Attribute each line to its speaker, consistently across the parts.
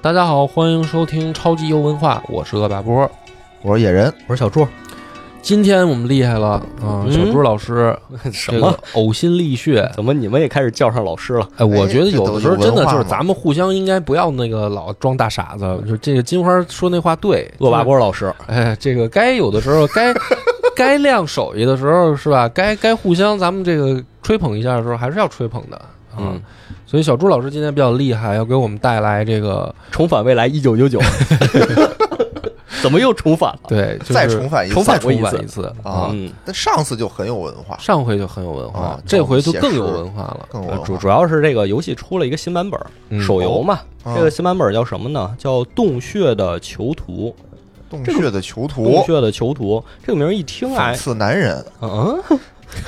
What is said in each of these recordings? Speaker 1: 大家好，欢迎收听超级游文化，我是恶霸波。
Speaker 2: 我是野人，
Speaker 3: 我是小朱，
Speaker 1: 今天我们厉害了啊、
Speaker 3: 嗯
Speaker 1: 小朱老师
Speaker 3: 什
Speaker 1: 这个
Speaker 3: 么？
Speaker 1: 呕心沥血。
Speaker 3: 怎么你们也开始叫上老师了？
Speaker 1: 哎，我觉得有的时候
Speaker 2: 这都有
Speaker 1: 真的
Speaker 2: 文化
Speaker 1: 就是
Speaker 2: 嘛
Speaker 1: 咱们互相应该不要那个老装大傻子。就这个金花说那话对，
Speaker 3: 恶霸波老师，
Speaker 1: 哎，这个该有的时候该该亮手艺的时候是吧？该该互相咱们这个吹捧一下的时候，还是要吹捧的啊。
Speaker 3: 嗯
Speaker 1: 所以小朱老师今天比较厉害，要给我们带来这个
Speaker 3: 重返未来一九九九，怎么又重返了？
Speaker 1: 对，就是、
Speaker 2: 再重返一次
Speaker 1: 重返
Speaker 3: 重返
Speaker 1: 重
Speaker 3: 过一次
Speaker 1: 返一次
Speaker 2: 啊
Speaker 3: 嗯，
Speaker 2: 但上次就很有文化，
Speaker 1: 上回就很有文化，
Speaker 2: 啊
Speaker 1: 这回就
Speaker 2: 这种
Speaker 1: 更
Speaker 2: 写
Speaker 1: 有
Speaker 2: 实
Speaker 1: 文化了。
Speaker 2: 更有文
Speaker 3: 呃主
Speaker 2: 化。
Speaker 3: 主要是这个游戏出了一个新版本，
Speaker 1: 嗯
Speaker 3: 手游嘛。
Speaker 2: 啊
Speaker 3: 这个新版本叫什么呢？叫《洞穴的囚徒》。
Speaker 2: 洞
Speaker 3: 这个
Speaker 2: 穴的囚
Speaker 3: 洞
Speaker 2: 徒，
Speaker 3: 穴的囚徒这个名儿一听
Speaker 2: 讽
Speaker 3: 哎，
Speaker 2: 刺男 人，
Speaker 3: 嗯，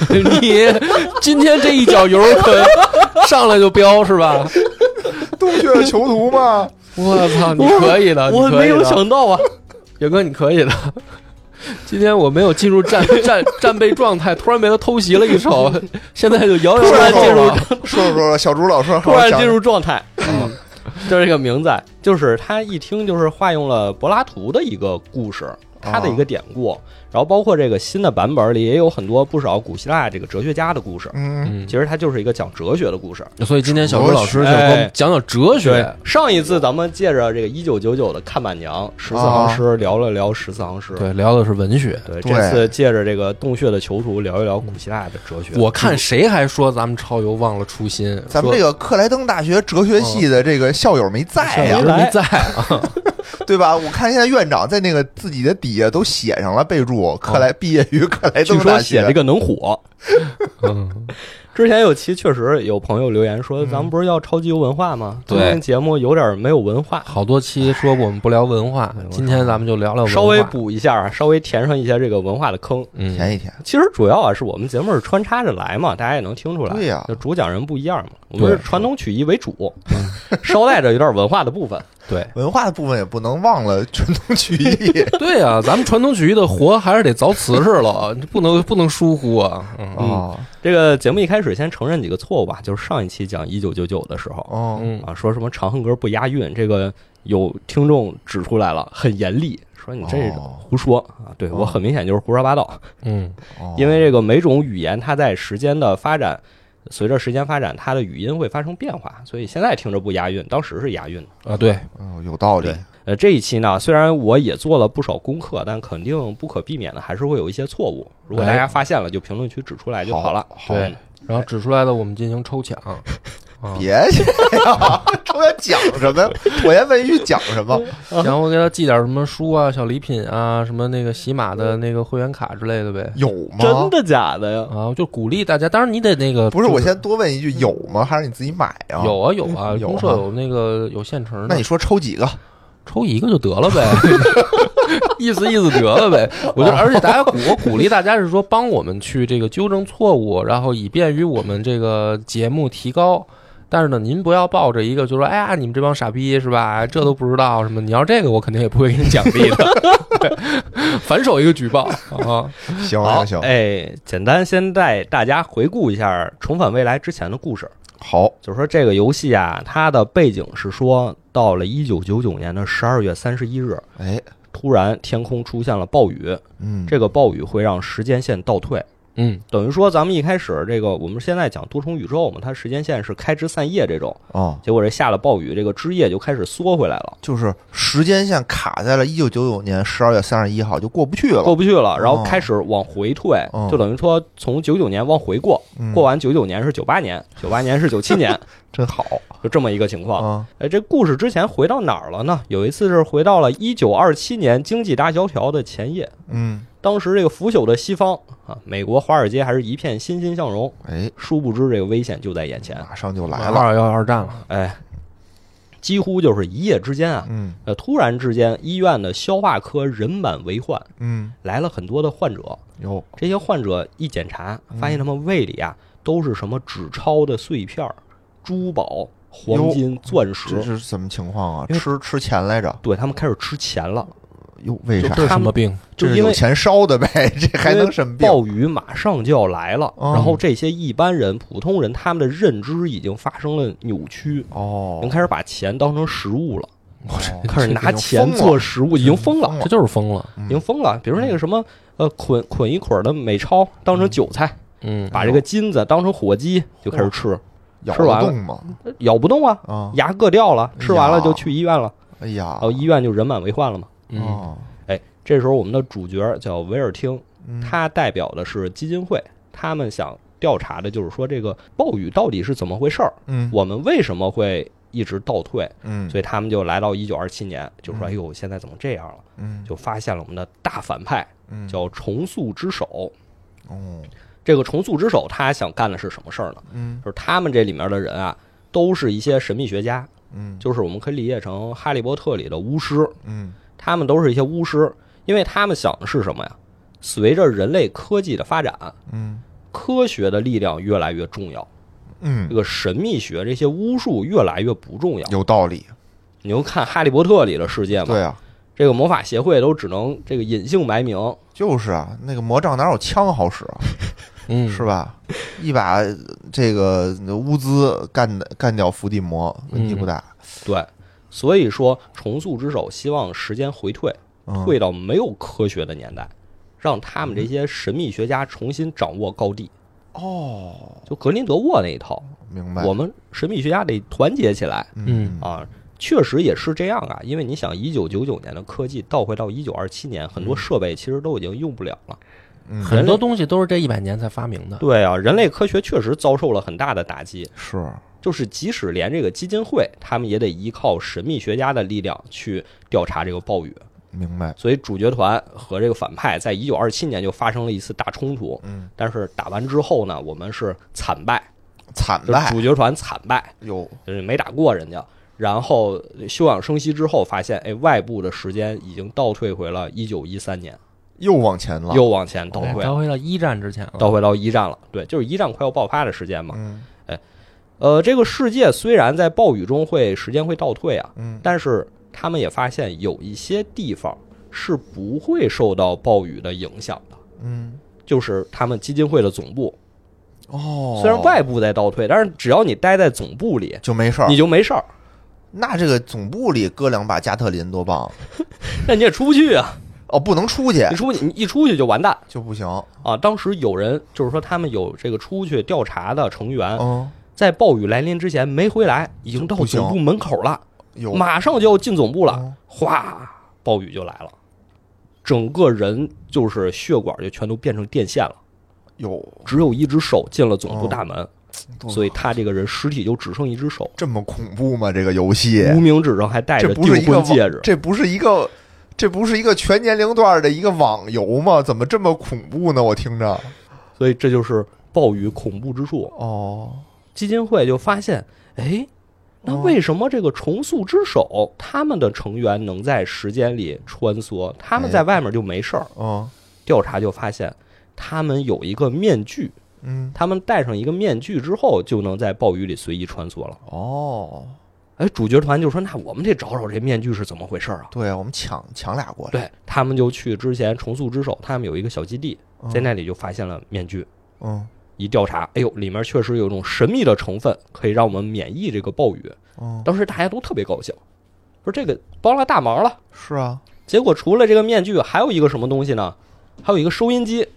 Speaker 1: 你今天这一脚油可上来就飙是吧？
Speaker 2: 洞穴的囚徒吗？
Speaker 1: 我操，你可以的，
Speaker 3: 我
Speaker 1: 你可
Speaker 3: 没
Speaker 1: 以
Speaker 3: 有
Speaker 1: 的
Speaker 3: 想到啊。
Speaker 1: 野哥，你可以的。 今天我没有进入战战战备状态，突然被他偷袭了一手， 现在就摇摇
Speaker 2: 说
Speaker 1: 然
Speaker 2: 着
Speaker 1: 进
Speaker 2: 说
Speaker 1: 入
Speaker 2: 着，说着说着，小朱老师 好
Speaker 3: 突然
Speaker 2: 像
Speaker 3: 进入状态，嗯，就是这个名字，啊就是他一听就是化用了柏拉图的一个故事，他的一个典故，然后包括这个新的版本里也有很多不少古希腊这个哲学家的故事。
Speaker 2: 嗯，
Speaker 1: 嗯
Speaker 3: 其实它就是一个讲哲学的故事。
Speaker 1: 所以今天小朱老师就给我们讲讲哲学。
Speaker 3: 上一次咱们借着这个一九九九的《看板娘》十四行诗聊了聊十四行诗，
Speaker 1: 对，聊的是文学。
Speaker 3: 对，
Speaker 2: 对
Speaker 3: 这次借着这个洞穴的囚徒聊一聊古希腊的哲学。
Speaker 1: 我看谁还说咱们超游忘了初心，
Speaker 2: 咱们这
Speaker 1: 个
Speaker 2: 个克莱登大学哲学系的这个校友没在呀
Speaker 3: 校，
Speaker 1: 没在，
Speaker 2: 对吧？我看现在院长在那个自己的底下都写上了备注，克莱毕业于克莱
Speaker 3: 哦据
Speaker 2: 登
Speaker 3: 说
Speaker 2: 哎大
Speaker 3: 写这
Speaker 2: 学。
Speaker 3: 个能火，
Speaker 1: 嗯，
Speaker 3: 之前有期确实有朋友留言说，咱们不是要超级游文化吗？
Speaker 1: 对
Speaker 3: 最近节目有点没有文化，
Speaker 1: 好多期说我们不聊文化，今天咱们就聊聊文化
Speaker 3: 稍微补一下啊，稍微填上一些这个文化的坑。
Speaker 1: 嗯，
Speaker 2: 前一天，
Speaker 3: 其实主要啊，是我们节目是穿插着来嘛，大家也能听出来。
Speaker 2: 对呀
Speaker 3: 就主讲人不一样嘛，我们是
Speaker 1: 对
Speaker 3: 传统曲艺为主，
Speaker 1: 嗯
Speaker 3: 捎带着有点文化的部分。
Speaker 1: 对
Speaker 2: 文化的部分也不能忘了传统曲 艺
Speaker 1: 对啊，咱们传统曲艺的活还是得凿瓷实了， 你不能不能疏忽啊。嗯
Speaker 2: 哦
Speaker 3: 这个节目一开始先承认几个错误吧，就是上一期讲一九九九的时候
Speaker 2: 哦，
Speaker 1: 嗯，
Speaker 3: 啊，说什么《长恨歌》不押韵，这个有听众指出来了，很严厉，说嗯你这是
Speaker 2: 哦
Speaker 3: 胡说啊！对我很明显就是胡说八道。
Speaker 1: 嗯，
Speaker 2: 哦
Speaker 3: 因为这个每种语言它在时间的发展，随着时间发展，它的语音会发生变化，所以现在听着不押韵，当时是押韵的。
Speaker 1: 啊，对，
Speaker 2: 哦有道理
Speaker 3: 对，呃，这一期呢，虽然我也做了不少功课，但肯定不可避免的还是会有一些错误。如果大家发现了，就评论区指出来就好了。
Speaker 2: 哎好啊
Speaker 1: 对，然后指出来的我们进行抽奖，
Speaker 2: 别去呀！中间讲什么呀？我先问一句讲什 么？
Speaker 1: 然后给他寄点什么书啊、小礼品啊、什么那个喜马的那个会员卡之类的呗。
Speaker 2: 有
Speaker 3: 真
Speaker 2: 吗？
Speaker 3: 的假的呀？
Speaker 1: 啊，就鼓励大家，当然你得那个，
Speaker 2: 不是，
Speaker 1: 就
Speaker 2: 我先多问一句，有吗？还是你自己买啊？。
Speaker 1: 有啊有啊，
Speaker 2: 有啊
Speaker 1: 公社有那个有现成的，
Speaker 2: 那你说抽 几个？
Speaker 1: 抽一个就得了呗， 意思意思得了呗。我
Speaker 2: 哦
Speaker 1: 觉得，而且大家鼓我鼓励大家是说，帮我们去这个纠正错误，然后以便于我们这个节目提高。但是呢，您不要抱着一个就说，哎呀，你们这帮傻逼是吧？这都不知道什么？你要这个，我肯定也不会给你奖励的。 对反手一个举报啊！
Speaker 2: 行
Speaker 3: 好
Speaker 2: 行，行，
Speaker 3: 哎，简单先带大家回顾一下《重返未来》之前的故事。
Speaker 2: 好，
Speaker 3: 就是说这个游戏啊，它的背景是说，到了一九九九年的十二月三十一日，
Speaker 2: 哎，
Speaker 3: 突然天空出现了暴雨，
Speaker 2: 嗯，
Speaker 3: 这个暴雨会让时间线倒退，
Speaker 1: 嗯，
Speaker 3: 等于说咱们一开始这个我们现在讲多重宇宙嘛，它时间线是开枝散叶这种，
Speaker 2: 哦，
Speaker 3: 结果这下了暴雨，这个枝叶就开始缩回来了，
Speaker 2: 就是时间线卡在了一九九九年十二月三十一号，就过不去了。
Speaker 3: 过不去了，然后开始往回退，
Speaker 2: 哦
Speaker 3: 就等于说从九九年往回过，
Speaker 2: 嗯
Speaker 3: 过完九九年是九八年，九八年是九七年，
Speaker 2: 真好
Speaker 3: 就这么一个情况。
Speaker 2: 啊！
Speaker 3: 哎，这故事之前回到哪儿了呢？有一次是回到了一九二七年经济大萧条的前夜，
Speaker 2: 嗯，
Speaker 3: 当时这个腐朽的西方啊，美国华尔街还是一片欣欣向荣，
Speaker 2: 哎，
Speaker 3: 殊不知这个危险就在眼前。啊
Speaker 2: 马上就来了。
Speaker 1: 二幺二战了，
Speaker 3: 哎，几乎就是一夜之间啊，
Speaker 2: 嗯
Speaker 3: 呃，突然之间，医院的消化科人满为患，
Speaker 2: 嗯，
Speaker 3: 来了很多的患者。
Speaker 2: 有
Speaker 3: 这些患者一检查，发现他们胃里啊都是什么纸钞的碎片儿、珠宝、黄金、钻
Speaker 2: 这
Speaker 3: 石，
Speaker 2: 是什么情况啊？
Speaker 3: 因为
Speaker 2: 吃吃钱来着？
Speaker 3: 对他们开始吃钱了，
Speaker 2: 哟，为啥？
Speaker 1: 这是什么病？
Speaker 2: 这
Speaker 3: 就
Speaker 2: 是
Speaker 3: 因
Speaker 2: 有
Speaker 3: 为。
Speaker 2: 钱烧的呗，这还能什么病？
Speaker 3: 暴雨马上就要来了，
Speaker 2: 哦
Speaker 3: 然后这些一般人、普通人，他们的认知已经发生了扭曲，已经
Speaker 2: 哦，
Speaker 3: 开始把钱当成食物了。
Speaker 1: 我这
Speaker 3: 开始
Speaker 1: 这
Speaker 3: 拿
Speaker 1: 已经
Speaker 3: 钱
Speaker 2: 疯了
Speaker 3: 做食 物，已经疯了，
Speaker 1: 这就是疯了。
Speaker 2: 嗯
Speaker 3: 已经疯了。比如那个什么，呃，捆捆一捆的美钞当成韭菜，
Speaker 1: 嗯，
Speaker 2: 哦
Speaker 3: 把这个金子当成火鸡就开始吃，
Speaker 2: 咬
Speaker 3: 吃完
Speaker 2: 不
Speaker 3: 了
Speaker 2: 动吗？
Speaker 3: 咬不动啊，
Speaker 2: 啊，
Speaker 3: 牙硌掉了，吃完了
Speaker 2: 嗯呀
Speaker 3: 就去医院了，
Speaker 2: 哎呀，
Speaker 3: 然后医院就人满为患了嘛。
Speaker 1: 嗯
Speaker 2: 哦，
Speaker 3: 这时候我们的主角叫维尔汀，
Speaker 2: 嗯
Speaker 3: 他代表的是基金会，他们想调查的就是说这个暴雨到底是怎么回事儿，
Speaker 2: 嗯
Speaker 3: 我们为什么会一直倒退？
Speaker 2: 嗯，
Speaker 3: 所以他们就来到一九二七年，就
Speaker 2: 嗯
Speaker 3: 说：“哎呦，现在怎么这样了？”
Speaker 2: 嗯
Speaker 3: 就发现了我们的大反派
Speaker 2: 嗯
Speaker 3: 叫重塑之手。
Speaker 2: 哦
Speaker 3: 这个重塑之手他想干的是什么事儿呢？
Speaker 2: 嗯
Speaker 3: 就是他们这里面的人啊，都是一些神秘学家，
Speaker 2: 嗯
Speaker 3: 就是我们可以理解成《哈利波特》里的巫师，
Speaker 2: 嗯
Speaker 3: 他们都是一些巫师，因为他们想的是什么呀？随着人类科技的发展，
Speaker 2: 嗯
Speaker 3: 科学的力量越来越重要，这
Speaker 2: 嗯，
Speaker 3: 个神秘学这些巫术越来越不重要。
Speaker 2: 有道理，
Speaker 3: 你就看《哈利波特》里的世界嘛，
Speaker 2: 对啊，
Speaker 3: 这个魔法协会都只能这个隐姓埋名，
Speaker 2: 就是啊，那个魔杖哪有枪好使啊？
Speaker 1: 嗯，
Speaker 2: 是吧？一把这个乌兹干的干掉伏地魔，问
Speaker 3: 嗯
Speaker 2: 题不大。
Speaker 3: 对，所以说重塑之手希望时间回退，
Speaker 2: 嗯，
Speaker 3: 退到没有科学的年代，让他们这些神秘学家重新掌握高地，
Speaker 2: 哦，
Speaker 3: 就格林德沃那一套。
Speaker 2: 明白。
Speaker 3: 我们神秘学家得团结起来
Speaker 1: 嗯
Speaker 3: 啊！确实也是这样啊，因为你想，一九九九年的科技倒回到一九二七年，很多设备其实都已经用不了了。
Speaker 2: 嗯，
Speaker 1: 很多东西都是这一百年才发明的。
Speaker 3: 对啊，人类科学确实遭受了很大的打击。
Speaker 2: 是
Speaker 3: 就是即使连这个基金会，他们也得依靠神秘学家的力量去调查这个暴雨。
Speaker 2: 明白。
Speaker 3: 所以主角团和这个反派在一九二七年就发生了一次大冲突。
Speaker 2: 嗯，
Speaker 3: 但是打完之后呢，我们是惨败，
Speaker 2: 惨
Speaker 3: 就是
Speaker 2: 败
Speaker 3: 主角团惨败，
Speaker 2: 有
Speaker 3: 就是没打过人家。然后休养生息之后，发现哎，外部的时间已经倒退回了一九一三年，
Speaker 2: 又往前了。
Speaker 3: 又往前倒
Speaker 1: 对
Speaker 3: 退，
Speaker 1: 倒回到一战之前了。
Speaker 3: 倒回到一战了。对，就是一战快要爆发的时间嘛。
Speaker 2: 嗯
Speaker 3: 呃，这个世界虽然在暴雨中会时间会倒退啊，
Speaker 2: 嗯
Speaker 3: 但是他们也发现有一些地方是不会受到暴雨的影响的，
Speaker 2: 嗯，
Speaker 3: 就是他们基金会的总部。
Speaker 2: 哦，
Speaker 3: 虽然外部在倒退，但是只要你待在总部里，
Speaker 2: 就没事儿
Speaker 3: 你，就没事儿。
Speaker 2: 那这个总部里搁两把加特林多棒
Speaker 3: 那你也出不去啊，
Speaker 2: 哦，不能出去
Speaker 3: 你出去，你一出去就完蛋
Speaker 2: 就不行。
Speaker 3: 啊！当时有人就是说，他们有这个出去调查的成员，
Speaker 2: 嗯，
Speaker 3: 在暴雨来临之前没回来，已经到
Speaker 2: 不行
Speaker 3: 总部门口了，
Speaker 2: 有
Speaker 3: 马上就要进总部了，
Speaker 2: 嗯
Speaker 3: 哗，暴雨就来了，整个人就是血管就全都变成电线了。
Speaker 2: 有，
Speaker 3: 只有一只手进了总部大门，所
Speaker 2: 以
Speaker 3: 以他这个人尸体就只剩一只手，
Speaker 2: 这么恐怖吗？这个游戏
Speaker 3: 无名指上还戴着
Speaker 2: 这不
Speaker 3: 订
Speaker 2: 是一个
Speaker 3: 婚
Speaker 2: 网
Speaker 3: 戒指。
Speaker 2: 这不是一个，这不是一个全年龄段的一个网游吗？怎么这么恐怖呢？我听着，
Speaker 3: 所以这就是暴雨恐怖之处。
Speaker 2: 哦，
Speaker 3: 基金会就发现，哎，那
Speaker 2: 哦
Speaker 3: 为什么这个重塑之手他们的成员能在时间里穿梭，他们在外面就没事儿？
Speaker 2: 嗯
Speaker 3: 调查就发现，他们有一个面具，
Speaker 2: 嗯，
Speaker 3: 他们戴上一个面具之后，就能在暴雨里随意穿梭了。
Speaker 2: 哦，
Speaker 3: 哎，主角团就说：“那我们得找找这面具是怎么回事儿啊？”
Speaker 2: 对，我们抢抢俩过来，
Speaker 3: 对他们就去之前重塑之手，他们有一个小基地，
Speaker 2: 嗯
Speaker 3: 在那里就发现了面具。
Speaker 2: 嗯，
Speaker 3: 一调查，哎呦，里面确实有一种神秘的成分，可以让我们免疫这个暴雨。
Speaker 2: 嗯，
Speaker 3: 当时大家都特别高兴，说这个帮了大忙了。
Speaker 2: 是啊，
Speaker 3: 结果除了这个面具，还有一个什么东西呢？还有一个收音机，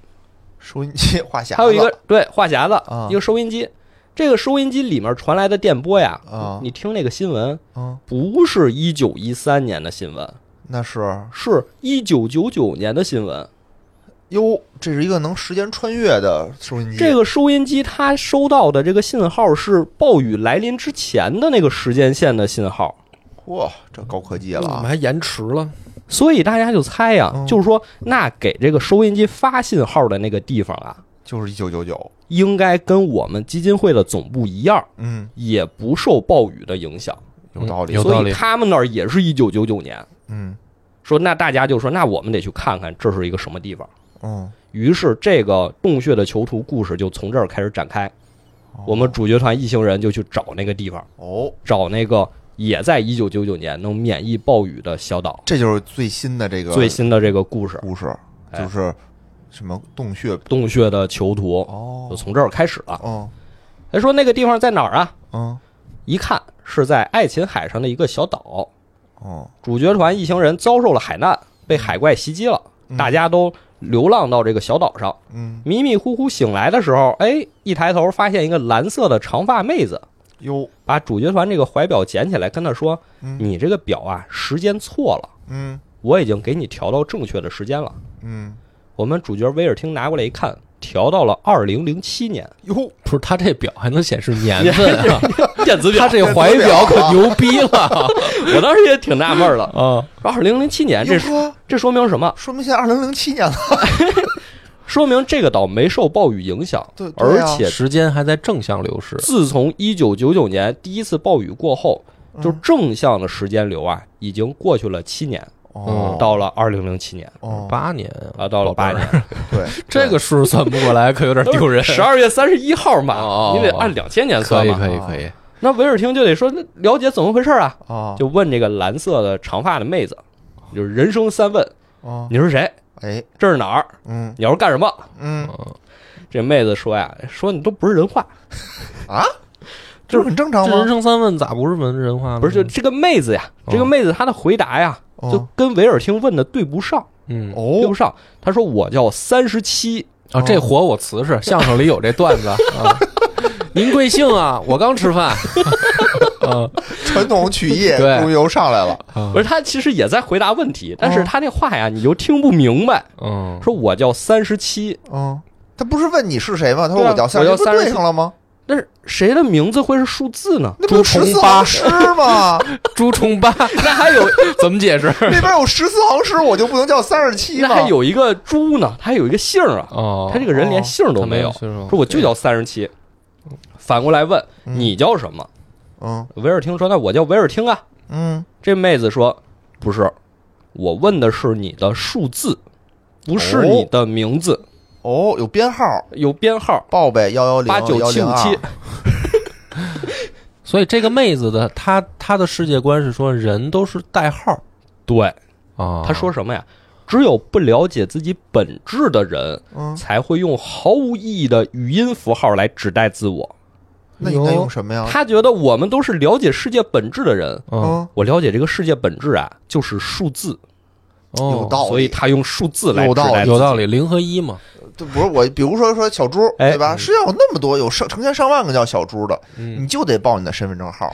Speaker 2: 收音机话匣子，
Speaker 3: 还有一个对话匣子，
Speaker 2: 啊
Speaker 3: 一个收音机。这个收音机里面传来的电波呀，
Speaker 2: 啊
Speaker 3: 你听那个新闻，
Speaker 2: 嗯，
Speaker 3: 不是一九一三年的新闻，
Speaker 2: 那是
Speaker 3: 是一九九九年的新闻。
Speaker 2: 哟，这是一个能时间穿越的收音机，
Speaker 3: 这个收音机它收到的这个信号是暴雨来临之前的那个时间线的信号，
Speaker 2: 哇，这高科技了
Speaker 1: 嗯我们
Speaker 2: 啊，
Speaker 1: 还延迟了。
Speaker 3: 所以大家就猜呀、
Speaker 2: 嗯
Speaker 3: 就是说，那给这个收音机发信号的那个地方啊，
Speaker 2: 就是一九九九，
Speaker 3: 应该跟我们基金会的总部一样，
Speaker 2: 嗯，
Speaker 3: 也不受暴雨的影响，
Speaker 2: 有道理
Speaker 1: 嗯有，道
Speaker 3: 所
Speaker 1: 理
Speaker 3: 以他们那儿也是一九九九年。
Speaker 2: 嗯
Speaker 3: 说那大家就说，那我们得去看看这是一个什么地方。
Speaker 2: 嗯，
Speaker 3: 于是，这个洞穴的囚徒故事就从这儿开始展开。
Speaker 2: 哦
Speaker 3: 我们主角团一行人就去找那个地方。
Speaker 2: 哦，
Speaker 3: 找那个也在一九九九年能免疫暴雨的小岛。
Speaker 2: 这就是最新的这个
Speaker 3: 最新的这个故事，
Speaker 2: 故事，
Speaker 3: 哎
Speaker 2: 就是什么洞穴
Speaker 3: 洞穴的囚徒就
Speaker 2: 哦，
Speaker 3: 从这儿开始了。
Speaker 2: 嗯
Speaker 3: 他说那个地方在哪儿啊？
Speaker 2: 嗯
Speaker 3: 一看是在爱琴海上的一个小岛，
Speaker 2: 哦，
Speaker 3: 主角团一行人遭受了海难，被海怪袭击了，
Speaker 2: 嗯
Speaker 3: 大家都流浪到这个小岛上。
Speaker 2: 嗯，
Speaker 3: 迷迷糊糊醒来的时候，哎，一抬头发现一个蓝色的长发妹子，
Speaker 2: 哟，
Speaker 3: 把主角团这个怀表捡起来，跟他说：“
Speaker 2: 嗯
Speaker 3: 你这个表啊，时间错了，
Speaker 2: 嗯
Speaker 3: 我已经给你调到正确的时间了。
Speaker 2: 嗯，”
Speaker 3: 我们主角威尔汀拿过来一看，调到了二零零七年，
Speaker 2: 哟，
Speaker 1: 不是他这表还能显示年份
Speaker 2: 哎
Speaker 1: 啊？
Speaker 3: 电子
Speaker 1: 他
Speaker 3: 表。
Speaker 1: 这怀表可
Speaker 2: 啊
Speaker 1: 牛逼了
Speaker 3: 我当时也挺纳闷了，
Speaker 1: 啊！
Speaker 3: 二零零七哎年，这
Speaker 2: 哟呵
Speaker 3: 这说明什么？
Speaker 2: 说明现在二零零七年了，
Speaker 3: 说明这个岛没受暴雨影响，
Speaker 2: 对对
Speaker 3: 而
Speaker 2: 啊
Speaker 3: 且
Speaker 1: 时间还在正向流逝，
Speaker 3: 自从一九九九年第一次暴雨过后，就
Speaker 2: 嗯
Speaker 3: 正向的时间流啊，已经过去了七年，
Speaker 2: 哦，
Speaker 3: 到了二零零七年
Speaker 2: 哦，
Speaker 1: 八年
Speaker 3: 啊，到了八，
Speaker 1: 宝贝儿
Speaker 3: 年，
Speaker 2: 对，
Speaker 1: 这个数算不过来，可有点丢人。
Speaker 3: 十二月三十一号嘛
Speaker 1: 哦，
Speaker 3: 你得按两千年
Speaker 1: 可
Speaker 3: 算
Speaker 1: 以
Speaker 3: 嘛。
Speaker 1: 可以可以，
Speaker 3: 那维尔汀就得说那了解怎么回事啊，
Speaker 2: 哦，
Speaker 3: 就问这个蓝色的长发的妹子，就是人生三问：
Speaker 2: 哦，
Speaker 3: 你是谁？
Speaker 2: 哎，
Speaker 3: 这是哪儿？
Speaker 2: 嗯
Speaker 3: 你要是干什么？
Speaker 2: 嗯，
Speaker 3: 这妹子说呀，说你都不是人话，
Speaker 2: 这不是很正常
Speaker 1: 这人
Speaker 2: 吗？
Speaker 1: 生三问咋不是文人话呢？
Speaker 3: 不是就这个妹子呀，
Speaker 1: 嗯哦
Speaker 3: 这个妹子她的回答呀，
Speaker 2: 哦
Speaker 3: 就跟维尔汀问的对不上，
Speaker 1: 嗯
Speaker 3: 对
Speaker 2: 哦
Speaker 3: 不，上。她说我叫三十七，
Speaker 1: 啊，这活我瓷实，相声里有这段子啊。您贵姓啊？我刚吃饭。啊
Speaker 2: 传统曲艺
Speaker 1: 对
Speaker 2: 终于又上来了，
Speaker 1: 啊
Speaker 3: 不是她其实也在回答问题，但
Speaker 2: 哦
Speaker 3: 是她那话呀，你又听不明白。
Speaker 1: 嗯，
Speaker 3: 说我叫三十七，
Speaker 2: 嗯，他不是问你是谁吗？他说
Speaker 3: 对啊
Speaker 2: 我叫三
Speaker 3: 我
Speaker 2: 十，
Speaker 3: 叫
Speaker 2: 不
Speaker 3: 三十
Speaker 2: 对上了吗？
Speaker 3: 但是谁的名字会是数字呢？
Speaker 2: 那不有十四行诗吗？
Speaker 1: 猪重八，那还有怎么解释？
Speaker 2: 那边有十四行诗，我就不能叫三十七
Speaker 3: 那
Speaker 2: 吗？
Speaker 3: 还有一个猪呢，他还有一个姓儿啊，
Speaker 1: 哦，
Speaker 3: 他这个人连姓儿都没有，
Speaker 1: 他没有姓儿
Speaker 3: 说我就叫三十七。反过来问
Speaker 2: 嗯
Speaker 3: 你叫什么？
Speaker 2: 嗯
Speaker 3: 维尔汀说那我叫维尔汀啊。
Speaker 2: 嗯，
Speaker 3: 这妹子说：“不是，我问的是你的数字，不是你的名字，
Speaker 2: 哦，有编号，
Speaker 3: 有编号
Speaker 2: 报呗，幺幺零
Speaker 3: 八九七五七。。
Speaker 1: 所以这个妹子的她她的世界观是说人都是代号”
Speaker 3: 对，
Speaker 1: 啊。
Speaker 2: 哦
Speaker 3: 她说什么呀？只有不了解自己本质的人，
Speaker 2: 嗯，
Speaker 3: 才会用毫无意义的语音符号来指代自我。
Speaker 2: 那应该用什么呀？嗯
Speaker 3: 她觉得我们都是了解世界本质的人。
Speaker 1: 嗯，
Speaker 2: 哦
Speaker 3: 我了解这个世界本质啊，就是数字，
Speaker 2: 有
Speaker 1: 哦，
Speaker 2: 道理，
Speaker 3: 所以她用数字来
Speaker 2: 有
Speaker 3: 指
Speaker 2: 道理
Speaker 3: 代自己
Speaker 1: 有道理，零和一嘛。
Speaker 2: 对不是我，比如说说小猪，
Speaker 3: 哎
Speaker 2: 对吧？世界上有那么多有上成千上万个叫小猪的，
Speaker 1: 嗯
Speaker 2: 你就得报你的身份证号。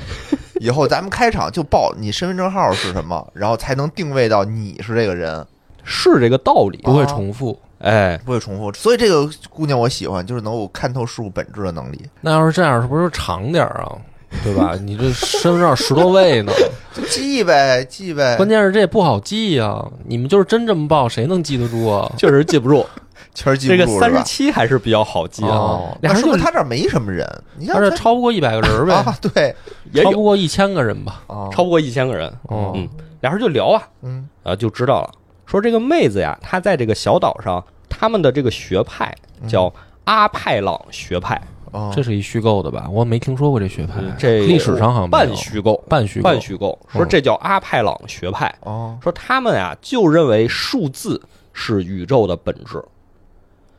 Speaker 2: 以后咱们开场就报你身份证号是什么，然后才能定位到你是这个人，
Speaker 3: 是这个道理。
Speaker 2: 嗯
Speaker 1: 不会重复。
Speaker 3: 哎，
Speaker 2: 不会重复。所以这个姑娘我喜欢，就是能有看透事物本质的能力。
Speaker 1: 那要是这样，是不是长点儿啊？对吧？你这身份证十多位 呢，
Speaker 2: 就记呗，记呗，
Speaker 1: 关键是这也不好记呀、你们就是真这么报，谁能记得住 啊？
Speaker 3: 确实记不住，
Speaker 2: 确实 记
Speaker 3: 这
Speaker 2: 不
Speaker 3: 个
Speaker 2: 住
Speaker 3: 三
Speaker 2: 是
Speaker 3: 十
Speaker 2: 吧？
Speaker 3: 七还是比较好记啊。
Speaker 1: 哦，俩
Speaker 2: 那
Speaker 1: 人
Speaker 2: 说
Speaker 1: 就
Speaker 2: 明他这儿没什么人，你像
Speaker 1: 他这
Speaker 2: 他
Speaker 1: 超不过一百个人呗，
Speaker 2: 啊，对，
Speaker 3: 也
Speaker 1: 超
Speaker 3: 有
Speaker 1: 不过一千个人吧。
Speaker 2: 啊，
Speaker 3: 超不过一千个人。
Speaker 1: 哦
Speaker 3: 嗯，俩人就聊啊，
Speaker 2: 嗯
Speaker 3: 啊就知道了，说这个妹子呀，她在这个小岛上，他们的这个学派
Speaker 2: 嗯
Speaker 3: 叫阿派朗学派，
Speaker 2: 啊，
Speaker 1: 这是一虚构的吧？我没听说哦过这学派，啊
Speaker 3: 这
Speaker 1: 哎历史上好像没有
Speaker 3: 半虚构，
Speaker 1: 半虚
Speaker 3: 半
Speaker 1: 构。
Speaker 3: 虚构，说这叫阿派朗学派，
Speaker 2: 哦，
Speaker 3: 说他们啊就认为数字是宇宙的本质，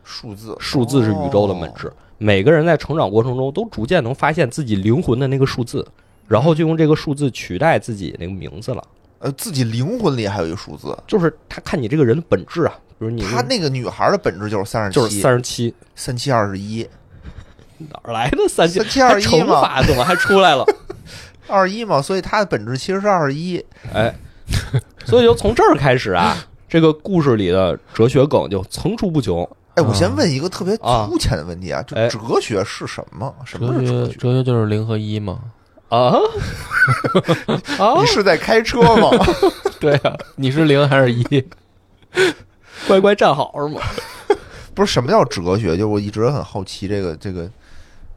Speaker 2: 数字，
Speaker 3: 数字是宇宙的本质。每个人在成长过程中都逐渐能发现自己灵魂的那个数字，然后就用这个数字取代自己那个名字了。
Speaker 2: 呃，自己灵魂里还有一数字。
Speaker 3: 就是他看你这个人的本质啊，比如你
Speaker 2: 她那个女孩的本质就是三十七，
Speaker 3: 就是三十七，
Speaker 2: 三七二十一，
Speaker 3: 哪儿来的三七？
Speaker 2: 3721
Speaker 3: 还乘法怎么还出来了？
Speaker 2: 二十一嘛，所以它的本质其实是二十一。
Speaker 3: 哎，所以就从这儿开始啊，这个故事里的哲学梗就层出不穷。
Speaker 2: 哎，我先问一个特别
Speaker 3: 啊
Speaker 2: 粗浅的问题啊，就
Speaker 3: 哎
Speaker 2: 哲学是什么？什么
Speaker 1: 哲
Speaker 2: 是哲
Speaker 1: 学
Speaker 2: 学？
Speaker 1: 哲学就是零和一嘛。
Speaker 3: 啊 啊
Speaker 2: 你！是在开车吗？
Speaker 1: 对啊， 你是零还是 一？
Speaker 3: 乖乖站好是吗？
Speaker 2: 不是，什么叫哲学？就我一直很好奇这个这个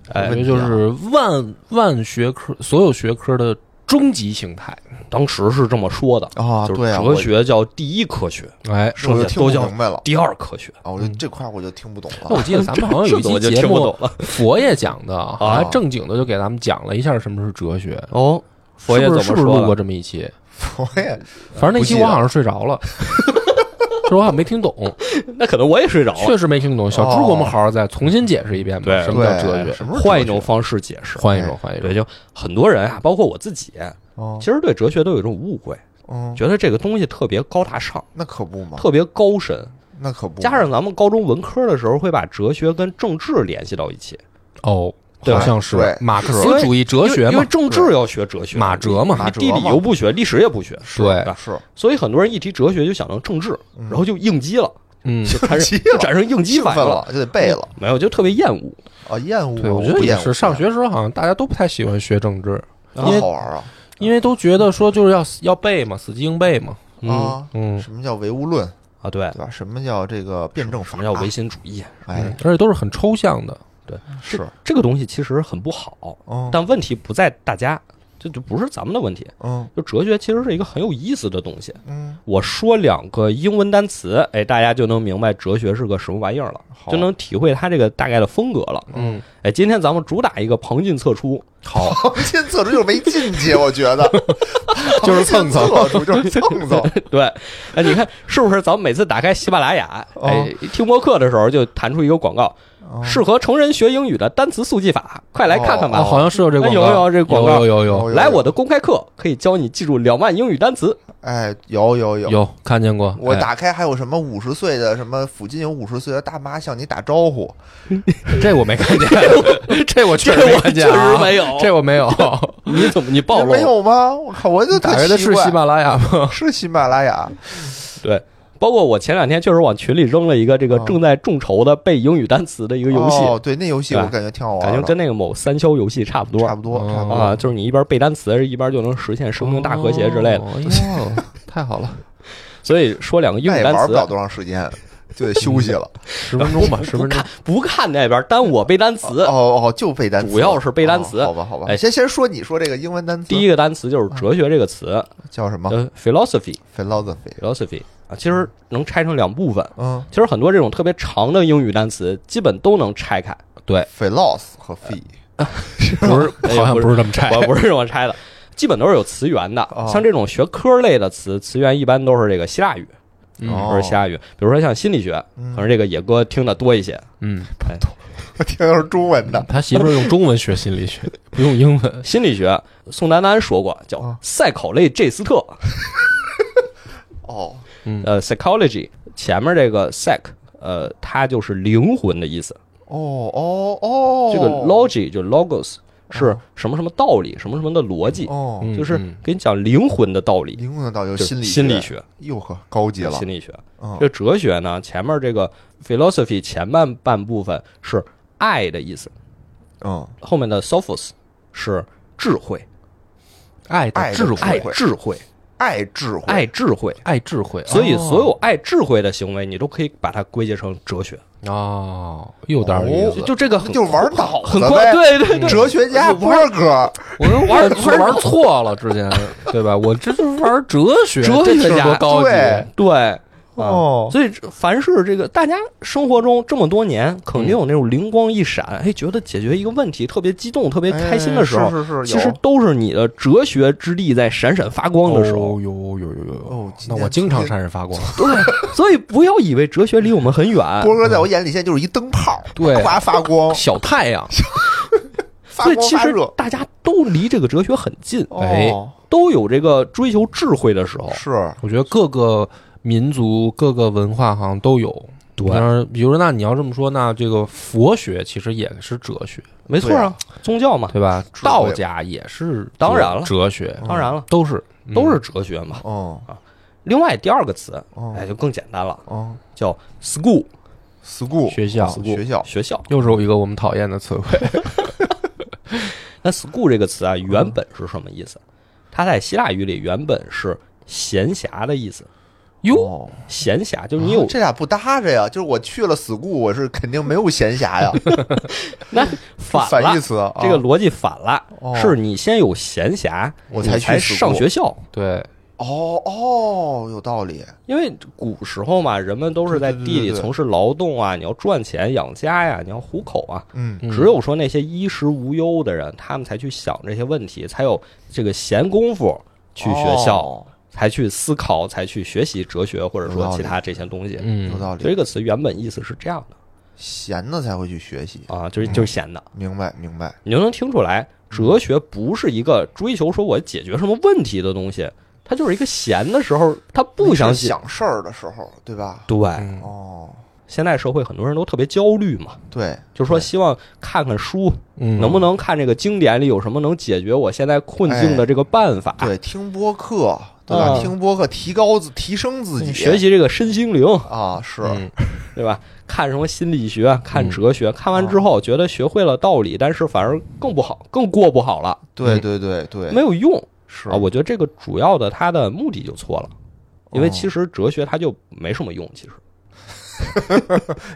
Speaker 3: 哎
Speaker 1: 我觉得就是万万学科所有学科的终极形态。
Speaker 3: 当时是这么说的，
Speaker 2: 啊，
Speaker 3: 就是
Speaker 2: 对啊，
Speaker 3: 哲学叫第一科学，
Speaker 1: 哎，
Speaker 2: 我我就听
Speaker 3: 都
Speaker 2: 不
Speaker 3: 叫嗯
Speaker 2: 明白了
Speaker 3: 第二科学。
Speaker 2: 啊，我就这块我就听不懂
Speaker 1: 哦那我
Speaker 2: 了。
Speaker 1: 记得咱们好像有一
Speaker 3: 嗯这我
Speaker 1: 期
Speaker 3: 就
Speaker 1: 节
Speaker 3: 听不
Speaker 1: 目
Speaker 3: 懂，了。
Speaker 1: 佛爷讲的，好
Speaker 2: 啊
Speaker 1: 像正经的就给咱们讲了一下什么是哲学。
Speaker 3: 哦，佛爷
Speaker 1: 是
Speaker 3: 怎
Speaker 1: 不
Speaker 3: 么
Speaker 1: 是是不是
Speaker 3: 说
Speaker 1: 录
Speaker 3: 的
Speaker 1: 过这么一期？
Speaker 2: 我也
Speaker 1: 反正那期
Speaker 2: 不记得
Speaker 1: 我好像睡着了， 这我好像没听懂，
Speaker 3: 那可能我也睡着了。
Speaker 1: 确实没听懂。小猪给我们好好再重新解释一遍吧，
Speaker 3: 对
Speaker 1: 什么叫哲
Speaker 2: 对
Speaker 1: 学
Speaker 2: 什？么是哲学
Speaker 3: 换一种方式解释，
Speaker 1: 换一种，换一种
Speaker 3: 对，。就很多人啊，包括我自己，
Speaker 2: 哦
Speaker 3: 其实对哲学都有一种误会，
Speaker 2: 嗯，
Speaker 3: 觉得这个东西特别高大上，
Speaker 2: 那可不
Speaker 1: 哦
Speaker 2: 嘛，
Speaker 3: 特别高深。
Speaker 2: 那可不嘛，
Speaker 3: 加上咱们高中文科的时候，会把哲学跟政治联系到一起，
Speaker 1: 哦，
Speaker 3: 对
Speaker 1: 好像是
Speaker 2: 对
Speaker 1: 马克思主义哲学
Speaker 3: 因为因
Speaker 1: 嘛
Speaker 3: 为，政治要学哲学，
Speaker 1: 马哲嘛
Speaker 3: 你地理又不学，历史也不学，
Speaker 1: 对
Speaker 3: 吧？
Speaker 2: 是，
Speaker 3: 所以很多人一提哲学就想到政治，
Speaker 2: 嗯
Speaker 3: 然后就应激了，
Speaker 1: 嗯，
Speaker 3: 就 产
Speaker 2: 应
Speaker 3: 生
Speaker 2: 激了
Speaker 3: 就产生应激
Speaker 2: 兴
Speaker 3: 反
Speaker 2: 奋
Speaker 3: 应，
Speaker 2: 了就得背了
Speaker 3: 没有就特别厌恶，
Speaker 2: 啊，厌恶啊，
Speaker 1: 嗯对，我觉得
Speaker 2: 不
Speaker 1: 也
Speaker 2: 厌恶
Speaker 1: 是，上学时候好像大家都不太喜欢学政治，
Speaker 2: 不
Speaker 1: 因
Speaker 2: 厌
Speaker 1: 为
Speaker 2: 恶好玩啊
Speaker 1: 因为都觉得说就是要要背嘛，死记硬背嘛，
Speaker 3: 嗯
Speaker 2: 啊，
Speaker 1: 嗯，
Speaker 2: 什么叫唯物论
Speaker 3: 啊，对
Speaker 2: 对，吧？什么叫这个辩证法？
Speaker 3: 什么叫唯心主义？
Speaker 1: 嗯
Speaker 2: 哎，
Speaker 1: 而且都是很抽象的，
Speaker 2: 是，
Speaker 3: 这个东西其实很不好，
Speaker 2: 嗯
Speaker 3: 但问题不在大家，这就不是咱们的问题。
Speaker 2: 嗯
Speaker 3: 就哲学其实是一个很有意思的东西。
Speaker 2: 嗯，
Speaker 3: 我说两个英文单词，哎，大家就能明白哲学是个什么玩意儿了，
Speaker 2: 好
Speaker 3: 就能体会它这个大概的风格了。
Speaker 1: 嗯，
Speaker 3: 哎，今天咱们主打一个旁进侧出，
Speaker 1: 好，
Speaker 2: 旁进侧出就是没进去，我觉 得
Speaker 1: 就是蹭蹭
Speaker 2: 旁进侧出就是蹭 蹭，
Speaker 3: 对，哎，你看是不是？咱们每次打开喜马拉雅，
Speaker 2: 哦
Speaker 3: 哎，听播客的时候就弹出一个广告，
Speaker 2: 嗯
Speaker 3: 适合成人学英语的单词速记法，快
Speaker 2: 哦
Speaker 3: 来看看吧。
Speaker 1: 啊，好像是有这
Speaker 3: 哎
Speaker 1: 广告，
Speaker 3: 有有这广
Speaker 1: 有
Speaker 3: 告
Speaker 1: 有有
Speaker 2: 有
Speaker 3: 来我的公开课可以教你记住两万英语单词。
Speaker 2: 哎，有有
Speaker 1: 有
Speaker 2: 有。
Speaker 1: 有看见过，
Speaker 2: 我
Speaker 1: 哎
Speaker 2: 打开还有什么五十岁的什么附近有五十岁的大妈向你打招呼，
Speaker 1: 哎这我没看见，这我确
Speaker 3: 这
Speaker 1: 实没
Speaker 3: 我
Speaker 1: 看
Speaker 3: 确
Speaker 1: 见
Speaker 3: 实
Speaker 1: 啊，
Speaker 3: 没 有，
Speaker 1: 这我没有，
Speaker 3: 你怎么你暴露
Speaker 2: 没
Speaker 3: 了？
Speaker 2: 有吗？我靠，我就特
Speaker 1: 打开的是
Speaker 2: 奇怪
Speaker 1: 喜马拉雅吗？
Speaker 2: 是喜马拉雅
Speaker 3: 对，包括我前两天确实往群里扔了一个这个
Speaker 2: 哦
Speaker 3: 正在众筹的背英语单词的一个游戏，
Speaker 2: 哦，对，那游戏
Speaker 3: 对吧
Speaker 2: 我感觉挺好玩
Speaker 3: 感
Speaker 2: 的，
Speaker 3: 觉跟那个某三消游戏差不多
Speaker 2: 差不多，
Speaker 1: 哦
Speaker 2: 差不多。
Speaker 3: 啊，就是你一边背单词，一边就能实现生命大和谐之类的。
Speaker 1: 哦，哎呦太好了，
Speaker 3: 所以说两个英
Speaker 2: 那
Speaker 3: 语
Speaker 2: 也
Speaker 3: 单
Speaker 2: 玩不
Speaker 3: 词
Speaker 2: 了多长时间，就 得休息了。
Speaker 1: 十分钟吧，十
Speaker 3: 不
Speaker 1: 分钟
Speaker 3: 看，不看那边，但我背单词。
Speaker 2: 哦哦，就背单词，
Speaker 3: 主要是背单词
Speaker 2: 哦好吧，好吧。
Speaker 3: 哎
Speaker 2: 先先说你说这个英文单词，
Speaker 3: 第一个单词就是哲学这个词，
Speaker 2: 叫什么
Speaker 3: 呃，philosophy
Speaker 2: ？philosophy。
Speaker 3: philosophy 啊，其实能拆成两部分。
Speaker 2: 嗯
Speaker 3: 其实很多这种特别长的英语单词，基本都能拆开。
Speaker 2: ，philos 和 phi
Speaker 1: 不是，
Speaker 3: 哎
Speaker 1: 好像
Speaker 3: 不是
Speaker 1: 不是这么拆，
Speaker 3: 我不是这么拆的，基本都是有词源的
Speaker 2: 哦。
Speaker 3: 像这种学科类的词，词源一般都是这个希腊语，
Speaker 1: 嗯
Speaker 2: 哦嗯
Speaker 3: 都是希腊语。比如说像心理学，可能这个野哥听的多一些。
Speaker 1: 嗯，
Speaker 2: 听的是中文的。
Speaker 1: 他媳妇儿用中文学心理学， 不用英文，
Speaker 3: 哎心理学，宋丹丹说过叫
Speaker 2: 哦
Speaker 3: 赛考类 J 斯特，
Speaker 2: 哦，
Speaker 3: 呃，psychology 前面这个 psych，呃，它就是灵魂的意思。
Speaker 2: 哦哦哦，
Speaker 3: 这个 logy 就是 logos 是什么什么道理，什么什么的逻辑，
Speaker 2: 哦，
Speaker 1: 嗯
Speaker 3: 就是
Speaker 1: 嗯
Speaker 3: 给你讲灵魂的道理，
Speaker 2: 灵魂的道就
Speaker 3: 就是
Speaker 2: 心理
Speaker 3: 心理
Speaker 2: 学，
Speaker 3: 学，
Speaker 2: 哟呵，高级了
Speaker 3: 心。理学。
Speaker 2: 嗯
Speaker 3: 这哲学呢，前面这个 philosophy 前半半部分是爱的意思，
Speaker 2: 嗯，
Speaker 3: 后面的 sophos 是智慧，
Speaker 1: 爱的
Speaker 2: 爱的
Speaker 1: 智慧，
Speaker 3: 爱
Speaker 2: 慧
Speaker 3: 智慧，
Speaker 2: 爱智慧，
Speaker 3: 爱智慧。
Speaker 1: 爱智慧，
Speaker 3: 所以，
Speaker 1: 哦
Speaker 3: 所有爱智慧的行为，你都可以把它归结成哲学。
Speaker 1: 哦，又点儿意
Speaker 2: 哦
Speaker 1: 思，嗯
Speaker 3: 就这个很
Speaker 2: 就是玩脑子
Speaker 3: 很
Speaker 2: 呗
Speaker 3: 快，对对对，
Speaker 2: 哲学家波哥，
Speaker 1: 我玩玩错了，之 前对吧？我这就是玩哲学，啊
Speaker 3: 哲
Speaker 1: 这
Speaker 3: 学
Speaker 1: 事儿
Speaker 3: 家
Speaker 1: 多高级，
Speaker 2: 对
Speaker 3: 对。啊，
Speaker 2: 哦，
Speaker 3: 所以这凡是这个大家生活中这么多年，肯定有那种灵光一闪，哎，觉得解决一个问题特别激动、特别开心的时
Speaker 2: 嗯
Speaker 3: 候，
Speaker 2: 哎是是是，
Speaker 3: 其实
Speaker 2: 有
Speaker 3: 都是你的哲学之力在闪闪发光的时候。
Speaker 1: 哦呦呦呦呦呦
Speaker 2: 哦，
Speaker 1: 那
Speaker 2: 今天
Speaker 1: 我经常闪闪发 光，
Speaker 3: 对，所以不要以为哲学离我们很远，
Speaker 2: 波哥在我眼里现在就是一灯泡，
Speaker 1: 对
Speaker 2: 哗发光，
Speaker 1: 小太阳，
Speaker 2: 发
Speaker 3: 所以
Speaker 2: 光
Speaker 3: 其
Speaker 2: 发
Speaker 3: 实
Speaker 2: 热。
Speaker 3: 大家都离这个哲学很近，
Speaker 1: 哎
Speaker 2: 哦，
Speaker 3: 都有这个追求智慧的时候。
Speaker 2: 是，
Speaker 1: 我觉得各个民族、各个文化好像都有。
Speaker 3: 对
Speaker 1: 比方比如说，那你要这么说，那这个佛学其实也是哲学，
Speaker 3: 没错啊，宗教嘛，
Speaker 1: 对吧？
Speaker 2: 智慧
Speaker 1: 道家也是哲，
Speaker 3: 当然了
Speaker 1: 哲学
Speaker 2: 嗯
Speaker 3: 当然了，
Speaker 1: 都是嗯
Speaker 3: 都是哲学嘛。
Speaker 2: 哦
Speaker 3: 另外第二个词，
Speaker 2: 哦
Speaker 3: 哎，就更简单了，
Speaker 2: 哦
Speaker 3: 叫 school
Speaker 2: ，school
Speaker 1: 学校
Speaker 2: 学校
Speaker 3: 学校。
Speaker 1: 嗯又是有一个我们讨厌的词汇，
Speaker 3: 那 school 这个词啊，原本是什么意思？它在希腊语里原本是闲暇的意思。
Speaker 1: 哟，
Speaker 2: 哦啊
Speaker 3: 闲暇就是你有、
Speaker 2: 这俩不搭着呀，就是我去了 school，我是肯定没有闲暇 呀，
Speaker 3: 那
Speaker 2: 反
Speaker 3: 反了
Speaker 2: 义，词啊，
Speaker 3: 这个逻辑反了，
Speaker 2: 哦
Speaker 3: 是你先有闲暇，
Speaker 2: 我
Speaker 3: 你
Speaker 2: 才
Speaker 3: 才
Speaker 2: 去 school
Speaker 3: 上学校。
Speaker 1: 对，
Speaker 2: 哦哦，有道理，
Speaker 3: 因为古时候嘛，人们都是在
Speaker 2: 对对
Speaker 3: 地
Speaker 2: 对
Speaker 3: 里
Speaker 2: 对
Speaker 3: 从事劳动啊，你要赚钱养家呀，你要糊口啊。
Speaker 2: 嗯
Speaker 1: 嗯
Speaker 3: 只有说那些衣食无忧的人，他们才去想这些问题，才有这个闲工夫去学校，
Speaker 2: 哦
Speaker 3: 才去思考，才去学习哲学或者说其他这些东西。
Speaker 1: 嗯
Speaker 2: 有，道
Speaker 3: 所以这
Speaker 2: 理，
Speaker 3: 个词原本意思是这样的
Speaker 2: 闲的才会去学习，
Speaker 3: 啊，就是
Speaker 2: 嗯
Speaker 3: 就是闲的，
Speaker 2: 明白明白，
Speaker 3: 你就能听出来，哲学不是一个追求说我解决什么问题的东西，他就是一个闲的时候，他不想
Speaker 2: 想
Speaker 3: 写。
Speaker 2: 想事儿的时候，对吧？
Speaker 3: 对，
Speaker 1: 嗯
Speaker 2: 哦，
Speaker 3: 现在社会很多人都特别焦虑嘛，
Speaker 2: 对，
Speaker 3: 就说希望看看书，
Speaker 1: 嗯，
Speaker 3: 能不能看这个经典里有什么能解决我现在困境的这个办法？
Speaker 2: 哎对，听播客，对吧？
Speaker 3: 嗯
Speaker 2: 听播客提高自提升自己，
Speaker 3: 学习这个身心灵，
Speaker 2: 啊，是，
Speaker 1: 嗯
Speaker 3: 对吧？看什么心理学，看
Speaker 1: 嗯
Speaker 3: 哲学，看
Speaker 2: 啊
Speaker 3: 完之后觉得学会了道理，但是反而更不好，更过不好了，
Speaker 2: 对
Speaker 1: 嗯
Speaker 2: 对对对，
Speaker 3: 没有用
Speaker 2: 是
Speaker 3: 啊！我觉得这个主要的它的目的就错了，因为
Speaker 2: 哦
Speaker 3: 其实哲学它就没什么用，其实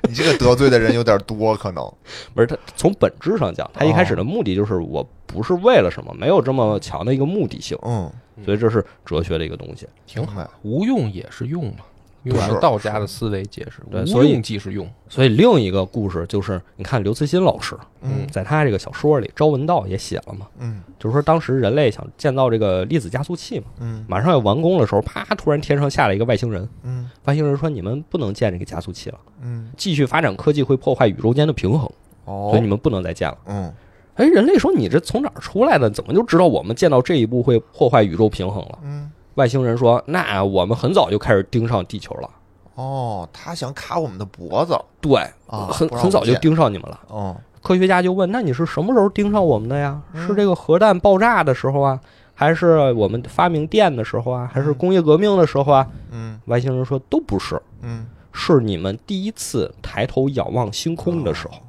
Speaker 2: 你这个得罪的人有点多，可能
Speaker 3: 不是它从本质上讲，它一开始的目的就是我不是为了什么，没有这么强的一个目的性，
Speaker 2: 嗯，
Speaker 3: 所以这是哲学的一个东西。
Speaker 1: 挺好。
Speaker 2: 好。
Speaker 1: 无用也是用嘛，用
Speaker 2: 是
Speaker 1: 道家的思维解释，
Speaker 3: 对
Speaker 1: 无
Speaker 3: 所以
Speaker 1: 用即是用。
Speaker 3: 所以另一个故事就是，你看刘慈欣老师，
Speaker 2: 嗯
Speaker 3: 在他这个小说里，朝闻道也写了嘛，
Speaker 2: 嗯
Speaker 3: 就是说当时人类想建造这个粒子加速器嘛，
Speaker 2: 嗯
Speaker 3: 马上要完工的时候，啪，突然天上下来一个外星人，
Speaker 2: 嗯
Speaker 3: 外星人说你们不能建这个加速器了，
Speaker 2: 嗯，
Speaker 3: 继续发展科技会破坏宇宙间的平衡，
Speaker 2: 哦
Speaker 3: 所以你们不能再建了。
Speaker 2: 嗯
Speaker 3: 哎，人类说你这从哪儿出来的？怎么就知道我们建到这一步会破坏宇宙平衡了？
Speaker 2: 嗯，
Speaker 3: 外星人说，那我们很早就开始盯上地球了，
Speaker 2: 哦，他想卡我们的脖子，
Speaker 3: 对，
Speaker 2: 啊
Speaker 3: 很
Speaker 2: 不让
Speaker 3: 很早就
Speaker 2: 我们
Speaker 3: 盯上你们了。
Speaker 2: 嗯
Speaker 3: 科学家就问：“那你是什么时候盯上我们的呀？
Speaker 2: 嗯
Speaker 3: 是这个核弹爆炸的时候啊，还是我们发明电的时候啊，还是工业革命的时候啊
Speaker 2: 嗯？”
Speaker 3: 外星人说：“都不是，
Speaker 2: 嗯，
Speaker 3: 是你们第一次抬头仰望星空的时候。
Speaker 2: 啊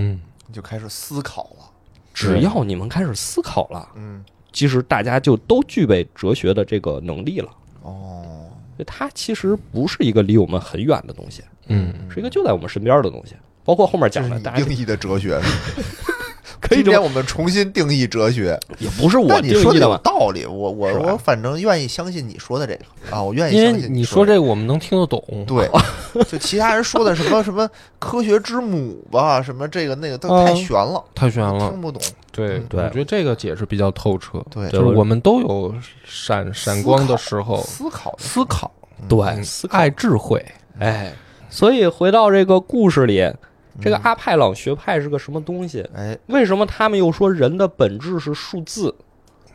Speaker 1: 嗯，
Speaker 2: 你就开始思考了，
Speaker 3: 只要你们开始思考了，
Speaker 2: 嗯，
Speaker 3: 其实大家就都具备哲学的这个能力了。
Speaker 2: 哦，
Speaker 3: 它其实不是一个离我们很远的东西，
Speaker 1: 嗯，
Speaker 3: 是一个就在我们身边的东西。包括后面
Speaker 2: 这
Speaker 3: 讲
Speaker 2: 是
Speaker 3: 的，
Speaker 2: 你
Speaker 3: 大家
Speaker 2: 定义的哲学，
Speaker 3: 可以
Speaker 2: 今
Speaker 3: 这
Speaker 2: 天
Speaker 3: 么，
Speaker 2: 我们重新定义哲学，
Speaker 3: 也不是我
Speaker 2: 但你
Speaker 3: 定
Speaker 2: 说
Speaker 3: 义
Speaker 2: 的
Speaker 3: 的
Speaker 2: 有
Speaker 3: 嘛。
Speaker 2: 道理，我我
Speaker 3: 是吧
Speaker 2: 我反正愿意相信你说的这个啊，我愿意
Speaker 1: 因
Speaker 2: 相
Speaker 1: 为
Speaker 2: 信
Speaker 1: 你
Speaker 2: 说
Speaker 1: 说
Speaker 2: 的
Speaker 1: 这个我们能听得懂，
Speaker 2: 对， 就其他人说的什么什么科学之母吧，什么这个那个都
Speaker 3: 嗯
Speaker 2: 太玄了，
Speaker 1: 太悬了
Speaker 2: 听。不懂。
Speaker 1: 对
Speaker 3: 对
Speaker 1: 我觉得这个解释比较透彻。
Speaker 2: 对，
Speaker 1: 就是我们都有闪闪光的时候，
Speaker 2: 思考的
Speaker 1: 思考，
Speaker 3: 对，思考
Speaker 1: 爱智慧。
Speaker 3: 哎，所以回到这个故事里，这个
Speaker 2: 嗯
Speaker 3: 阿派朗学派是个什么东西？
Speaker 2: 哎，
Speaker 3: 为什么他们又说人的本质是数字？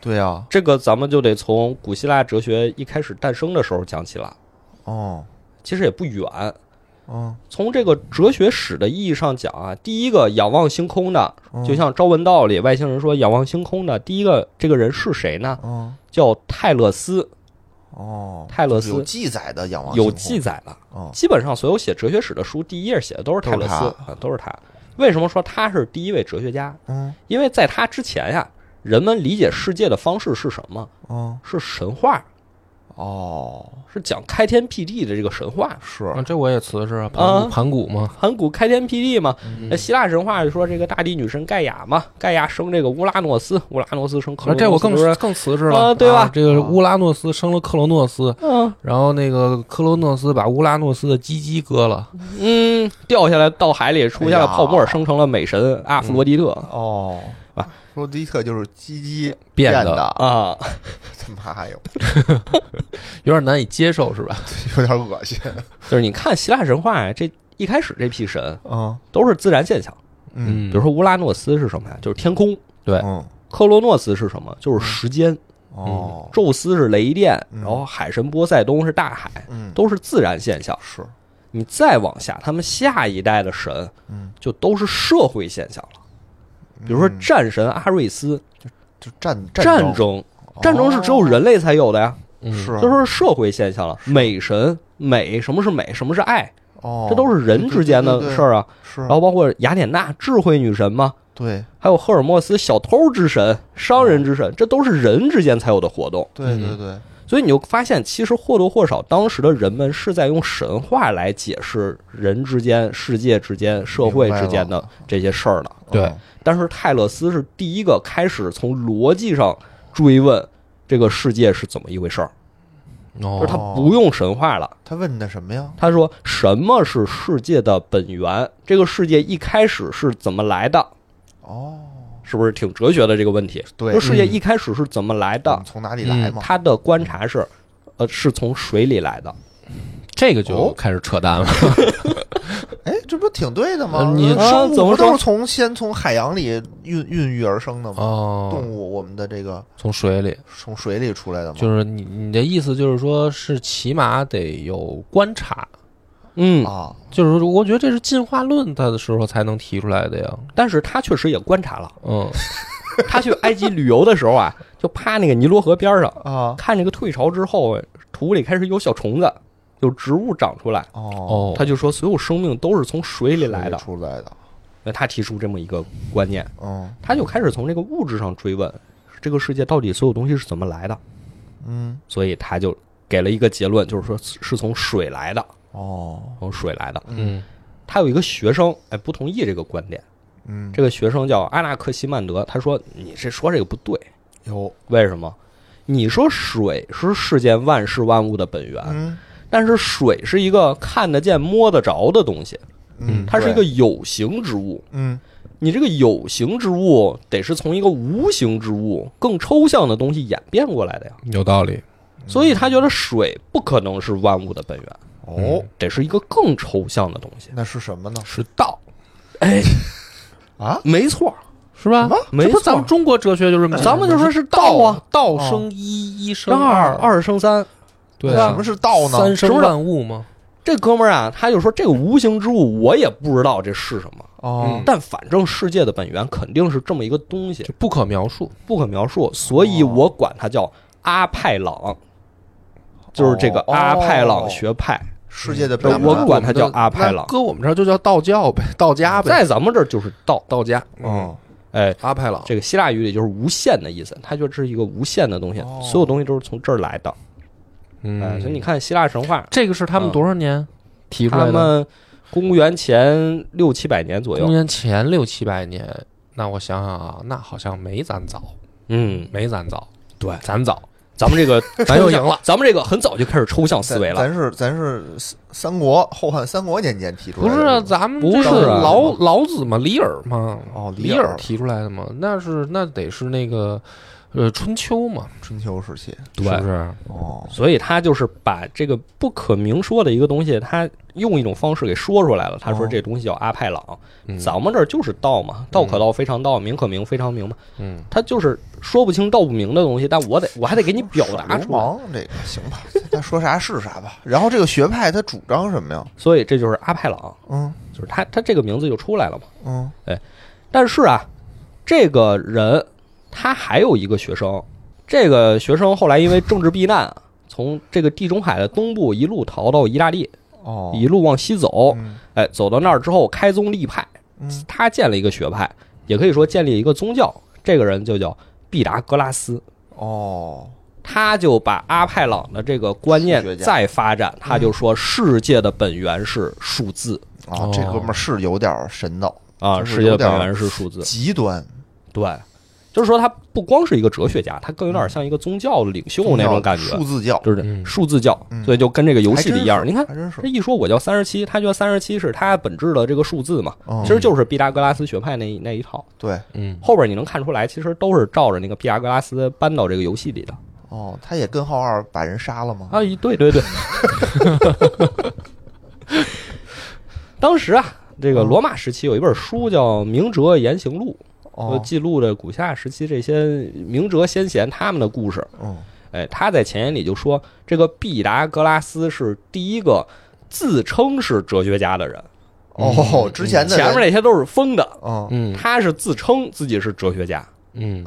Speaker 2: 对啊，
Speaker 3: 这个咱们就得从古希腊哲学一开始诞生的时候讲起了，
Speaker 2: 哦，
Speaker 3: 其实也不远。
Speaker 2: 嗯，
Speaker 3: 从这个哲学史的意义上讲啊，第一个仰望星空的，
Speaker 2: 嗯
Speaker 3: 就像《朝闻道》里外星人说仰望星空的，第一个这个人是谁呢？
Speaker 2: 嗯，
Speaker 3: 叫泰勒斯，
Speaker 2: 哦，
Speaker 3: 泰勒
Speaker 2: 有
Speaker 3: 斯啊
Speaker 2: 记载的仰望
Speaker 3: 有
Speaker 2: 星空
Speaker 3: 记载了。
Speaker 2: 哦，
Speaker 3: 基本上所有写哲学史的书，第一页写的都是泰勒斯
Speaker 2: 都是
Speaker 3: 啊，都是他。为什么说他是第一位哲学家？
Speaker 2: 嗯，
Speaker 3: 因为在他之前呀，人们理解世界的方式是什么？
Speaker 2: 嗯，
Speaker 3: 是神话，
Speaker 2: 哦，
Speaker 3: 是讲开天辟地的这个神话。
Speaker 2: 是，
Speaker 1: 啊，这我也辞是啊盘
Speaker 3: 啊
Speaker 1: 古盘古嘛，
Speaker 3: 盘古开天辟地嘛，那希腊神话就说这个大地女神盖亚嘛，盖亚生这个乌拉诺斯，乌拉诺斯生克
Speaker 1: 那啊
Speaker 3: 罗诺斯，
Speaker 1: 这我更
Speaker 3: 不是
Speaker 1: 更辞职了，
Speaker 3: 啊对吧
Speaker 1: 啊这个乌拉诺斯生了克罗诺斯，
Speaker 3: 嗯
Speaker 1: 然后那个克罗诺斯把乌拉诺斯的鸡鸡割了，
Speaker 3: 嗯，掉下来到海里出现了泡沫，
Speaker 2: 哎呀
Speaker 3: 生成了美神阿弗罗狄特
Speaker 2: 哦，
Speaker 3: 啊，
Speaker 2: 弗洛狄特就是鸡鸡
Speaker 1: 变
Speaker 2: 变
Speaker 1: 的
Speaker 2: 的，
Speaker 3: 啊，
Speaker 2: 他妈哟，
Speaker 1: 有点难以接受是吧？
Speaker 2: 有点恶心，
Speaker 3: 就是你看希腊神话这一开始这批神
Speaker 2: 嗯
Speaker 3: 都是自然现象。
Speaker 2: 嗯
Speaker 3: 比如说乌拉诺斯是什么呀？就是天空。
Speaker 1: 对
Speaker 2: 嗯，
Speaker 3: 克罗诺斯是什么？就是时间。
Speaker 2: 哦，
Speaker 3: 宙斯是雷电，
Speaker 2: 嗯
Speaker 3: 然后海神波塞冬是大海，
Speaker 2: 嗯，
Speaker 3: 都是自然现象。
Speaker 2: 是，
Speaker 3: 你再往下，他们下一代的神
Speaker 2: 嗯，
Speaker 3: 就都是社会现象了。比如说
Speaker 2: 嗯
Speaker 3: 战神阿瑞斯，
Speaker 2: 就战
Speaker 3: 战
Speaker 2: 争，哦
Speaker 3: 争，战争是只有人类才有的呀，
Speaker 1: 嗯，
Speaker 2: 是，
Speaker 3: 这都是啊社会现象了。美神美，什么是美？什么是爱？
Speaker 2: 哦，
Speaker 3: 这都是人之间
Speaker 2: 对对
Speaker 3: 的
Speaker 2: 对
Speaker 3: 事儿啊。
Speaker 2: 是，
Speaker 3: 然后包括雅典娜，智慧女神嘛，
Speaker 2: 对
Speaker 3: 还有赫尔墨斯小偷之神、商人之神，这都是人之间才有的活动。
Speaker 2: 对对
Speaker 1: 嗯
Speaker 2: 对，
Speaker 3: 所以你就发现，其实或多或少，当时的人们是在用神话来解释人之间、世界之间、社会之间
Speaker 2: 明白
Speaker 3: 的这些事儿的。
Speaker 1: 对
Speaker 2: 嗯
Speaker 3: 但是泰勒斯是第一个开始从逻辑上追问这个世界是怎么一回事儿，就是他
Speaker 1: 哦，
Speaker 3: 不用神话了。
Speaker 2: 他问的什么呀？
Speaker 3: 他说：“什么是世界的本源？这个世界一开始是怎么来的？
Speaker 2: 哦，
Speaker 3: 是不是挺哲学的这个问题？
Speaker 2: 对嗯
Speaker 3: 说世界嗯
Speaker 1: 嗯
Speaker 3: 一开始是怎么来的？
Speaker 2: 我们从哪里来嘛？
Speaker 3: 他的观察是，呃，是从水里来的。
Speaker 1: 这个就开始扯淡了。
Speaker 2: 哎，这不挺对的吗
Speaker 1: 呃？你
Speaker 2: 生物
Speaker 3: 啊怎么
Speaker 2: 不
Speaker 3: 说
Speaker 2: 都是从先从海洋里孕孕育而生的吗？动
Speaker 1: 哦，
Speaker 2: 物，我们的这个
Speaker 1: 从水里，
Speaker 2: 从水里出来的吗？
Speaker 1: 就是你你的意思就是说，是起码得有观察，
Speaker 3: 嗯，
Speaker 2: 啊，
Speaker 1: 就是说我觉得这是进化论它的时候才能提出来的呀。
Speaker 3: 但是他确实也观察了，
Speaker 1: 嗯，
Speaker 3: 他去埃及旅游的时候啊， 就趴那个尼罗河边上，
Speaker 2: 啊
Speaker 3: 看这个退潮之后，土里开始有小虫子，有植物长出来。
Speaker 2: 哦，
Speaker 1: 哦，
Speaker 3: 他就说，所有生命都是从水里来
Speaker 2: 水里
Speaker 3: 的。
Speaker 2: 出来的，
Speaker 3: 那他提出这么一个观念，
Speaker 2: 嗯
Speaker 3: 他就开始从这个物质上追问，这个世界到底所有东西是怎么来的？
Speaker 2: 嗯
Speaker 3: 所以他就给了一个结论，就是说是从水来的，
Speaker 2: 哦
Speaker 3: 从水来的。
Speaker 1: 嗯
Speaker 3: 他有一个学生，哎，不同意这个观点。
Speaker 2: 嗯，
Speaker 3: 这个学生叫阿纳克西曼德，他说：“你这说这个不对，
Speaker 2: 有
Speaker 3: 为什么？你说水是世间万事万物的本源，
Speaker 2: 嗯
Speaker 3: 但是水是一个看得见、摸得着的东西，
Speaker 1: 嗯
Speaker 3: 它是一个有形之物。
Speaker 2: 嗯
Speaker 3: 你这个有形之物得是从一个无形之物、更抽象的东西演变过来的呀。
Speaker 1: 有道理。
Speaker 3: 所以他觉得水不可能是万物的本源，
Speaker 2: 哦，
Speaker 3: 得是一个更抽象的东西。
Speaker 2: 那是什么呢？
Speaker 1: 是道，
Speaker 3: 哎，
Speaker 2: 啊，
Speaker 3: 没错，
Speaker 1: 是吧
Speaker 2: 什么？
Speaker 1: 这
Speaker 3: 没
Speaker 1: 不
Speaker 3: 错
Speaker 1: 是咱们中国哲学就这么，
Speaker 3: 咱们就说是道啊，
Speaker 1: 道
Speaker 2: 哦
Speaker 1: 生一，一生
Speaker 3: 生二
Speaker 1: 二，
Speaker 3: 二生三。
Speaker 1: 对
Speaker 2: 那
Speaker 1: 啊，
Speaker 2: 什么是道呢？
Speaker 1: 三生
Speaker 3: 是不是
Speaker 1: 万物吗？
Speaker 3: 这哥们儿啊，他就说这个无形之物，我也不知道这是什么，
Speaker 2: 哦
Speaker 1: 嗯，
Speaker 3: 但反正世界的本源肯定是这么一个东西
Speaker 1: 就，哦不可描述。
Speaker 3: 不可描述，所以我管它叫阿派朗，就是这个
Speaker 1: 哦
Speaker 3: 阿派朗学派。
Speaker 2: 世界的
Speaker 3: 对
Speaker 2: 本
Speaker 3: 嗯我
Speaker 2: 源
Speaker 3: 管它叫阿派
Speaker 1: 那
Speaker 3: 朗，
Speaker 1: 哎搁我们这儿就叫道教呗，道家呗，
Speaker 3: 在咱们这儿就是道。
Speaker 1: 道家。
Speaker 2: 嗯，
Speaker 3: 哎，
Speaker 1: 阿派朗，
Speaker 3: 这个希腊语里就是无限的意思，他觉得这是一个无限的东西，
Speaker 2: 哦
Speaker 3: 所有东西都是从这儿来的。哎，所以你看希腊神话，
Speaker 1: 嗯这个是他们多少年提出
Speaker 3: 他
Speaker 1: 来的？
Speaker 3: 们公元前六七百年左
Speaker 1: 公
Speaker 3: 右，
Speaker 1: 元前六七百年。那我想想啊，那好像没咱早，
Speaker 3: 嗯，
Speaker 1: 没咱早，
Speaker 3: 对
Speaker 1: 咱早，
Speaker 3: 咱们这个
Speaker 1: 咱又
Speaker 3: 抽
Speaker 1: 赢
Speaker 3: 象
Speaker 1: 了，
Speaker 3: 咱们这个很早就开始抽象思维了。
Speaker 2: 咱咱是咱是三三国后汉三国年间提出
Speaker 1: 不
Speaker 2: 来的，
Speaker 1: 是啊咱们
Speaker 3: 不
Speaker 1: 这
Speaker 3: 是啊
Speaker 1: 老老子嘛，李耳嘛，
Speaker 2: 哦，
Speaker 1: 李耳提出来的嘛，那是那得是那个呃春秋嘛，
Speaker 2: 春秋时期
Speaker 1: 是不是？
Speaker 2: 哦，
Speaker 3: 所以他就是把这个不可明说的一个东西，他用一种方式给说出来了。他
Speaker 2: 哦
Speaker 3: 说这东西叫阿派朗，
Speaker 1: 嗯
Speaker 3: 咱们这儿就是道嘛，道可道非常道，名可名非常名嘛。
Speaker 1: 嗯，
Speaker 3: 他就是说不清道不明的东西，但我得我还得给你表达
Speaker 2: 流
Speaker 3: 出来。
Speaker 2: 氓这个行吧， 咱说啥是啥吧。然后这个学派他主张什么呀？
Speaker 3: 所以这就是阿派朗，
Speaker 2: 嗯
Speaker 3: 就是他他这个名字就出来了嘛。
Speaker 2: 嗯
Speaker 3: 但是啊，这个人他还有一个学生，这个学生后来因为政治避难，从这个地中海的东部一路逃到意大利，
Speaker 2: 哦
Speaker 3: 一路往西走，
Speaker 2: 嗯
Speaker 3: 哎，走到那儿之后开宗立派，
Speaker 2: 嗯
Speaker 3: 他建了一个学派，也可以说建立一个宗教。这个人就叫毕达哥拉斯，
Speaker 2: 哦
Speaker 3: 他就把阿派朗的这个观念
Speaker 2: 数学家
Speaker 3: 再发展，他就说世界的本源是数字
Speaker 2: 啊，
Speaker 3: 哦
Speaker 2: 这哥们儿是有点神道，
Speaker 3: 啊，
Speaker 2: 就是
Speaker 3: 世界的
Speaker 2: 有点
Speaker 3: 本源是数字，
Speaker 2: 极端
Speaker 3: 对。就是说，他不光是一个哲学家，他更有点像一个宗教领袖那种感觉
Speaker 2: 数，字嗯教
Speaker 3: 就是
Speaker 1: 嗯
Speaker 3: 数字教，
Speaker 2: 嗯
Speaker 3: 所以就跟这个游戏里一样。
Speaker 2: 还真是
Speaker 3: 你看，哎
Speaker 2: 还真是
Speaker 3: 这，一说我叫三十七，他觉得三十七是他本质的这个数字嘛，
Speaker 2: 嗯
Speaker 3: 其实就是毕达哥拉斯学派那那一套。
Speaker 2: 对
Speaker 1: 嗯，
Speaker 3: 后边你能看出来，其实都是照着那个毕达哥拉斯搬到这个游戏里的。
Speaker 2: 哦，他也根号二把人杀了吗？
Speaker 3: 啊，对对对。 当时啊，这
Speaker 2: 嗯
Speaker 3: 个罗马时期有一本书叫《明哲言行录》，就
Speaker 2: 哦，
Speaker 3: 记录着古希腊时期这些明哲先贤他们的故事。
Speaker 2: 嗯
Speaker 3: 哎，他在前言里就说，这个毕达哥拉斯是第一个自称是哲学家的人，
Speaker 2: 哦， 之前的
Speaker 3: 嗯前面
Speaker 2: 人
Speaker 3: 那些都是疯的，
Speaker 2: 嗯，
Speaker 1: 嗯
Speaker 3: 他是自称自己是哲学家。
Speaker 1: 嗯，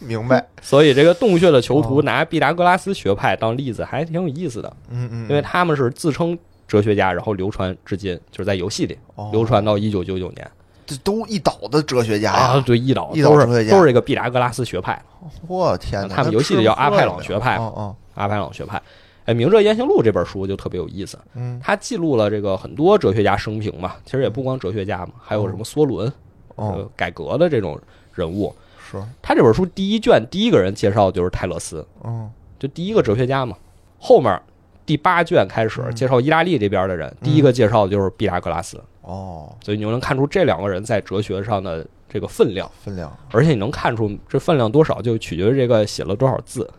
Speaker 2: 明白，
Speaker 3: 所以，这个洞穴的囚徒
Speaker 2: 哦
Speaker 3: 拿毕达哥拉斯学派当例子，还挺有意思的，
Speaker 2: 嗯嗯，
Speaker 3: 因为他们是自称哲学家，然后流传至今，就是在游戏里
Speaker 2: 哦
Speaker 3: 流传到一九九九年
Speaker 2: 这都一岛的哲学家
Speaker 3: 啊，
Speaker 2: 哎呀，
Speaker 3: 对，一岛
Speaker 2: 一岛
Speaker 3: 都是
Speaker 2: 哲学家
Speaker 3: 都是这个毕达哥拉斯学派，
Speaker 2: 我天哪，
Speaker 3: 他们游戏里叫阿派朗学派
Speaker 2: 嗯嗯
Speaker 3: 阿派朗学派。哎，《明哲言行录》这本书就特别有意思，
Speaker 2: 嗯，
Speaker 3: 它记录了这个很多哲学家生平嘛，其实也不光哲学家嘛，还有什么梭伦、
Speaker 2: 哦
Speaker 3: 呃改革的这种人物。
Speaker 2: 是，
Speaker 3: 他这本书第一卷第一个人介绍就是泰勒斯，
Speaker 2: 嗯
Speaker 3: 就第一个哲学家嘛。后面第八卷开始
Speaker 2: 嗯
Speaker 3: 介绍意大利这边的人，第一个介绍的就是毕达哥拉斯，
Speaker 2: 哦，
Speaker 3: 所以你就能看出这两个人在哲学上的这个分量，
Speaker 2: 分量
Speaker 3: 而且你能看出这分量多少就取决于这个写了多少字。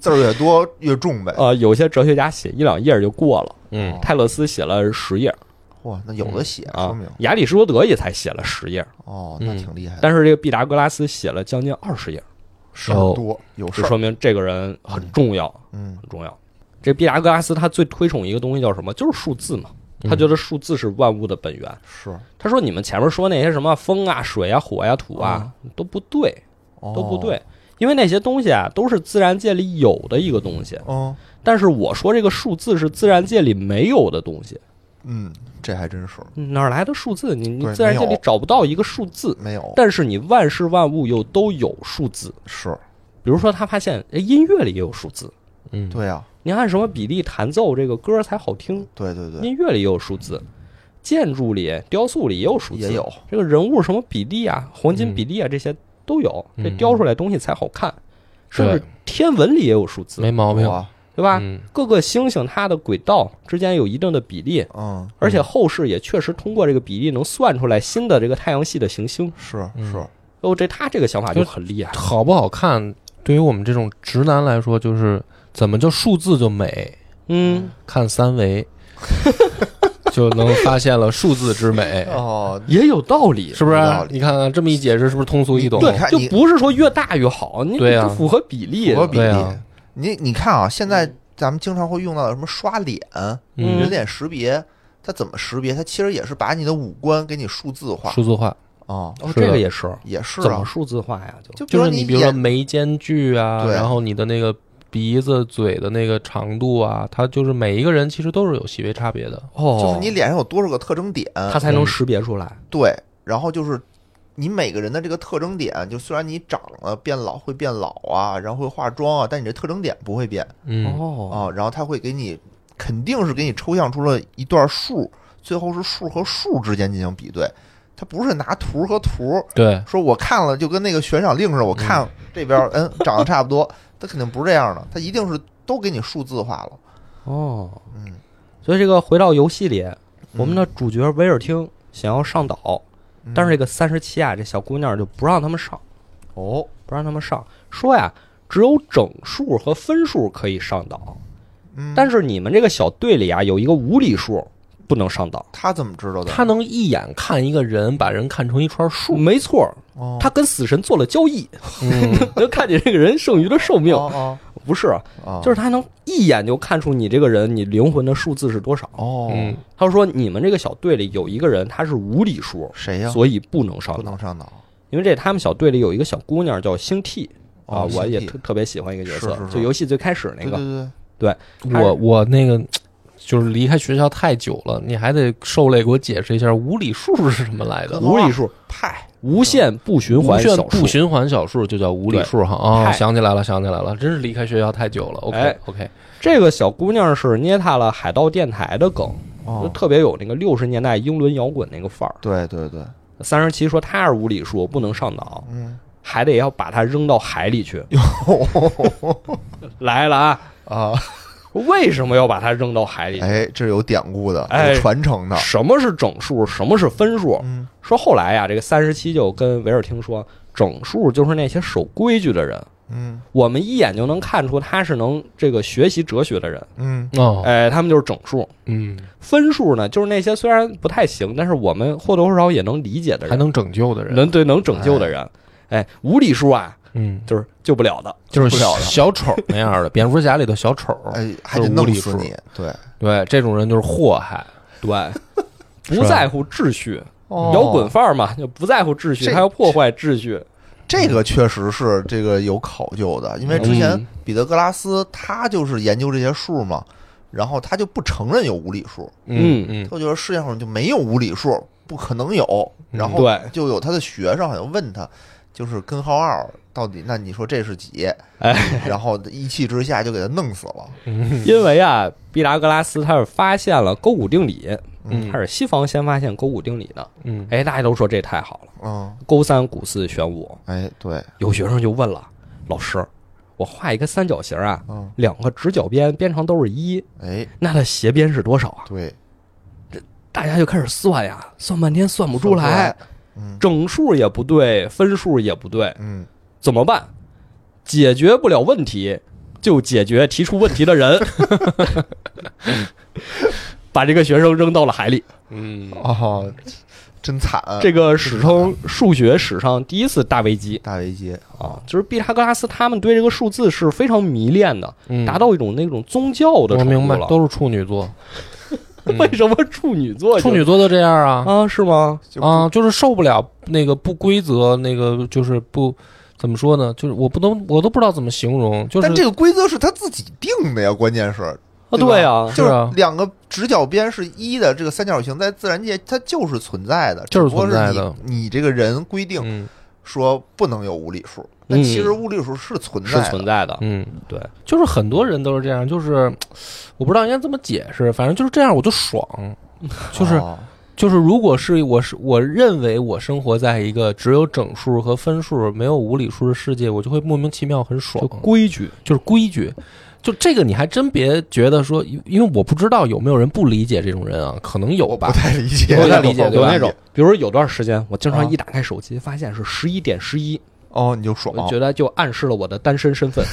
Speaker 2: 字儿越多越重呗。
Speaker 3: 呃，有些哲学家写一两页就过了，
Speaker 1: 嗯
Speaker 3: 泰勒斯写了十页
Speaker 2: 哇，那有的写说
Speaker 3: 啊
Speaker 2: 明，
Speaker 3: 亚里士多德也才写了十页，
Speaker 2: 哦，那挺厉害的，
Speaker 3: 但是这个毕达哥拉斯写了将近二十页，
Speaker 2: 事
Speaker 1: 哦
Speaker 2: 儿多有事
Speaker 3: 就
Speaker 2: 儿。
Speaker 3: 说明这个人很重要，
Speaker 2: 嗯
Speaker 3: 很重要。这毕达哥拉斯他最推崇一个东西叫什么？就是数字嘛。
Speaker 2: 嗯
Speaker 3: 他觉得数字是万物的本源。
Speaker 2: 是
Speaker 3: 他说：“你们前面说那些什么风啊、水啊、火呀、土啊，都不对，
Speaker 2: 都
Speaker 3: 都不对，因为那些东西啊都是自然界里有的一个东西。
Speaker 2: 哦，
Speaker 3: 但是我说这个数字是自然界里没有的东西，
Speaker 2: 嗯，这还真是
Speaker 3: 哪儿来的数字？你你
Speaker 2: 对
Speaker 3: 自然界
Speaker 2: 没
Speaker 3: 里
Speaker 2: 有
Speaker 3: 找不到一个数字，
Speaker 2: 没有，
Speaker 3: 但是你万事万物又都有数字。
Speaker 2: 是
Speaker 3: 比如说，他发现哎音乐里也有数字，
Speaker 1: 嗯，
Speaker 2: 对呀，
Speaker 3: 你按什么比例弹奏这个歌才好听，
Speaker 2: 对对对，
Speaker 3: 音乐里也有数字。建筑里、雕塑里也有数字，
Speaker 2: 也有
Speaker 3: 这个人物什么比例啊、黄金比例啊，这些都有，这
Speaker 1: 嗯
Speaker 3: 雕出来东西才好看。甚
Speaker 1: 对
Speaker 3: 至天文里也有数字，
Speaker 1: 没毛病，
Speaker 2: 哇，
Speaker 3: 对吧？
Speaker 1: 嗯
Speaker 3: 各个星星它的轨道之间有一定的比例，
Speaker 2: 嗯，
Speaker 3: 而且后世也确实通过这个比例能算出来新的这个太阳系的行星。
Speaker 2: 是
Speaker 1: 嗯
Speaker 2: 是，
Speaker 3: 哦，这他这个想法就很厉害。
Speaker 1: 好不好看，对于我们这种直男来说，就是怎么就数字就美，
Speaker 3: 嗯，
Speaker 1: 看三维就能发现了数字之美，
Speaker 3: 嗯
Speaker 2: 哦，
Speaker 3: 也有道理。
Speaker 1: 是不是啊
Speaker 2: 有道？理
Speaker 1: 你看看这么一解释，是不是通俗易懂？
Speaker 2: 你
Speaker 3: 对，
Speaker 2: 看
Speaker 3: 就
Speaker 2: 你
Speaker 3: 不是说越大越好，你
Speaker 1: 对啊
Speaker 3: 得符合比例
Speaker 2: 符。合比
Speaker 1: 对
Speaker 2: 例
Speaker 1: 啊。
Speaker 2: 你你看啊，现在咱们经常会用到的什么刷脸、
Speaker 3: 嗯
Speaker 2: 人脸识别，它怎么识别？它其实也是把你的五官给你数字化
Speaker 1: 数字化
Speaker 2: 啊，
Speaker 3: 哦，
Speaker 1: 是的
Speaker 3: 这个也是，
Speaker 2: 也是
Speaker 3: 怎
Speaker 2: 啊
Speaker 3: 么。数字化呀？就
Speaker 2: 就
Speaker 1: 就是
Speaker 2: 你
Speaker 1: 你比如说
Speaker 2: 眼
Speaker 1: 眉间距啊，
Speaker 2: 对
Speaker 1: 然后你的那个鼻子、嘴的那个长度啊，它就是每一个人其实都是有细微差别的。
Speaker 3: 哦，
Speaker 2: 就是你脸上有多少个特征点，
Speaker 3: 他才能识别出来。
Speaker 2: 对，然后就是你每个人的这个特征点，就虽然你长了变老会变老啊，然后会化妆啊，但你这特征点不会变
Speaker 1: 嗯，
Speaker 3: 哦，
Speaker 2: 啊，然后他会给你肯定是给你抽象出了一段数，最后是数和数之间进行比对，它不是拿图和图
Speaker 1: 对，
Speaker 2: 说我看了就跟那个悬赏令似的，我看这边儿嗯长得差不多，它肯定不是这样的，它一定是都给你数字化了，
Speaker 3: 哦，
Speaker 2: 嗯，
Speaker 3: 所以这个回到游戏里，我们的主角威尔汀想要上岛，
Speaker 2: 嗯
Speaker 3: 但是这个三十七啊，这小姑娘就不让他们上，
Speaker 2: 哦，
Speaker 3: 不让他们上，说呀，只有整数和分数可以上岛，
Speaker 2: 嗯，
Speaker 3: 但是你们这个小队里啊，有一个无理数不能上岛。
Speaker 2: 他怎么知道的？
Speaker 1: 他能一眼看一个人，把人看成一串数。
Speaker 3: 没错，
Speaker 2: 哦
Speaker 3: 他跟死神做了交易，
Speaker 1: 嗯，
Speaker 3: 能看见这个人剩余的寿命。
Speaker 2: 哦
Speaker 3: 不是，啊
Speaker 2: 哦，
Speaker 3: 就是他能一眼就看出你这个人，你灵魂的数字是多少。
Speaker 2: 哦，
Speaker 1: 嗯
Speaker 3: 他说你们这个小队里有一个人他是无理数，
Speaker 2: 谁呀？
Speaker 3: 所以啊不能上
Speaker 2: 哎不
Speaker 3: 岛。
Speaker 2: 能上岛
Speaker 3: 因为这他们小队里有一个小姑娘叫星 T 啊，
Speaker 2: 哦
Speaker 3: 我也
Speaker 2: 星 T
Speaker 3: 特特别喜欢一个角色
Speaker 2: 是是，是
Speaker 3: 就游戏最开始那
Speaker 2: 对
Speaker 3: 个。
Speaker 2: 对对，
Speaker 3: 他是
Speaker 1: 我我那个就是离开学校太久了，你还得受累给我解释一下无理数是什么来的。
Speaker 3: 无理
Speaker 2: 哦
Speaker 3: 数，
Speaker 2: 派
Speaker 3: 无限不循
Speaker 1: 无
Speaker 3: 环
Speaker 1: 限
Speaker 3: 小数
Speaker 1: 不，循环小数就叫无理数哈啊、
Speaker 3: 嗨
Speaker 1: 想起来了，想起来了，真是离开学校太久了。OK、
Speaker 3: 哎
Speaker 1: OK，
Speaker 3: 这个小姑娘是捏踏了海盗电台的梗，就
Speaker 2: 哦，
Speaker 3: 特别有那个六十年代英伦摇滚那个范儿。
Speaker 2: 对对对，
Speaker 3: 三十七说她是无理数，不能上岛，
Speaker 2: 嗯，
Speaker 3: 还得要把她扔到海里去。来了啊！
Speaker 2: 啊，
Speaker 3: 为什么要把她扔到海里？
Speaker 2: 哎，这是有典故的，
Speaker 3: 哎
Speaker 2: 有传承的，
Speaker 3: 什么是整数？什么是分数？
Speaker 2: 嗯，
Speaker 3: 说后来呀，这个三十七就跟维尔汀说，整数就是那些守规矩的人，
Speaker 2: 嗯
Speaker 3: 我们一眼就能看出他是能这个学习哲学的人，
Speaker 2: 嗯，
Speaker 1: 哦，
Speaker 3: 哎，他们就是整数。
Speaker 1: 嗯，
Speaker 3: 分数呢，就是那些虽然不太行，但是我们或多或少也能理解
Speaker 1: 还
Speaker 3: 的哎人，
Speaker 1: 能拯救的人，
Speaker 3: 能对能拯救的人。哎，无理数啊，
Speaker 1: 嗯，
Speaker 3: 就是救不了的。
Speaker 1: 就是
Speaker 2: 不了了
Speaker 1: 小丑那样的，蝙蝠侠里的小丑，
Speaker 2: 哎，还得弄死
Speaker 1: 无理
Speaker 2: 你，对，
Speaker 1: 对，这种人就是祸害。
Speaker 3: 对，
Speaker 1: 是
Speaker 3: 不
Speaker 1: 吧
Speaker 3: 在乎秩序，
Speaker 2: 哦
Speaker 3: 摇滚范儿嘛，就不在乎秩序，
Speaker 2: 这
Speaker 3: 他要破坏秩序。
Speaker 2: 这个确实是这个有考究的，因为之前
Speaker 1: 嗯
Speaker 2: 彼得格拉斯他就是研究这些数嘛，然后他就不承认有无理数，
Speaker 1: 嗯嗯
Speaker 2: 他就觉得世界上就没有无理数，不可能有，然后
Speaker 3: 嗯对
Speaker 2: 就有他的学生好像问他。就是根号二到底，那你说这是几？
Speaker 3: 哎，
Speaker 2: 然后一气之下就给他弄死了。
Speaker 1: 嗯
Speaker 3: 因为啊，毕达哥拉斯他是发现了勾股定理，
Speaker 1: 嗯
Speaker 3: 他是西方先发现勾股定理的。
Speaker 1: 嗯，
Speaker 3: 哎，大家都说这太好了，
Speaker 2: 嗯，
Speaker 3: 勾三股四选五。
Speaker 2: 哎，对，
Speaker 3: 有学生就问了，老师，我画一个三角形啊，
Speaker 2: 嗯，
Speaker 3: 两个直角边边长都是一，
Speaker 2: 哎，
Speaker 3: 那它斜边是多少啊？
Speaker 2: 对，
Speaker 3: 大家就开始算呀，算半天算不出来，，
Speaker 2: 嗯
Speaker 3: 整数也不对，分数也不对，
Speaker 2: 嗯，
Speaker 3: 怎么办？解决不了问题，就解决提出问题的人， 把这个学生扔到了海里。
Speaker 1: 嗯，
Speaker 2: 哦，真惨，
Speaker 1: 啊
Speaker 3: 这个史称数学史上第一次大危机
Speaker 2: 大危机，
Speaker 3: 啊！就是毕达哥拉斯他们对这个数字是非常迷恋的，
Speaker 1: 嗯
Speaker 3: 达到一种那种宗教的
Speaker 1: 我
Speaker 3: 程
Speaker 1: 明
Speaker 3: 度
Speaker 1: 白，
Speaker 3: 了。。
Speaker 1: 都是处女座
Speaker 3: 为什么处女座
Speaker 1: 嗯
Speaker 3: 就
Speaker 1: 处女座都这样啊？
Speaker 3: 啊？是吗？
Speaker 2: 就
Speaker 1: 啊，就是受不了那个不规则，那个就是不怎么说呢？就是我不能，我都不知道怎么形容，就是
Speaker 2: 但这个规则是他自己定的呀，关键是
Speaker 3: 啊，
Speaker 2: 对吧
Speaker 3: 对啊，
Speaker 1: 是
Speaker 2: 就
Speaker 1: 啊
Speaker 2: 是两个直角边是一的这个三角形，在自然界它就是存在的，
Speaker 1: 就是
Speaker 2: 只不过
Speaker 1: 存在的
Speaker 2: 你你这个人规定
Speaker 1: 嗯
Speaker 2: 说不能有无理数，但
Speaker 3: 嗯
Speaker 2: 其实无理数是存
Speaker 3: 啊是
Speaker 2: 在
Speaker 3: 存
Speaker 2: 的。
Speaker 3: 在的。
Speaker 1: 嗯，
Speaker 3: 对，
Speaker 1: 就是很多人都是这样，就是我不知道应该怎么解释，反正就是这样，我就爽。就是
Speaker 2: 哦
Speaker 1: 就是，如果是我是我认为我生活在一个只有整数和分数没有无理数的世界，我就会莫名其妙很爽
Speaker 3: 就，规矩，
Speaker 1: 就是规矩。就这个你还真别觉得说，因因为我不知道有没有人不理解这种人啊，可能有
Speaker 2: 我
Speaker 1: 吧
Speaker 2: 不。太理解，
Speaker 1: 有
Speaker 3: 有
Speaker 1: 点理解
Speaker 2: 我不
Speaker 1: 对
Speaker 3: 有
Speaker 1: 吧
Speaker 2: 太
Speaker 3: 那
Speaker 2: 理
Speaker 3: 种
Speaker 2: 解，
Speaker 3: 比如有段时间，我经
Speaker 2: 啊
Speaker 3: 常一打开手机，发现是十一点十一，
Speaker 2: 哦，你就爽
Speaker 3: 我，就觉得就暗示了我的单身身份。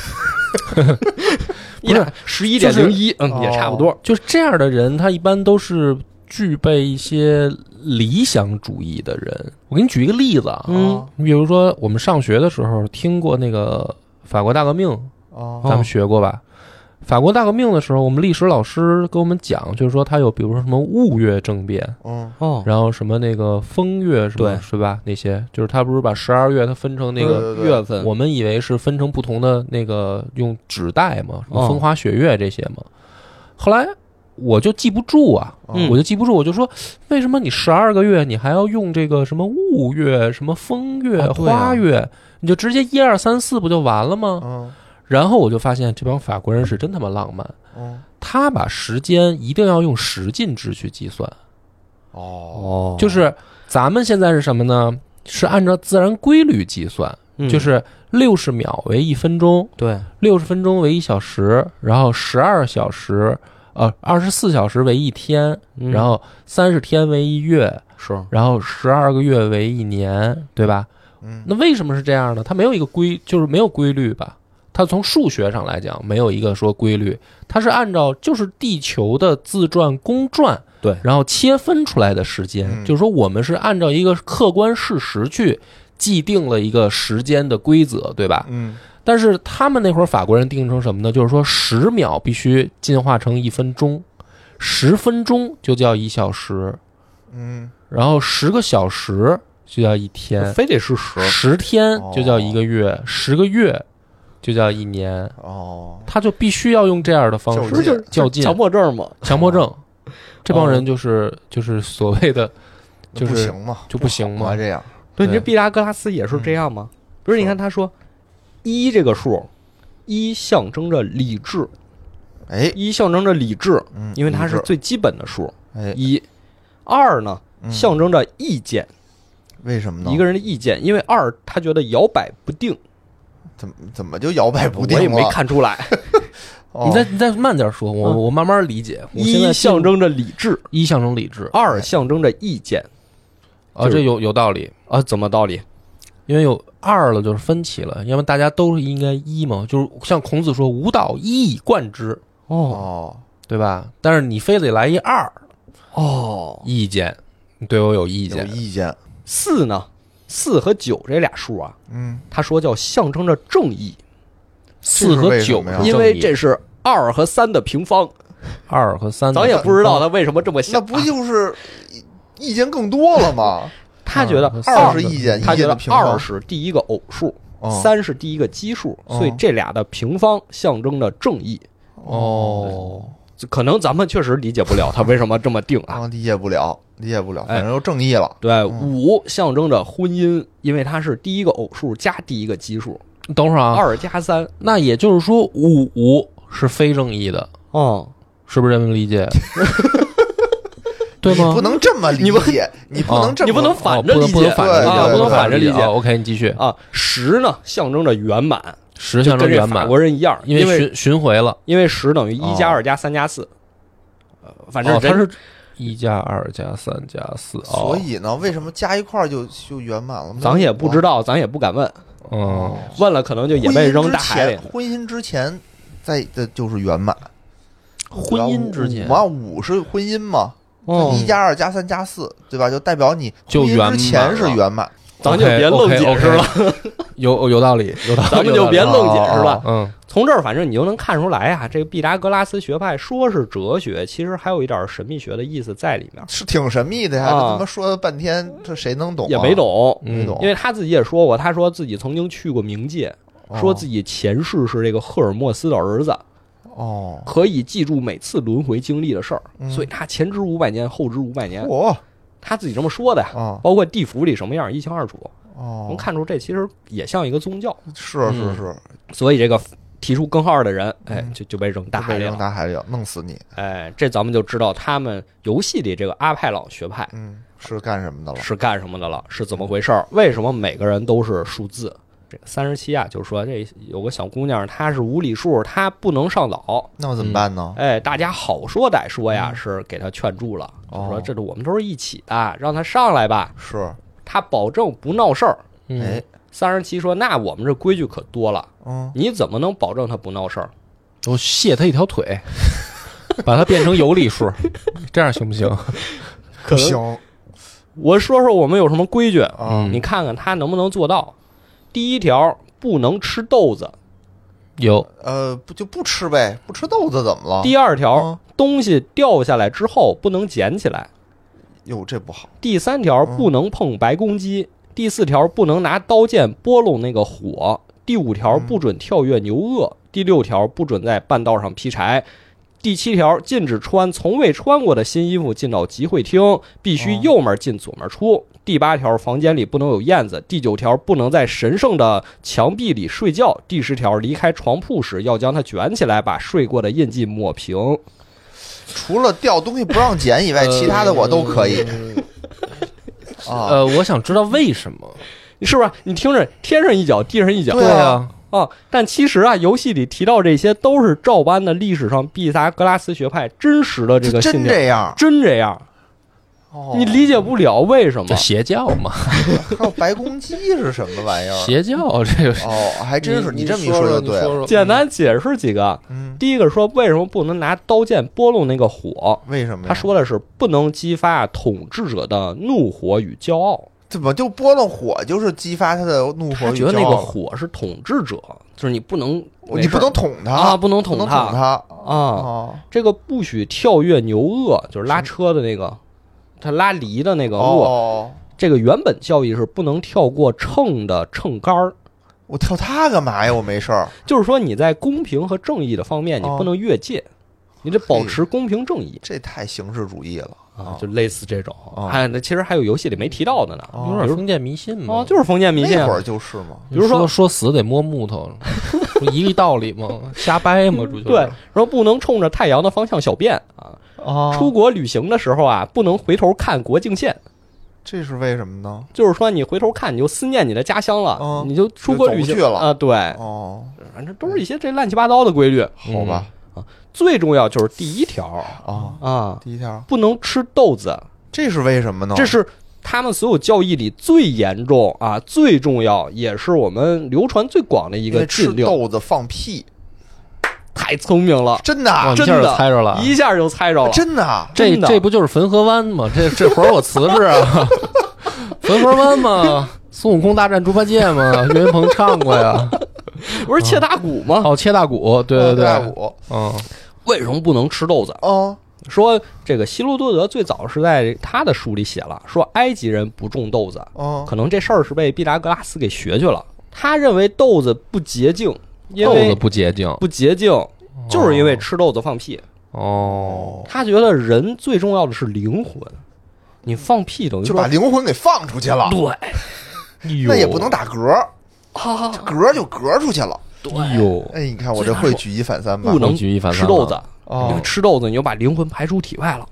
Speaker 3: 一打十一点
Speaker 1: 就
Speaker 3: 零
Speaker 1: 是
Speaker 3: 一，嗯，也差不多。
Speaker 1: 就是这样的人，他一般都是具备一些理想主义的人。我给你举一个例子啊，
Speaker 3: 嗯
Speaker 1: 你比如说我们上学的时候听过那个法国大革命，
Speaker 2: 哦
Speaker 1: 咱们学过吧？法国大革命的时候，我们历史老师跟我们讲，就是说他有比如说什么雾月政变，
Speaker 2: 嗯
Speaker 3: 哦，
Speaker 1: 然后什么那个风月什么
Speaker 3: 对
Speaker 1: 是吧？那些就是他不是把十二月它分成那个。
Speaker 2: 对对对
Speaker 3: 月份
Speaker 1: 我们以为是分成不同的那个用纸袋嘛，什么
Speaker 3: 哦
Speaker 1: 风花雪月这些嘛。后来我就记不住啊，
Speaker 2: 哦
Speaker 3: 嗯
Speaker 1: 我就记不住，我就说为什么你十二个月你还要用这个什么雾月、什么风月、
Speaker 3: 哦对啊
Speaker 1: 花月，你就直接一二三四不就完了吗？
Speaker 2: 嗯
Speaker 1: 然后我就发现这帮法国人是真他妈浪漫，
Speaker 2: 嗯
Speaker 1: 他把时间一定要用十进制去计算，
Speaker 2: 哦
Speaker 3: 哦，
Speaker 1: 就是咱们现在是什么呢？是按照自然规律计算，
Speaker 3: 嗯
Speaker 1: 就是六十秒为一分钟，
Speaker 3: 对，
Speaker 1: 六十分钟为一小时，然后十二小时，呃，二十四小时为一天，
Speaker 3: 嗯
Speaker 1: 然后三十天为一月，
Speaker 3: 是
Speaker 1: 然后十二个月为一年，对吧？
Speaker 2: 嗯
Speaker 1: 那为什么是这样呢？它没有一个规，就是没有规律吧？它从数学上来讲，没有一个说规律，它是按照就是地球的自转公转，
Speaker 3: 对
Speaker 1: 然后切分出来的时间，
Speaker 2: 嗯
Speaker 1: 就是说我们是按照一个客观事实去既定了一个时间的规则，对吧？
Speaker 2: 嗯
Speaker 1: 但是他们那会儿法国人定成什么呢？就是说十秒必须进化成一分钟，十分钟就叫一小时，
Speaker 2: 嗯
Speaker 1: 然后十个小时就叫一天，
Speaker 3: 非得是十
Speaker 1: 十天就叫一个月，
Speaker 3: 哦
Speaker 1: 十个月就叫一年。
Speaker 2: 哦，
Speaker 1: 他就必须要用这样的方
Speaker 2: 较
Speaker 1: 式
Speaker 2: 劲
Speaker 3: 就是哦
Speaker 1: 较劲、
Speaker 3: 强迫症嘛。
Speaker 1: 强迫症。这帮人就是就是所谓的
Speaker 2: 那
Speaker 1: 就是
Speaker 2: 不行嘛，
Speaker 1: 就不行
Speaker 2: 我还
Speaker 1: 嘛，
Speaker 2: 这样，
Speaker 3: 对，你
Speaker 1: 对
Speaker 3: 这毕达哥拉斯也是这样吗？不是，你看他说一这个数，一象征着理智，
Speaker 2: 哎，
Speaker 3: 一象征着理智，
Speaker 2: 嗯
Speaker 3: 因为它是
Speaker 2: 理智
Speaker 3: 最基本的数。
Speaker 2: 哎，
Speaker 3: 一，二呢
Speaker 2: 嗯
Speaker 3: 象征着意见，
Speaker 2: 为什么呢？
Speaker 3: 一个人的意见，因为二他觉得摇摆不定，
Speaker 2: 怎么怎么就摇摆不定
Speaker 3: 哎我
Speaker 2: 了？
Speaker 3: 也没看出 来。
Speaker 2: 哦，
Speaker 1: 你再你再慢点说，我
Speaker 3: 嗯
Speaker 1: 我慢慢理解。我现
Speaker 3: 一
Speaker 1: 在
Speaker 3: 象征着理智，
Speaker 1: 一象征理智
Speaker 2: 哎
Speaker 3: 二象征着意见
Speaker 1: 啊，
Speaker 3: 就是
Speaker 1: 这有有道理。
Speaker 3: 啊，怎么道理？
Speaker 1: 因为有二了就是分歧了，要么大家都是应该一嘛，就是像孔子说“吾道一以贯之
Speaker 3: 哦
Speaker 2: 哦，”，
Speaker 1: 对吧？但是你非得来一二
Speaker 3: 哦，
Speaker 1: 意见，你对我有意
Speaker 2: 有
Speaker 1: 见，
Speaker 2: 意见，
Speaker 3: 四呢？四和九这俩数啊，
Speaker 2: 嗯，
Speaker 3: 他说叫象征着正义，
Speaker 1: 四和九
Speaker 2: 这是为什么呀，
Speaker 3: 因为这是二和三的平方。
Speaker 1: 二和三，
Speaker 3: 咱也不知道他为什么这么
Speaker 2: 那
Speaker 3: 想，
Speaker 2: 不就是意见更多了吗？
Speaker 3: 他觉得
Speaker 1: 嗯
Speaker 3: 二
Speaker 2: 二是意见，
Speaker 3: 他
Speaker 2: 意
Speaker 3: 觉
Speaker 2: 见的
Speaker 3: 得
Speaker 2: 平衡
Speaker 3: 二是第一个偶数，
Speaker 2: 哦
Speaker 3: 三是第一个奇数，
Speaker 2: 哦
Speaker 3: 所以这俩的平方象征着正义。
Speaker 1: 哦，
Speaker 3: 这可能咱们确实理解不了他为什么这么定啊。
Speaker 2: 啊，理解不了，理解不了，
Speaker 3: 哎
Speaker 2: 反正又正义了，
Speaker 3: 对，五象征着婚姻，因为它是第一个偶数加第一个奇数，
Speaker 1: 等会儿啊，
Speaker 3: 二加三，
Speaker 1: 那也就是说五是非正义的，
Speaker 3: 哦，
Speaker 1: 是不是这么理 解？对吗？
Speaker 2: 你不能这么理 解，你不能这么，
Speaker 3: 啊你不能
Speaker 1: 哦
Speaker 3: 反
Speaker 1: 不
Speaker 3: 着
Speaker 1: 能
Speaker 3: 理
Speaker 1: 不
Speaker 3: 解，
Speaker 1: 能反着理解，
Speaker 2: 对
Speaker 3: 啊，
Speaker 2: 对
Speaker 3: 不能
Speaker 2: 对
Speaker 3: 反着理
Speaker 1: 啊
Speaker 3: 解
Speaker 1: ，OK，你继续，
Speaker 3: 啊。十呢，象征着圆满，
Speaker 1: 十象征
Speaker 3: 就跟
Speaker 1: 圆
Speaker 3: 这
Speaker 1: 满
Speaker 3: 法，国人一样，
Speaker 1: 因
Speaker 3: 因为
Speaker 1: 巡巡回了，
Speaker 3: 因为十等于一加
Speaker 2: 哦
Speaker 3: 二加三加四，呃，反正
Speaker 1: 哦，它
Speaker 3: 人
Speaker 1: 是一加二加三加四，哦
Speaker 2: 所以呢，为什么加一块儿就就圆满了吗？
Speaker 3: 咱也不知道，咱也不敢问，
Speaker 1: 嗯。
Speaker 2: 哦
Speaker 3: 问了可能就也被扔大海里
Speaker 2: 婚姻之前。婚姻之前再的就是圆满。
Speaker 1: 婚姻之间
Speaker 2: 五嘛，五是婚姻嘛，
Speaker 3: 哦
Speaker 2: 一加二加三加四，对吧？就代表你
Speaker 1: 就
Speaker 2: 婚
Speaker 1: 圆
Speaker 2: 姻
Speaker 1: 满
Speaker 2: 之前是
Speaker 1: 了
Speaker 2: 圆满，
Speaker 3: 咱就别愣解释了，
Speaker 1: 了， 有有道理，有道理，
Speaker 3: 咱们就别
Speaker 1: 有道理
Speaker 3: 愣解释了。
Speaker 1: 嗯
Speaker 3: 从这儿，反正你就能看出来啊，这个毕达哥拉斯学派说是哲学，其实还有一点神秘学的意思在里面，
Speaker 2: 是挺神秘的呀。这
Speaker 3: 啊
Speaker 2: 他妈说了半天，这谁能懂、啊？
Speaker 3: 也没，懂。
Speaker 1: 嗯，
Speaker 2: 没懂
Speaker 3: 因为他自己也说过，他说自己曾经去过冥界，说自
Speaker 2: 己
Speaker 3: 己前世是这个赫尔墨斯的儿子，
Speaker 2: 哦，
Speaker 3: 可以记住每次轮回经历的事儿，
Speaker 2: 嗯哦
Speaker 3: 所以他前知五百年，后知五百年，
Speaker 2: 我
Speaker 3: 他自己这么说的呀。
Speaker 2: 哦
Speaker 3: 包括地府里什么样一清二楚，能
Speaker 2: 哦，
Speaker 3: 看出这其实也像一个宗教。
Speaker 2: 是是
Speaker 1: 嗯
Speaker 2: 是，
Speaker 3: 所以这个提出根号二的人，哎，
Speaker 2: 嗯
Speaker 3: 就就被扔大
Speaker 2: 就
Speaker 3: 海
Speaker 2: 被
Speaker 3: 里
Speaker 2: 扔
Speaker 3: 了。
Speaker 2: 大海里了，弄死你。
Speaker 3: 哎，这咱们就知道他们游戏里这个阿派朗学派
Speaker 2: 嗯，是干什么的了？
Speaker 3: 是干什么的了，是怎么回事儿？为什么每个人都是数字？这三十七啊，就是说这有个小姑娘，她是无理数，她不能上岛。
Speaker 2: 那我怎么办呢？
Speaker 3: 哎，大家好说歹说呀，是给她劝住了，
Speaker 2: 嗯
Speaker 3: 就
Speaker 2: 哦
Speaker 3: 说这都我们都是一起的，让她上来吧，
Speaker 2: 是，
Speaker 3: 她保证不闹事儿。
Speaker 1: 嗯
Speaker 2: 哎，，
Speaker 3: 三十七说：“那我们这规矩可多了，
Speaker 2: 嗯，
Speaker 3: 你怎么能保证她不闹事儿？
Speaker 1: 我卸他一条 腿，把他变成有理数，这样行不行？
Speaker 3: 啊
Speaker 2: 不行
Speaker 3: 我说说我们有什么规矩，
Speaker 2: 啊，
Speaker 1: 嗯
Speaker 3: 你看看他能不能做到。第一条，不能吃豆子；
Speaker 1: 有
Speaker 2: 呃，不就不吃呗，不吃豆子怎么了？
Speaker 3: 第二条
Speaker 2: 嗯，
Speaker 3: 东西掉下来之后不能捡起来；
Speaker 2: 哟，这不好，
Speaker 3: 第三条，
Speaker 2: 嗯
Speaker 3: 不能碰白公鸡；第四条，不能拿刀剑拨弄那个火；第五条，
Speaker 2: 嗯
Speaker 3: 不准跳跃牛轭；第六条，不准在半道上劈柴。第七条，禁止穿从未穿过的新衣服进到集会厅，必须
Speaker 2: 哦
Speaker 3: 右门进左门出。第八条，房间里不能有燕子。第九条，不能在神圣的墙壁里睡觉。第十条，离开床铺时要将它卷起来，把睡过的印记抹平。
Speaker 2: 除了掉东西不让捡以外，
Speaker 3: 呃
Speaker 2: 其他的我都可以啊。
Speaker 1: 呃，我想知道为什么？
Speaker 3: 你是不是？你听着，天上一脚，地上一脚。
Speaker 2: 对啊
Speaker 1: 啊，
Speaker 3: 哦，但其实啊，游戏里提到这些都是照搬的历史上毕达哥拉斯学派真实的这个信
Speaker 2: 真
Speaker 3: 念，
Speaker 2: 这样，
Speaker 3: 真这样，
Speaker 2: 哦
Speaker 3: 你理解不了为
Speaker 2: 嗯
Speaker 3: 什么
Speaker 1: 这。邪教嘛，
Speaker 2: 还有白公鸡是什么玩意 儿？
Speaker 1: 邪 教这个
Speaker 2: 哦，啊还真是，
Speaker 1: 你
Speaker 2: 这么一
Speaker 1: 说
Speaker 2: 就
Speaker 1: 你
Speaker 2: 对
Speaker 1: 说
Speaker 2: 了。
Speaker 1: 说
Speaker 3: 简单解释几个，
Speaker 2: 嗯，
Speaker 3: 第一个说为什么不能拿刀剑拨弄那个火，
Speaker 2: 为什么呀？
Speaker 3: 他说的是不能激发统治者的怒火与骄傲。
Speaker 2: 怎么就拨弄火就是激发他的怒火
Speaker 3: 他
Speaker 2: 与
Speaker 3: 觉得那
Speaker 2: 骄傲？
Speaker 3: 个火是统治者，就是你不能，
Speaker 2: 你不能捅他
Speaker 3: 啊，不能
Speaker 2: 不
Speaker 3: 捅
Speaker 2: 能捅
Speaker 3: 他
Speaker 2: 他
Speaker 3: 啊，
Speaker 2: 哦
Speaker 3: 这个不许跳跃牛轭，就是拉车的那个，他拉犁的那个轭。
Speaker 2: 哦，
Speaker 3: 这个原本教义是不能跳过秤的秤杆儿，
Speaker 2: 我跳他干嘛呀？我没事儿。
Speaker 3: 就是说你在公平和正义的方面你
Speaker 2: 哦
Speaker 3: 不能越界，你得保持公平正义
Speaker 2: 这太形式主义了
Speaker 3: 啊，就类似这种。
Speaker 2: 嗯哦
Speaker 3: 哎，那其实还有游戏里没提到的呢，
Speaker 2: 哦
Speaker 1: 有点封建迷信嘛
Speaker 3: 哦，，就是封建迷信
Speaker 2: 那
Speaker 3: 啊
Speaker 2: 会。儿就是嘛，
Speaker 3: 比如说
Speaker 1: 说说死得摸木 头，不一个道理嘛，瞎掰嘛，这就是
Speaker 3: 对，说不能冲着太阳的方向小便啊。
Speaker 2: 啊
Speaker 3: 出国旅行的时候啊，不能回头看国境线，
Speaker 2: 这是为什么呢？
Speaker 3: 就是说你回头看你就思念你的家乡了，
Speaker 2: 哦
Speaker 3: 你就出国旅
Speaker 2: 就走
Speaker 3: 行
Speaker 2: 不去了
Speaker 3: 啊。对，
Speaker 2: 哦，
Speaker 3: 反正都是一些这乱七八糟的规律。
Speaker 2: 好吧，
Speaker 3: 最重要就是第一条
Speaker 2: 啊，
Speaker 3: 啊，
Speaker 2: 第一条，
Speaker 3: 不能吃豆子，
Speaker 2: 这是为什么呢？
Speaker 3: 这是他们所有教义里最严重啊、最重要，也是我们流传最广的一
Speaker 2: 因为
Speaker 3: 个
Speaker 2: 吃
Speaker 3: 禁令。
Speaker 2: 豆子放屁，
Speaker 3: 太聪明了，
Speaker 2: 真的
Speaker 1: 哇，
Speaker 2: 啊
Speaker 1: 你一
Speaker 3: 真
Speaker 1: 下
Speaker 3: 的
Speaker 1: 就猜着了啊。
Speaker 3: 一下就猜着了。
Speaker 2: 真的啊，
Speaker 1: 这
Speaker 3: 真的
Speaker 1: 这不就是汾河湾吗？这这活儿我辞职啊， 汾河湾嘛，孙悟空大战猪八戒嘛，岳云鹏唱过 呀。
Speaker 3: 不是切大骨吗？
Speaker 1: 哦，切大鼓，对对
Speaker 2: 大
Speaker 1: 对，
Speaker 2: 五
Speaker 1: 嗯，
Speaker 3: 为什么不能吃豆子？
Speaker 2: 啊，
Speaker 3: 说这个希罗多德最早是在他的书里写了，说埃及人不种豆子，
Speaker 2: 嗯，
Speaker 3: 可能这事儿是被毕达哥拉斯给学去了。他认为豆子不洁净，因
Speaker 1: 豆子
Speaker 3: 为
Speaker 1: 不洁净
Speaker 3: 不洁净，就是因为吃豆子放屁。
Speaker 1: 哦，
Speaker 3: 他觉得人最重要的是灵魂，你放屁等于
Speaker 2: 就
Speaker 3: 说
Speaker 2: 把灵魂给放出去了，
Speaker 3: 哎
Speaker 2: 那也不能打嗝，
Speaker 3: 啊，
Speaker 2: 嗝就嗝出去了。
Speaker 3: 对
Speaker 1: 哟，
Speaker 2: 哎，你看我这会举一反三吧
Speaker 3: 不？能
Speaker 1: 举一反
Speaker 3: 吃
Speaker 1: 三
Speaker 3: 豆子，
Speaker 2: 哦
Speaker 3: 你，吃豆子你就把灵魂排出体外了，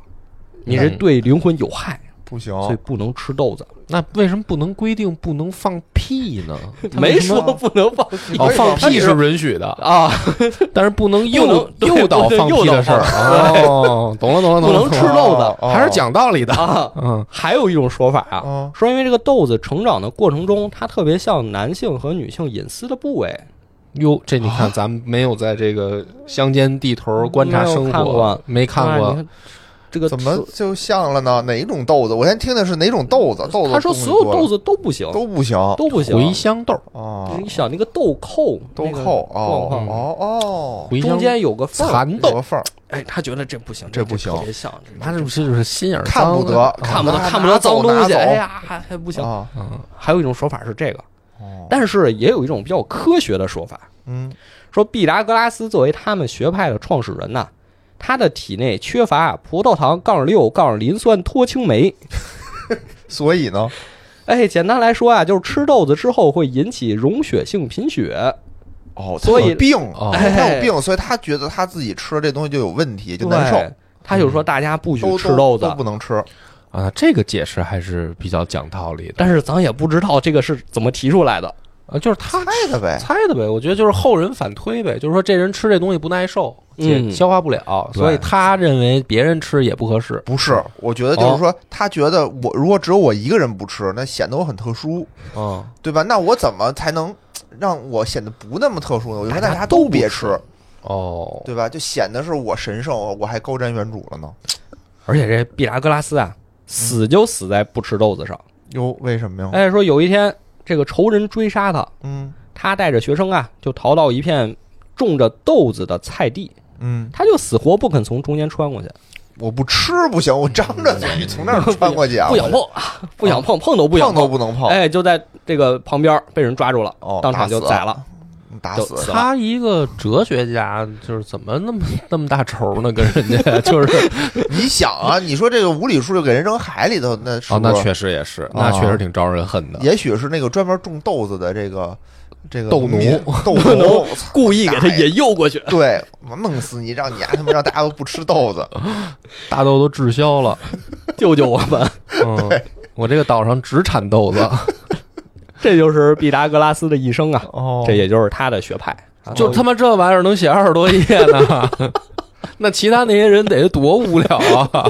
Speaker 3: 你这
Speaker 1: 嗯
Speaker 3: 对灵魂有害，
Speaker 2: 不行，
Speaker 1: 哦
Speaker 3: 所以不能吃豆子。
Speaker 1: 那为什么不能规定不能放屁呢？他为
Speaker 3: 没
Speaker 1: 什么
Speaker 3: 说不能放屁
Speaker 1: 哦，
Speaker 2: 为什么
Speaker 1: 放屁是允许的，
Speaker 3: 啊，
Speaker 1: 但是不能诱
Speaker 3: 不能
Speaker 1: 诱导
Speaker 3: 对
Speaker 1: 放
Speaker 3: 诱
Speaker 1: 屁
Speaker 3: 导
Speaker 1: 的事儿。哦，懂了懂了
Speaker 3: 不
Speaker 1: 懂了，
Speaker 3: 能吃
Speaker 1: 懂了
Speaker 3: 豆子
Speaker 2: 哦
Speaker 1: 还是讲道理的。
Speaker 3: 啊。
Speaker 1: 嗯，
Speaker 3: 还有一种说法啊，
Speaker 2: 哦
Speaker 3: 说因为这个豆子成长的过程中，它特别像男性和女性隐私的部位，
Speaker 1: 哟，这你看，咱们没有在这个乡间地头观察生
Speaker 3: 没有看
Speaker 1: 活
Speaker 3: 过，
Speaker 1: 没看
Speaker 3: 哎哇你
Speaker 1: 过。
Speaker 3: 看这个
Speaker 2: 怎么就像了呢？哪种豆子？我先听听是哪种豆子？豆子
Speaker 3: 嗯他说所有豆
Speaker 2: 子
Speaker 3: 子都不行，
Speaker 2: 都不行
Speaker 3: 都不行。
Speaker 1: 茴香豆，
Speaker 2: 啊，
Speaker 3: 你想那个豆蔻，
Speaker 2: 豆
Speaker 3: 那个
Speaker 2: 蔻哦
Speaker 3: 状况
Speaker 2: 哦哦，
Speaker 1: 茴香
Speaker 3: 中间有个缝儿，
Speaker 1: 蚕
Speaker 2: 有
Speaker 1: 豆，
Speaker 2: 个缝儿
Speaker 3: 哎，他觉得这不行，
Speaker 2: 这不行
Speaker 3: 特别像，这
Speaker 1: 他这不是就是心眼儿
Speaker 2: 看不
Speaker 1: 脏
Speaker 2: 得
Speaker 1: 啊，
Speaker 3: 看不得
Speaker 2: 拿
Speaker 3: 看不得脏东
Speaker 2: 拿
Speaker 3: 西，
Speaker 2: 走
Speaker 3: 哎呀，还还不行。
Speaker 2: 啊，
Speaker 1: 嗯
Speaker 3: 还有一种说法是这个，
Speaker 2: 哦
Speaker 3: 但是也有一种比较科学的说法，
Speaker 2: 嗯
Speaker 3: 说毕达哥拉斯作为他们学派的创始人呐、他的体内缺乏葡萄糖杠六杠磷酸脱氢酶。
Speaker 2: 所以呢，
Speaker 3: 哎，简单来说啊，就是吃豆子之后会引起溶血性贫血。
Speaker 2: 哦，
Speaker 3: 所
Speaker 2: 他
Speaker 3: 以
Speaker 2: 有病，
Speaker 1: 哦
Speaker 2: 他有
Speaker 3: 哎
Speaker 2: 病，所以他觉得他自己吃了这东西就有问题，就
Speaker 3: 对，
Speaker 2: 难受，嗯
Speaker 3: 他就说大家不许
Speaker 2: 都
Speaker 3: 吃豆子
Speaker 2: 都，不能吃，
Speaker 1: 啊，这个解释还是比较讲道理的。
Speaker 3: 但是咱也不知道这个是怎么提出来的。
Speaker 1: 啊，就是他
Speaker 2: 猜的呗，
Speaker 1: 猜的呗，我觉得就是后人反推呗，就是说这人吃这东西不耐受，
Speaker 3: 嗯
Speaker 1: 解消化不了，所以
Speaker 3: 对
Speaker 1: 他认为别人吃也不合适。
Speaker 2: 不是，
Speaker 3: 哦
Speaker 2: 我觉得就是说，他觉得我如果只有我一个人不吃，那显得我很特殊，
Speaker 1: 嗯，
Speaker 2: 对吧？那我怎么才能让我显得不那么特殊呢？我就说
Speaker 3: 大
Speaker 2: 大
Speaker 3: 家
Speaker 2: 家
Speaker 3: 都不
Speaker 2: 别
Speaker 3: 吃
Speaker 2: 吃，
Speaker 1: 哦，
Speaker 2: 对吧？就显得是我神圣，我还高瞻远瞩了呢。
Speaker 3: 而且这毕达哥拉斯啊，
Speaker 2: 嗯
Speaker 3: 死就死在不吃豆子上。
Speaker 2: 哟，为什么呀？
Speaker 3: 哎，说有一天这个仇人追杀他，
Speaker 2: 嗯
Speaker 3: 他带着学生啊，就逃到一片种着豆子的菜地，
Speaker 2: 嗯，
Speaker 3: 他就死活不肯从中间穿过去，
Speaker 2: 我不吃不行，我张着嘴从那儿穿过去啊，
Speaker 3: 不想碰，啊不想碰，碰都不想
Speaker 2: 碰都不能碰，
Speaker 3: 哎，就在这个旁边被人抓住了，
Speaker 2: 哦
Speaker 3: 当场就宰了，
Speaker 2: 嗯打
Speaker 3: 就
Speaker 2: 死
Speaker 3: 死了。
Speaker 1: 他一个哲学家，就是怎么那么那么大仇呢？跟人 家就是
Speaker 2: 你想啊，你说这个无理数就给人扔海里头，那是
Speaker 1: 哦，那
Speaker 2: 不是
Speaker 1: 确实也是，
Speaker 2: 那
Speaker 1: 那
Speaker 2: 确
Speaker 1: 确
Speaker 2: 实
Speaker 1: 实挺招人恨的。
Speaker 2: 也许是那个专门种豆子的这个这个
Speaker 1: 豆
Speaker 2: 农民
Speaker 1: 奴
Speaker 2: 豆
Speaker 3: 豆奴
Speaker 2: 奴，我操
Speaker 3: 故意给他引诱过去，
Speaker 2: 对，我弄死你，让你啊他妈让大家都不吃豆子，
Speaker 1: 大豆都滞销了，
Speaker 3: 救救我们！
Speaker 1: 嗯，我这个岛上只产豆子，
Speaker 3: 这就是毕达哥拉斯的一生啊，
Speaker 2: 哦
Speaker 3: 这也就是他的学派。啊
Speaker 1: 就他妈这玩意儿能写二十多页呢， 那其他那些人得多无聊啊！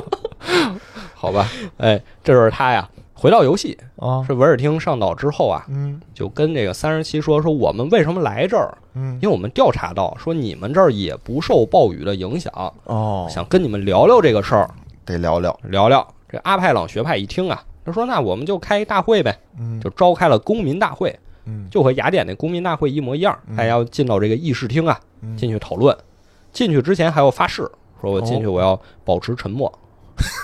Speaker 1: 好吧，
Speaker 3: 哎，这就是他呀。回到游戏，
Speaker 2: 啊，
Speaker 3: 是维尔汀上岛之后啊，
Speaker 2: 嗯
Speaker 3: 就跟这个三十七说说我们为什么来这儿，
Speaker 2: 嗯
Speaker 3: 因为我们调查到说你们这儿也不受暴雨的影响，
Speaker 2: 哦，
Speaker 3: 想跟你们聊聊这个事儿，
Speaker 2: 得聊聊，
Speaker 3: 聊聊。这阿派朗学派一听啊，就说那我们就开一大会呗，
Speaker 2: 嗯
Speaker 3: 就召开了公民大会，
Speaker 2: 嗯
Speaker 3: 就和雅典那公民大会一模一样，
Speaker 2: 嗯
Speaker 3: 大家要进到这个议事厅啊，
Speaker 2: 嗯
Speaker 3: 进去讨论。进去之前还要发誓，说我
Speaker 2: 哦
Speaker 3: 进去我要保持沉默，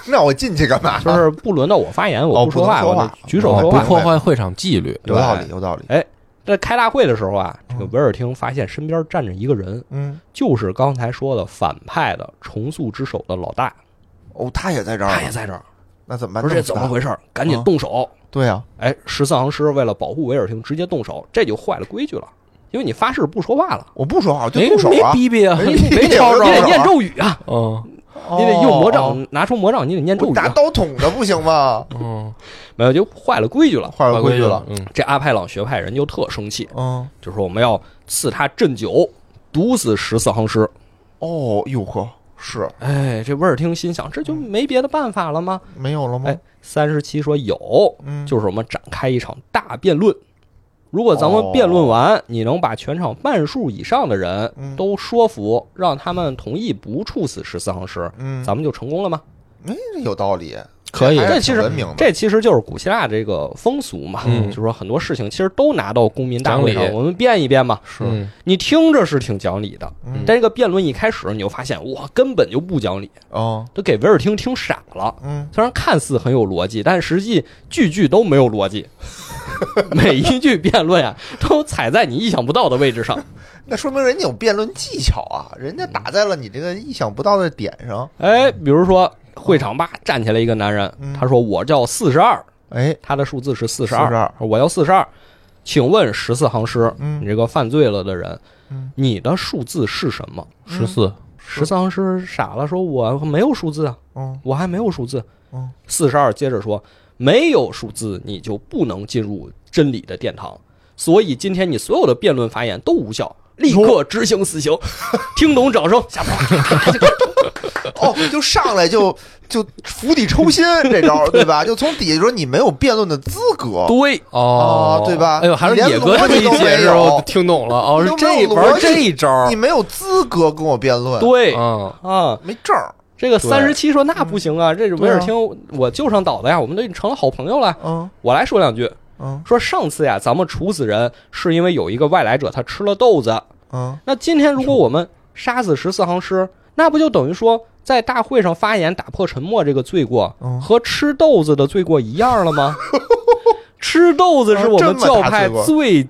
Speaker 2: 那我进去干嘛？
Speaker 3: 就是不轮到我发 言，
Speaker 2: 哦
Speaker 3: 我
Speaker 2: 不
Speaker 3: 说
Speaker 2: 能
Speaker 3: 话，
Speaker 2: 说
Speaker 3: 我
Speaker 2: 话哦
Speaker 3: 就举手说
Speaker 1: 不
Speaker 3: 话。
Speaker 1: 破坏会场纪律，
Speaker 2: 有道啊理，有道理，
Speaker 3: 在开大会的时候啊，这个
Speaker 2: 嗯
Speaker 3: 维尔汀发现身边站着一个人，
Speaker 2: 嗯，
Speaker 3: 就是刚才说的反派的重塑之手的老大，
Speaker 2: 哦，他也在这儿
Speaker 3: 他也
Speaker 2: 啊，
Speaker 3: 在这儿，
Speaker 2: 那怎么办？
Speaker 3: 不是这
Speaker 2: 弄
Speaker 3: 怎
Speaker 2: 死
Speaker 3: 么
Speaker 2: 他？
Speaker 3: 回事儿？赶
Speaker 2: 嗯
Speaker 3: 紧动手！
Speaker 2: 对啊，
Speaker 3: 哎，十四行诗为了保护维尔汀，直接动手，这就坏了规矩了，因为你发誓不说话了，
Speaker 2: 我不说话，我就
Speaker 1: 没
Speaker 2: 动手啊
Speaker 1: 没，逼逼啊，
Speaker 2: 没逼
Speaker 1: 没
Speaker 2: 逼
Speaker 1: 吵
Speaker 2: 我
Speaker 1: 着
Speaker 2: 动
Speaker 3: 你
Speaker 2: 手
Speaker 3: 得
Speaker 2: 啊
Speaker 3: 念咒语啊，
Speaker 1: 嗯
Speaker 2: 哦
Speaker 3: 你得用魔
Speaker 2: 哦
Speaker 3: 杖，拿出魔杖，你得念咒
Speaker 2: 我
Speaker 3: 语
Speaker 2: 打
Speaker 3: 啊，
Speaker 2: 刀捅他不行吗？
Speaker 1: 嗯，
Speaker 3: 没有就坏了规矩了。
Speaker 2: 坏了规矩
Speaker 1: 矩
Speaker 2: 了，，
Speaker 1: 嗯，
Speaker 3: 这阿派朗学派人就特生气，
Speaker 2: 嗯，
Speaker 3: 就说我们要赐他鸩酒，毒死十四行诗。
Speaker 2: 哦，哟呵，是
Speaker 3: 哎，这维尔汀心想，这就没别的办法了吗？
Speaker 2: 没有了吗
Speaker 3: 哎？三十七说有，
Speaker 2: 嗯，
Speaker 3: 就是我们展开一场大辩论。如果咱
Speaker 2: 哦
Speaker 3: 们辩论完，你能把全场半数以上的人
Speaker 2: 嗯
Speaker 3: 都说服，让他们同意不处死十四行诗，
Speaker 2: 嗯，
Speaker 3: 咱们就成功了吗？
Speaker 2: 哎，这有道理，
Speaker 1: 可以
Speaker 2: 还是
Speaker 3: 这其实
Speaker 2: 挺文明的，
Speaker 3: 这其实就是古希腊这个风俗嘛，
Speaker 1: 嗯
Speaker 3: 就说很多事情其实都拿到公民大会
Speaker 1: 讲
Speaker 3: 上，
Speaker 1: 理
Speaker 3: 我们辩一辩嘛。
Speaker 2: 是，
Speaker 1: 嗯
Speaker 3: 你听着是挺讲理的，
Speaker 2: 嗯
Speaker 3: 但这个辩论一开始你就发现，哇，根本就不讲理，
Speaker 2: 哦，
Speaker 3: 都给维尔汀听傻了。
Speaker 2: 嗯，
Speaker 3: 虽然看似很有逻辑，但实际句句都没有逻辑，每一句辩论啊都踩在你意想不到的位置上。
Speaker 2: 那说明人家有辩论技巧啊，人家打在了你这个意想不到的点上，
Speaker 3: 哎，比如说会场吧，站起来一个男人
Speaker 2: 嗯，
Speaker 3: 他说我叫四十二，
Speaker 2: 哎，
Speaker 3: 他的数字是四十二，
Speaker 2: 42
Speaker 3: 我要四十二。请问十四行诗，
Speaker 2: 嗯
Speaker 3: 你这个犯罪了的人，
Speaker 2: 嗯
Speaker 3: 你的数字是什么？
Speaker 1: 十四，
Speaker 3: 十四行诗傻了，说我没有数字啊，
Speaker 2: 嗯
Speaker 3: 我还没有数字。
Speaker 2: 嗯，
Speaker 3: 四十二接着说，没有数字你就不能进入真理的殿堂，所以今天你所有的 辩论发言都无效，立刻执行死刑。听懂掌声，下播。
Speaker 2: 哦，就上来就就釜底抽薪这招，对吧？就从底下说你没有辩论的资格，
Speaker 1: 对哦
Speaker 2: 哦，对吧
Speaker 1: 哎呦，还是
Speaker 2: 你连
Speaker 1: 野哥
Speaker 2: 逻
Speaker 1: 这么
Speaker 2: 辑
Speaker 1: 一
Speaker 2: 都
Speaker 1: 解
Speaker 2: 没
Speaker 1: 释，
Speaker 2: 有
Speaker 1: 我听懂了哦，
Speaker 2: 你
Speaker 1: 是
Speaker 2: 都没
Speaker 1: 这
Speaker 2: 有
Speaker 1: 玩
Speaker 2: 逻辑
Speaker 1: 这一招儿
Speaker 2: 你，没有资格跟我辩论，
Speaker 3: 对
Speaker 1: 嗯，
Speaker 3: 啊，
Speaker 2: 没证儿。
Speaker 3: 这个
Speaker 1: 对
Speaker 3: 三十七说那不行啊，这是
Speaker 2: 对
Speaker 3: 威
Speaker 2: 啊
Speaker 3: 尔汀，我就上岛的呀，我们都已经成了好朋友了。
Speaker 2: 嗯
Speaker 3: 我来说两句，
Speaker 2: 嗯
Speaker 3: 说上次呀，咱们处死人是因为有一个外来者他吃了豆子，
Speaker 2: 嗯，
Speaker 3: 那今天如果我们杀死十四行诗，那不就等于说在大会上发言打破沉默这个罪过
Speaker 2: 嗯，
Speaker 3: 和吃豆子的罪过一样 了吗？吃豆子是我们
Speaker 2: 啊这么
Speaker 3: 教派
Speaker 2: 大罪过
Speaker 3: 最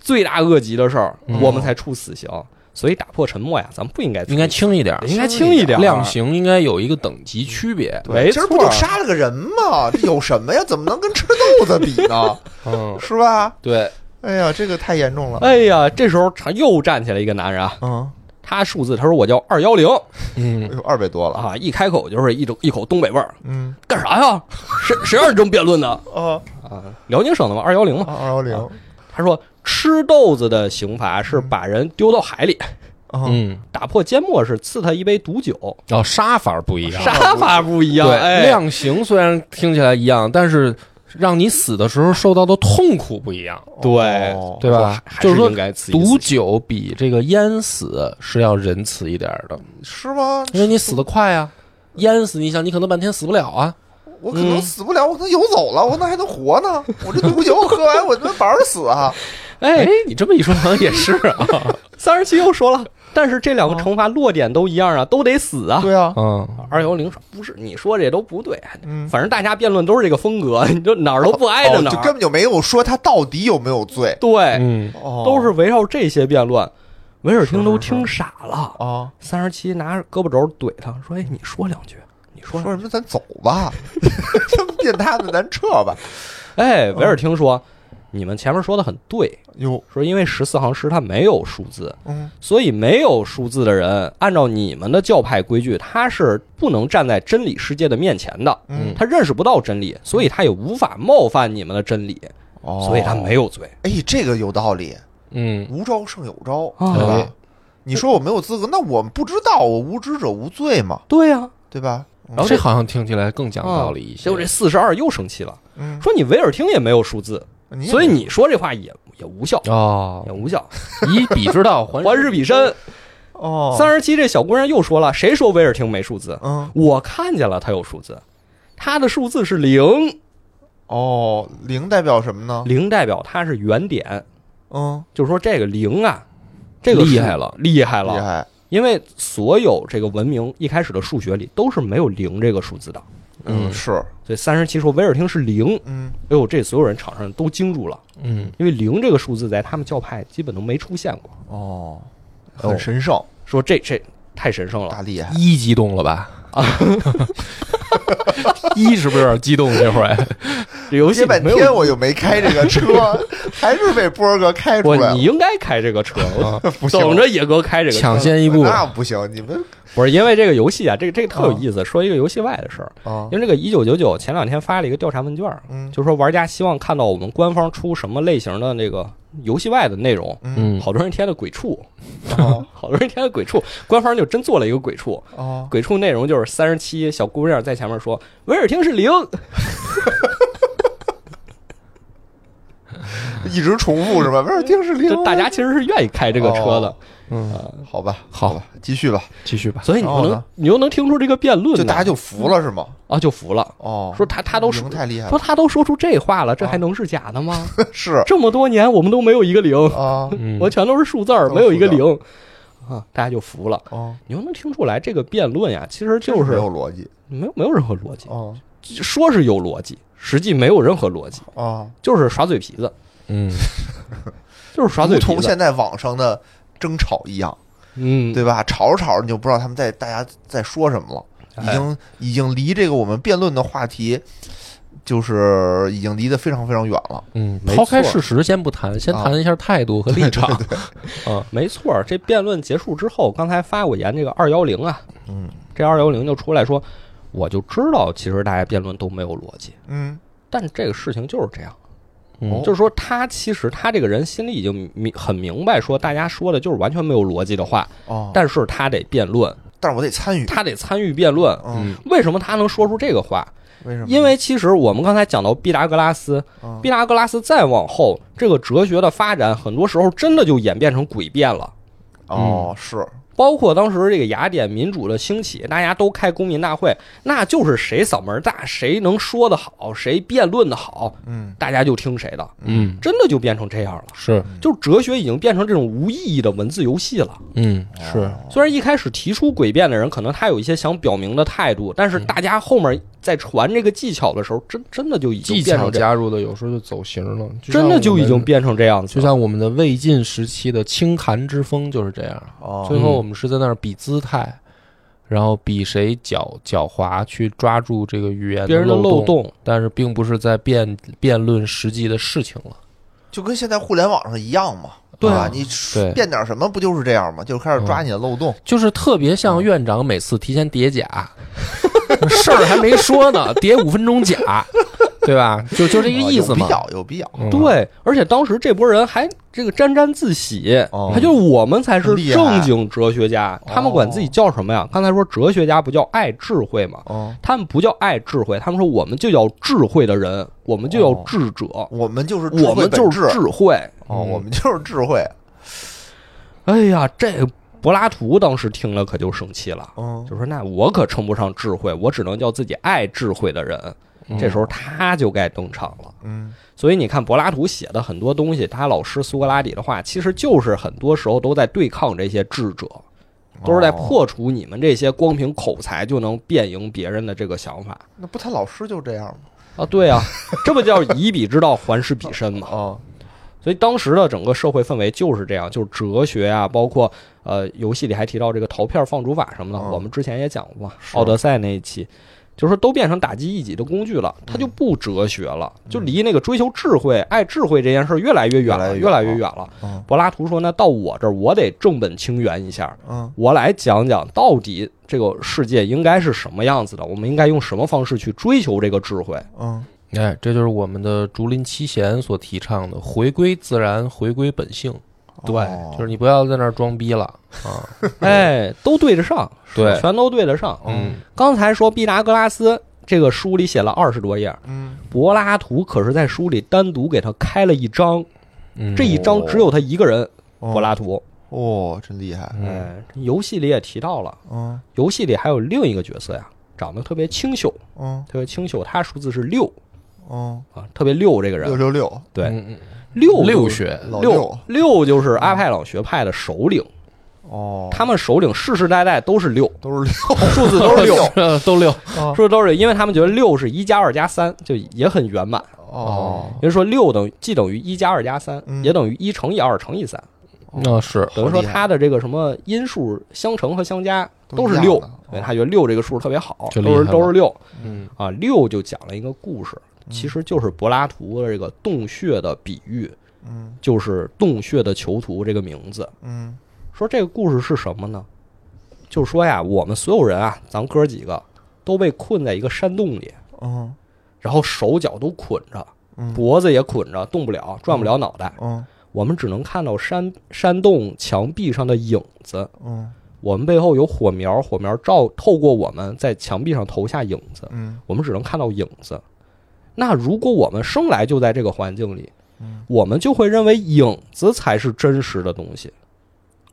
Speaker 3: 罪大恶极的事儿，
Speaker 1: 嗯
Speaker 3: 我们才处死刑。所以打破沉默呀，咱们不应该处
Speaker 1: 应该轻一点儿，
Speaker 3: 应该轻一点儿
Speaker 1: 量刑应该有一个等级区别。
Speaker 3: 没
Speaker 2: 今
Speaker 3: 错
Speaker 2: 儿不就杀了个人吗？这有什么呀？怎么能跟吃豆子比呢？
Speaker 1: 嗯，
Speaker 2: 是吧？
Speaker 1: 对，
Speaker 2: 哎呀，这个太严重了。
Speaker 3: 哎呀，这时候他又站起来一个男人啊，
Speaker 2: 嗯，
Speaker 3: 他数字他说我叫二幺零
Speaker 1: 嗯
Speaker 2: 哎，呦，二百多了。
Speaker 3: 啊，一开口就是一种一口东北味儿，
Speaker 2: 嗯，
Speaker 3: 干啥呀？谁谁让你这么辩论的
Speaker 2: 哦，
Speaker 3: 啊？辽宁省的嘛，二幺零嘛。
Speaker 2: 二幺零，
Speaker 3: 他说吃豆子的刑罚是把人丢到海里，
Speaker 2: 嗯，
Speaker 1: 嗯，
Speaker 3: 打破缄默是赐他一杯毒酒，
Speaker 1: 哦，杀法不一样，
Speaker 3: 杀法不一样。
Speaker 1: 对、
Speaker 3: 哎，
Speaker 1: 量刑虽然听起来一样，但是让你死的时候受到的痛苦不一样，
Speaker 3: 对
Speaker 2: 哦
Speaker 1: 对吧？
Speaker 3: 还
Speaker 1: 就是说
Speaker 3: 应，该赐一
Speaker 1: 毒
Speaker 3: 次
Speaker 1: 酒比这个淹死是要仁慈一点儿的，
Speaker 2: 是吗？
Speaker 1: 因为你死得快啊。淹死，你想，你可能半天死不了啊。
Speaker 2: 我可
Speaker 3: 嗯
Speaker 2: 能死不了，我可能游走了，我可能还能活呢。我这毒酒喝完，我他妈玩儿死啊！
Speaker 3: 哎，，
Speaker 1: 你这么一说好像也是 啊。
Speaker 3: 三十七又说了，但是这两个
Speaker 1: 哦
Speaker 3: 惩罚落点都一样啊，都得死啊。
Speaker 2: 对 啊，
Speaker 1: 嗯，
Speaker 3: 二幺零说不是，你说这都不对，
Speaker 2: 嗯，
Speaker 3: 反正大家辩论都是这个风格，你就哪儿都不挨着
Speaker 2: 哦
Speaker 3: 哪
Speaker 2: 就
Speaker 3: 儿。
Speaker 2: 根本就没有说他到底有没有罪，
Speaker 3: 对，
Speaker 1: 嗯，
Speaker 2: 哦
Speaker 3: 都是围绕这些辩论。维尔汀都
Speaker 2: 是是
Speaker 3: 听傻了，
Speaker 2: 啊。
Speaker 3: 三十七拿着胳膊肘怼他，说：“哎，你说两句，你说
Speaker 2: 说
Speaker 3: 两
Speaker 2: 什
Speaker 3: 句。
Speaker 2: 么？咱走 吧，这么变态的，咱撤吧。”
Speaker 3: 哎，维尔汀说：“你们前面说的很对，
Speaker 2: 哟，
Speaker 3: 说因为十四行诗它没有数字，
Speaker 2: 嗯，
Speaker 3: 所以没有数字的人，按照你们的教派规矩，他是不能站在真理世界的面前的。
Speaker 2: 嗯
Speaker 3: 他认识不到真理，所以他也无法冒犯你们的真理，
Speaker 2: 哦
Speaker 3: 所以他没有罪。
Speaker 2: 哎，这个有道理，
Speaker 1: 嗯，
Speaker 2: 无招胜有招，
Speaker 3: 啊
Speaker 2: 对
Speaker 1: 哎
Speaker 2: 吧？你说我没有资格，那我不知道，我无知者无罪嘛，
Speaker 3: 对呀、
Speaker 2: 对吧？
Speaker 1: 然哦后这好像听起来更讲道理一些。
Speaker 3: 结果这四十二又生气了，
Speaker 2: 嗯，
Speaker 3: 说你维尔汀也没有数字，
Speaker 2: 你也
Speaker 3: 所以你说这话也也无效，
Speaker 1: 哦
Speaker 3: 也，无效，
Speaker 1: 以彼之道还
Speaker 3: 还施彼身。
Speaker 2: 哦，
Speaker 3: 三十七这小姑娘又说了，谁说维尔汀没数字？
Speaker 2: 嗯，
Speaker 3: 我看见了，他有数字，他的数字是零，
Speaker 2: 哦，零代表什么呢？
Speaker 3: 零代表他是原点，
Speaker 2: 嗯，
Speaker 3: 就是说这个零啊，这个
Speaker 1: 厉
Speaker 3: 数
Speaker 1: 害了，
Speaker 3: 厉害
Speaker 2: 厉
Speaker 3: 了，
Speaker 2: 害，
Speaker 3: 因为所有这个文明一开始的数学里都是没有零这个数字的，
Speaker 1: 嗯
Speaker 2: 是，
Speaker 3: 所以三十七说维尔汀是零，
Speaker 2: 嗯，
Speaker 3: 哎呦，这所有人场上都惊住了，
Speaker 1: 嗯，
Speaker 3: 因为零这个数字在他们教派基本都没出现过，
Speaker 2: 哦，
Speaker 3: 哦
Speaker 2: 很神圣，
Speaker 3: 说这这太神圣了，
Speaker 2: 大厉害，
Speaker 1: 一激动了吧？ 啊，一是不是有点激动？这会儿，
Speaker 3: 这游戏
Speaker 2: 接半
Speaker 3: 没有
Speaker 2: 天我就没开这 个车，还是被波儿哥开出
Speaker 3: 不，
Speaker 2: 来
Speaker 3: 你
Speaker 2: 了，啊
Speaker 3: 应该开这个车，我
Speaker 2: 不行，啊
Speaker 3: 等着野哥开这个 车。
Speaker 1: 抢先一步，
Speaker 2: 那不行，你们
Speaker 3: 不是因为这个游戏啊，这个这个特有意思。说一个游戏外的事儿，
Speaker 2: 啊
Speaker 3: 因，为这个一九九九前两天发了一个调查问卷儿，
Speaker 2: 嗯
Speaker 3: 就是说玩家希望看到我们官方出什么类型的那个游戏外的内容。
Speaker 2: 嗯，
Speaker 1: 嗯，
Speaker 3: 好多人填的鬼畜，
Speaker 2: 哦
Speaker 3: 好多人填的鬼畜，官方就真做了一个鬼畜。
Speaker 2: 哦，
Speaker 3: 鬼畜内容就是三十七小姑娘在前面说维尔汀是零，
Speaker 2: 一直重复是吧？不是，定是零
Speaker 3: 就，大家其实是愿意开这个车的
Speaker 2: 哦，
Speaker 1: 嗯，
Speaker 2: 好吧，
Speaker 1: 好
Speaker 2: 吧，继续吧，
Speaker 1: 继续吧。
Speaker 3: 所以你
Speaker 2: 然
Speaker 3: 就
Speaker 2: 后
Speaker 3: 能
Speaker 2: 呢
Speaker 3: 你又能听出这个辩论
Speaker 2: 哦就
Speaker 3: 呢，
Speaker 2: 大家就服了是吗？
Speaker 3: 啊就服了，
Speaker 2: 哦，
Speaker 3: 说他他都
Speaker 2: 赢
Speaker 3: 说
Speaker 2: 太厉害
Speaker 3: 说
Speaker 2: 了，
Speaker 3: 他都说出这话了，这还能是假的吗？
Speaker 2: 是
Speaker 3: 这么多年我们都没有一个零，
Speaker 2: 啊，
Speaker 1: 嗯
Speaker 3: 我全都是数字儿，
Speaker 2: 都是
Speaker 3: 没有一个
Speaker 2: 数字
Speaker 3: 零啊，大家就服了。
Speaker 2: 哦，
Speaker 3: 你又能听出来，这个辩论呀，其实就
Speaker 2: 没
Speaker 3: 是
Speaker 2: 有逻辑，
Speaker 3: 没有没有任何逻辑，
Speaker 2: 哦
Speaker 3: 说是有逻辑，实际没有任何逻辑，
Speaker 2: 哦，
Speaker 3: 就是耍嘴皮子，
Speaker 1: 嗯，
Speaker 3: 就是耍嘴
Speaker 2: 如
Speaker 3: 皮
Speaker 2: 同
Speaker 3: 子。
Speaker 2: 现在网上的争吵一样，
Speaker 3: 嗯，
Speaker 2: 对吧？吵着吵着你就不知道他们在大家在说什么了，已
Speaker 3: 哎
Speaker 2: 经已经离这个我们辩论的话题，就是已经离得非常非常远了。
Speaker 1: 嗯，
Speaker 3: 没
Speaker 1: 抛开
Speaker 3: 错哦
Speaker 1: 事实先不谈，先
Speaker 2: 啊
Speaker 1: 谈一下态度和立场。
Speaker 3: 啊没错儿。这辩论结束之后，刚才发过言这个二幺零啊，
Speaker 2: 嗯
Speaker 3: 这二幺零就出来说，我就知道其实大家辩论都没有逻辑，
Speaker 2: 嗯，
Speaker 3: 但这个事情就是这样。
Speaker 2: 哦
Speaker 1: 嗯
Speaker 3: 就是说，他其实他这个人心里已经明很明白，说大家说的就是完全没有逻辑的话，
Speaker 2: 哦，
Speaker 3: 但是他得辩论，
Speaker 2: 但但是我得参与。
Speaker 3: 他得参与辩论。
Speaker 2: 嗯，
Speaker 3: 为什么他能说出这个话？
Speaker 2: 为什么？
Speaker 3: 因为其实我们刚才讲到毕达哥拉斯，
Speaker 2: 嗯
Speaker 3: 毕达哥拉斯再往后，这个哲学的发展，很多时候真的就演变成诡辩了。
Speaker 2: 哦，是
Speaker 3: 包括当时这个雅典民主的兴起，大家都开公民大会，那就是谁嗓门大，谁能说得好，谁辩论的好，
Speaker 2: 嗯
Speaker 3: 大家就听谁的，
Speaker 1: 嗯，
Speaker 3: 真的就变成这样了。
Speaker 1: 是，
Speaker 3: 就哲学已经变成这种无意义的文字游戏了。
Speaker 1: 嗯
Speaker 2: 哦
Speaker 3: 哎
Speaker 1: 是，
Speaker 3: 虽然一开始提出诡辩的人可能他有一些想表明的态度，但是大家后面在传这个技巧的时候，真真的就已经
Speaker 1: 技
Speaker 3: 变
Speaker 1: 巧
Speaker 3: 成这样，
Speaker 1: 加入的有时候就走形了，就像
Speaker 3: 真的就已
Speaker 1: 我
Speaker 3: 经
Speaker 1: 们
Speaker 3: 变成这样子
Speaker 1: 就
Speaker 3: 了。
Speaker 1: 像我们的魏晋时期的清寒之风就是这样。
Speaker 2: 哦，
Speaker 1: 最后我们是在那儿比姿态，然后比谁狡狡猾去抓住这个语言
Speaker 3: 别人的
Speaker 1: 漏
Speaker 3: 漏，洞，
Speaker 1: 但是并不是在辩辩论实际的事情了。
Speaker 2: 就跟现在互联网上一样嘛，
Speaker 1: 对
Speaker 2: 吧
Speaker 1: 啊？
Speaker 2: 你
Speaker 1: 对
Speaker 2: 变点什么不就是这样吗？就开始抓你的漏洞。
Speaker 1: 就是特别像院长每次提前叠甲，事儿还没说呢， 叠五分钟甲，对吧？就就这个意思嘛
Speaker 2: 啊哦有必。要，有必要。
Speaker 1: 嗯，
Speaker 3: 对，而且当时这波人还这个沾沾自喜，
Speaker 2: 哦
Speaker 3: 他就是我们才是
Speaker 2: 厉害
Speaker 3: 正经哲学家，他们管自己叫什么呀？刚才说哲学家不叫爱智慧吗？
Speaker 2: 哦，
Speaker 3: 他们不叫爱智慧，他们说我们就叫智慧的人，我们就叫智者，
Speaker 2: 我们就是智
Speaker 3: 我
Speaker 2: 慧本
Speaker 3: 们就
Speaker 2: 质
Speaker 3: 是智慧。
Speaker 2: 哦，我们就是智慧。
Speaker 3: 哎呀，这柏拉图当时听了可就生气了，
Speaker 2: 嗯，
Speaker 3: 就说那我可称不上智慧，我只能叫自己爱智慧的人。这时候他就该登场了。
Speaker 2: 嗯，
Speaker 3: 所以你看，柏拉图写的很多东西，他老师苏格拉底的话，其实就是很多时候都在对抗这些智者，都是在
Speaker 2: 哦。
Speaker 3: 破除你们这些光凭口才就能辩赢别人的这个想法
Speaker 2: 那不，他老师就这样吗？
Speaker 3: 啊！对啊，这不叫以彼之道还施彼身嘛。
Speaker 2: 哦，
Speaker 3: 所以当时的整个社会氛围就是这样，就是哲学啊，包括呃游戏里还提到这个陶片放逐法什么的，
Speaker 2: 嗯
Speaker 3: 我们之前也讲过嘛，
Speaker 2: 是
Speaker 3: 《奥德赛》那一期，就是说都变成打击异己的工具了，
Speaker 2: 嗯
Speaker 3: 它就不哲学了，就离那个追求智慧、爱智慧这件事儿越来越远了，
Speaker 2: 越
Speaker 3: 越
Speaker 2: 来
Speaker 3: 来
Speaker 2: 越
Speaker 3: 越
Speaker 2: 远
Speaker 3: 远了。
Speaker 2: 嗯
Speaker 3: 柏拉图说：“那到我这儿，我得正本清源一下，
Speaker 2: 嗯
Speaker 3: 我来讲讲到底这个世界应该是什么样子的，我们应该用什么方式去追求这个智慧。”
Speaker 2: 嗯，
Speaker 1: 哎，这就是我们的竹林七贤所提倡的回归自然，回归本性。
Speaker 2: 哦
Speaker 1: 就是你不要在那儿装逼了啊！
Speaker 3: 哎，都对得上，
Speaker 1: 对，
Speaker 3: 全都对得上。
Speaker 1: 嗯，
Speaker 3: 刚才说毕达哥拉斯这个书里写了二十多页，
Speaker 2: 嗯，
Speaker 3: 柏拉图可是在书里单独给他开了一章，
Speaker 1: 嗯
Speaker 3: 这一章只有他一个人，
Speaker 2: 哦
Speaker 3: 柏拉图。
Speaker 2: 哦，真厉害。
Speaker 1: 嗯
Speaker 3: 哎，游戏里也提到了，
Speaker 2: 嗯
Speaker 3: 游戏里还有另一个角色呀，长得特别清秀，
Speaker 2: 嗯
Speaker 3: 特别清秀，他数字是六
Speaker 2: 嗯，
Speaker 3: 啊，特别六这个
Speaker 2: 六
Speaker 3: 人，
Speaker 2: 六六，
Speaker 3: 对，
Speaker 1: 嗯嗯
Speaker 3: 六
Speaker 1: 六
Speaker 3: 就是
Speaker 1: 学
Speaker 2: 老
Speaker 3: 六六就是阿派朗学派的首领，
Speaker 2: 哦，
Speaker 3: 他们首领世世代代都是六，
Speaker 2: 都是
Speaker 3: 数字都是 六。嗯
Speaker 1: 六都六，
Speaker 2: 哦
Speaker 3: 数字都是，因为他们觉得六是一加二加三，就也很圆满。
Speaker 2: 六哦，
Speaker 3: 也就是说，六等于既等于一加二加三
Speaker 2: 嗯，
Speaker 3: 也等于一乘以二乘以三。
Speaker 1: 那啊是
Speaker 3: 等于说
Speaker 2: 好厉害
Speaker 3: 它的这个什么因数相乘和相加都是
Speaker 2: 一样
Speaker 3: 六
Speaker 2: 的，
Speaker 3: 对，
Speaker 2: 哦
Speaker 3: 他觉得六这个数特别好，
Speaker 1: 就厉
Speaker 3: 都是
Speaker 1: 害
Speaker 3: 都
Speaker 1: 了
Speaker 3: 是六
Speaker 1: 嗯
Speaker 3: 啊。六就讲了一个故事，
Speaker 2: 嗯
Speaker 3: 其实就是柏拉图的这个洞穴的比喻，
Speaker 2: 嗯
Speaker 3: 就是洞穴的囚徒这个名字。
Speaker 2: 嗯
Speaker 3: 说这个故事是什么呢？就是说呀，我们所有人啊，咱哥几个都被困在一个山洞里，
Speaker 2: 嗯
Speaker 3: 然后手脚都捆着，
Speaker 2: 嗯
Speaker 3: 脖子也捆着，动不了，转不了脑袋。
Speaker 2: 嗯
Speaker 3: 我们只能看到山山洞墙壁上的影子，
Speaker 2: 嗯
Speaker 3: 我们背后有火苗，火苗照透过我们在墙壁上投下影子，
Speaker 2: 嗯
Speaker 3: 我们只能看到影子。那如果我们生来就在这个环境里
Speaker 2: 嗯，
Speaker 3: 我们就会认为影子才是真实的东西，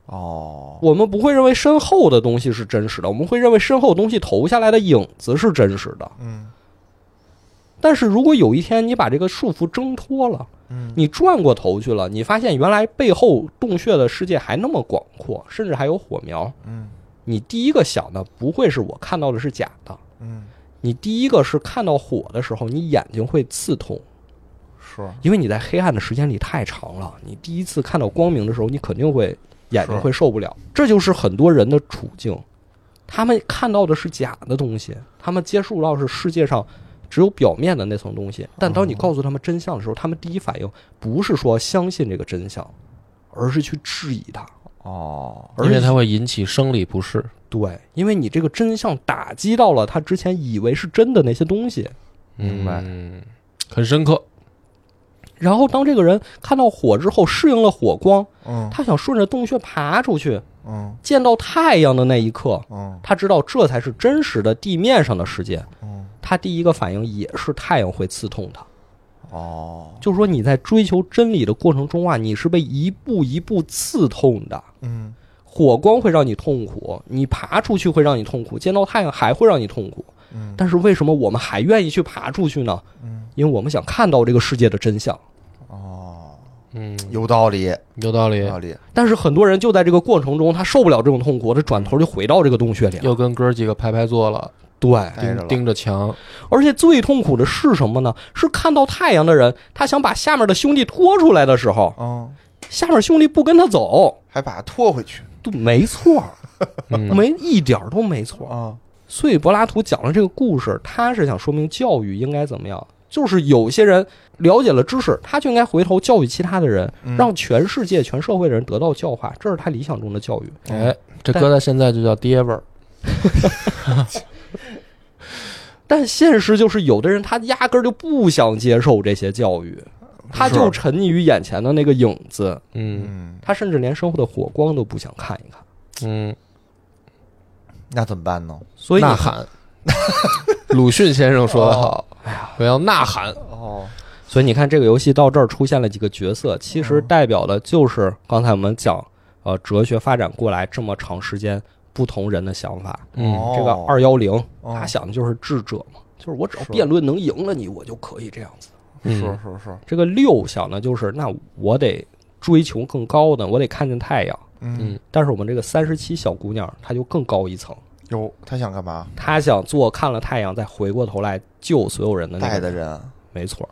Speaker 2: 哦，
Speaker 3: 我们不会认为身后的东西是真实的，我们会认为身后东西投下来的影子是真实的。
Speaker 2: 嗯
Speaker 3: 但是如果有一天你把这个束缚挣脱了，
Speaker 2: 嗯
Speaker 3: 你转过头去了，你发现原来背后洞穴的世界还那么广阔，甚至还有火苗。
Speaker 2: 嗯
Speaker 3: 你第一个想的不会是我看到的是假的，
Speaker 2: 嗯
Speaker 3: 你第一个是看到火的时候，你眼睛会刺痛，
Speaker 2: 是
Speaker 3: 因为你在黑暗的时间里太长了。你第一次看到光明的时候，你肯定会眼睛
Speaker 2: 是
Speaker 3: 会受不了。这就是很多人的处境，他们看到的是假的东西，他们接触到是世界上。只有表面的那层东西，但当你告诉他们真相的时候，他们第一反应不是说相信这个真相，而是去质疑它。
Speaker 2: 哦
Speaker 3: 而
Speaker 1: 因为
Speaker 3: 且
Speaker 1: 它会引起生理不适。
Speaker 3: 对，因为你这个真相打击到了他之前以为是真的那些东西，
Speaker 2: 明白
Speaker 1: 嗯，很深刻。
Speaker 3: 然后当这个人看到火之后，适应了火光，
Speaker 2: 嗯
Speaker 3: 他想顺着洞穴爬出去，
Speaker 2: 嗯
Speaker 3: 见到太阳的那一刻，
Speaker 2: 嗯
Speaker 3: 他知道这才是真实的地面上的世界。
Speaker 2: 嗯，
Speaker 3: 他第一个反应也是太阳会刺痛他，
Speaker 2: 哦，
Speaker 3: 就是说你在追求真理的过程中啊，你是被一步一步刺痛的。
Speaker 2: 嗯
Speaker 3: 火光会让你痛苦，你爬出去会让你痛苦，见到太阳还会让你痛苦。
Speaker 2: 嗯
Speaker 3: 但是为什么我们还愿意去爬出去呢？
Speaker 2: 嗯，
Speaker 3: 因为我们想看到这个世界的真相。
Speaker 2: 哦，
Speaker 1: 嗯，
Speaker 2: 有道理，
Speaker 1: 有道理
Speaker 2: 有，道理，
Speaker 3: 但是很多人就在这个过程中，他受不了这种痛苦，他转头就回到这个洞穴里了。
Speaker 1: 又跟哥儿几个排排坐了，
Speaker 3: 对，
Speaker 2: 待着
Speaker 1: 盯
Speaker 2: 了，
Speaker 1: 盯着墙，
Speaker 3: 而且最痛苦的是什么呢？是看到太阳的人，他想把下面的兄弟拖出来的时候，
Speaker 2: 嗯，
Speaker 3: 下面兄弟不跟他走，
Speaker 2: 还把它拖回去
Speaker 3: 都没错，
Speaker 1: 嗯，
Speaker 3: 没一点儿都没错。
Speaker 2: 啊，
Speaker 3: 所以柏拉图讲了这个故事，他是想说明教育应该怎么样。就是有些人了解了知识，他就应该回头教育其他的人，
Speaker 2: 嗯
Speaker 3: 让全世界、全社会的人得到教化，这是他理想中的教育。
Speaker 1: 哎，这搁在现在就叫爹味儿，
Speaker 3: 但现实就是，有的人他压根儿就不想接受这些教育，他
Speaker 2: 是
Speaker 3: 就沉溺于眼前的那个影子，
Speaker 1: 嗯
Speaker 2: 嗯，
Speaker 3: 他甚至连生活的火光都不想看一看。
Speaker 1: 嗯，
Speaker 2: 那怎么办呢？
Speaker 3: 所以你
Speaker 1: 呐喊，鲁迅先生说的好，
Speaker 3: 哎呀，
Speaker 1: 我要呐喊，
Speaker 2: 哦，
Speaker 3: 所以你看这个游戏到这儿出现了几个角色，其实代表的就是刚才我们讲，呃，哲学发展过来这么长时间不同人的想法。
Speaker 1: 嗯，
Speaker 2: 哦
Speaker 3: 这个二幺零，
Speaker 2: 哦
Speaker 3: 他想的就是智者嘛，就是我只要
Speaker 2: 是
Speaker 3: 辩论能赢了你，我就可以这样子。
Speaker 2: 是
Speaker 1: 嗯
Speaker 2: 是是，
Speaker 3: 这个六想的就是，那我得追求更高的，我得看见太阳。
Speaker 1: 嗯
Speaker 2: 嗯，
Speaker 3: 但是我们这个三十七小姑娘，她就更高一层，
Speaker 2: 有他想干嘛？
Speaker 3: 她想做看了太阳，再回过头来救所有人的那
Speaker 2: 带
Speaker 3: 个
Speaker 2: 的
Speaker 3: 人，
Speaker 2: 人。
Speaker 3: 没错。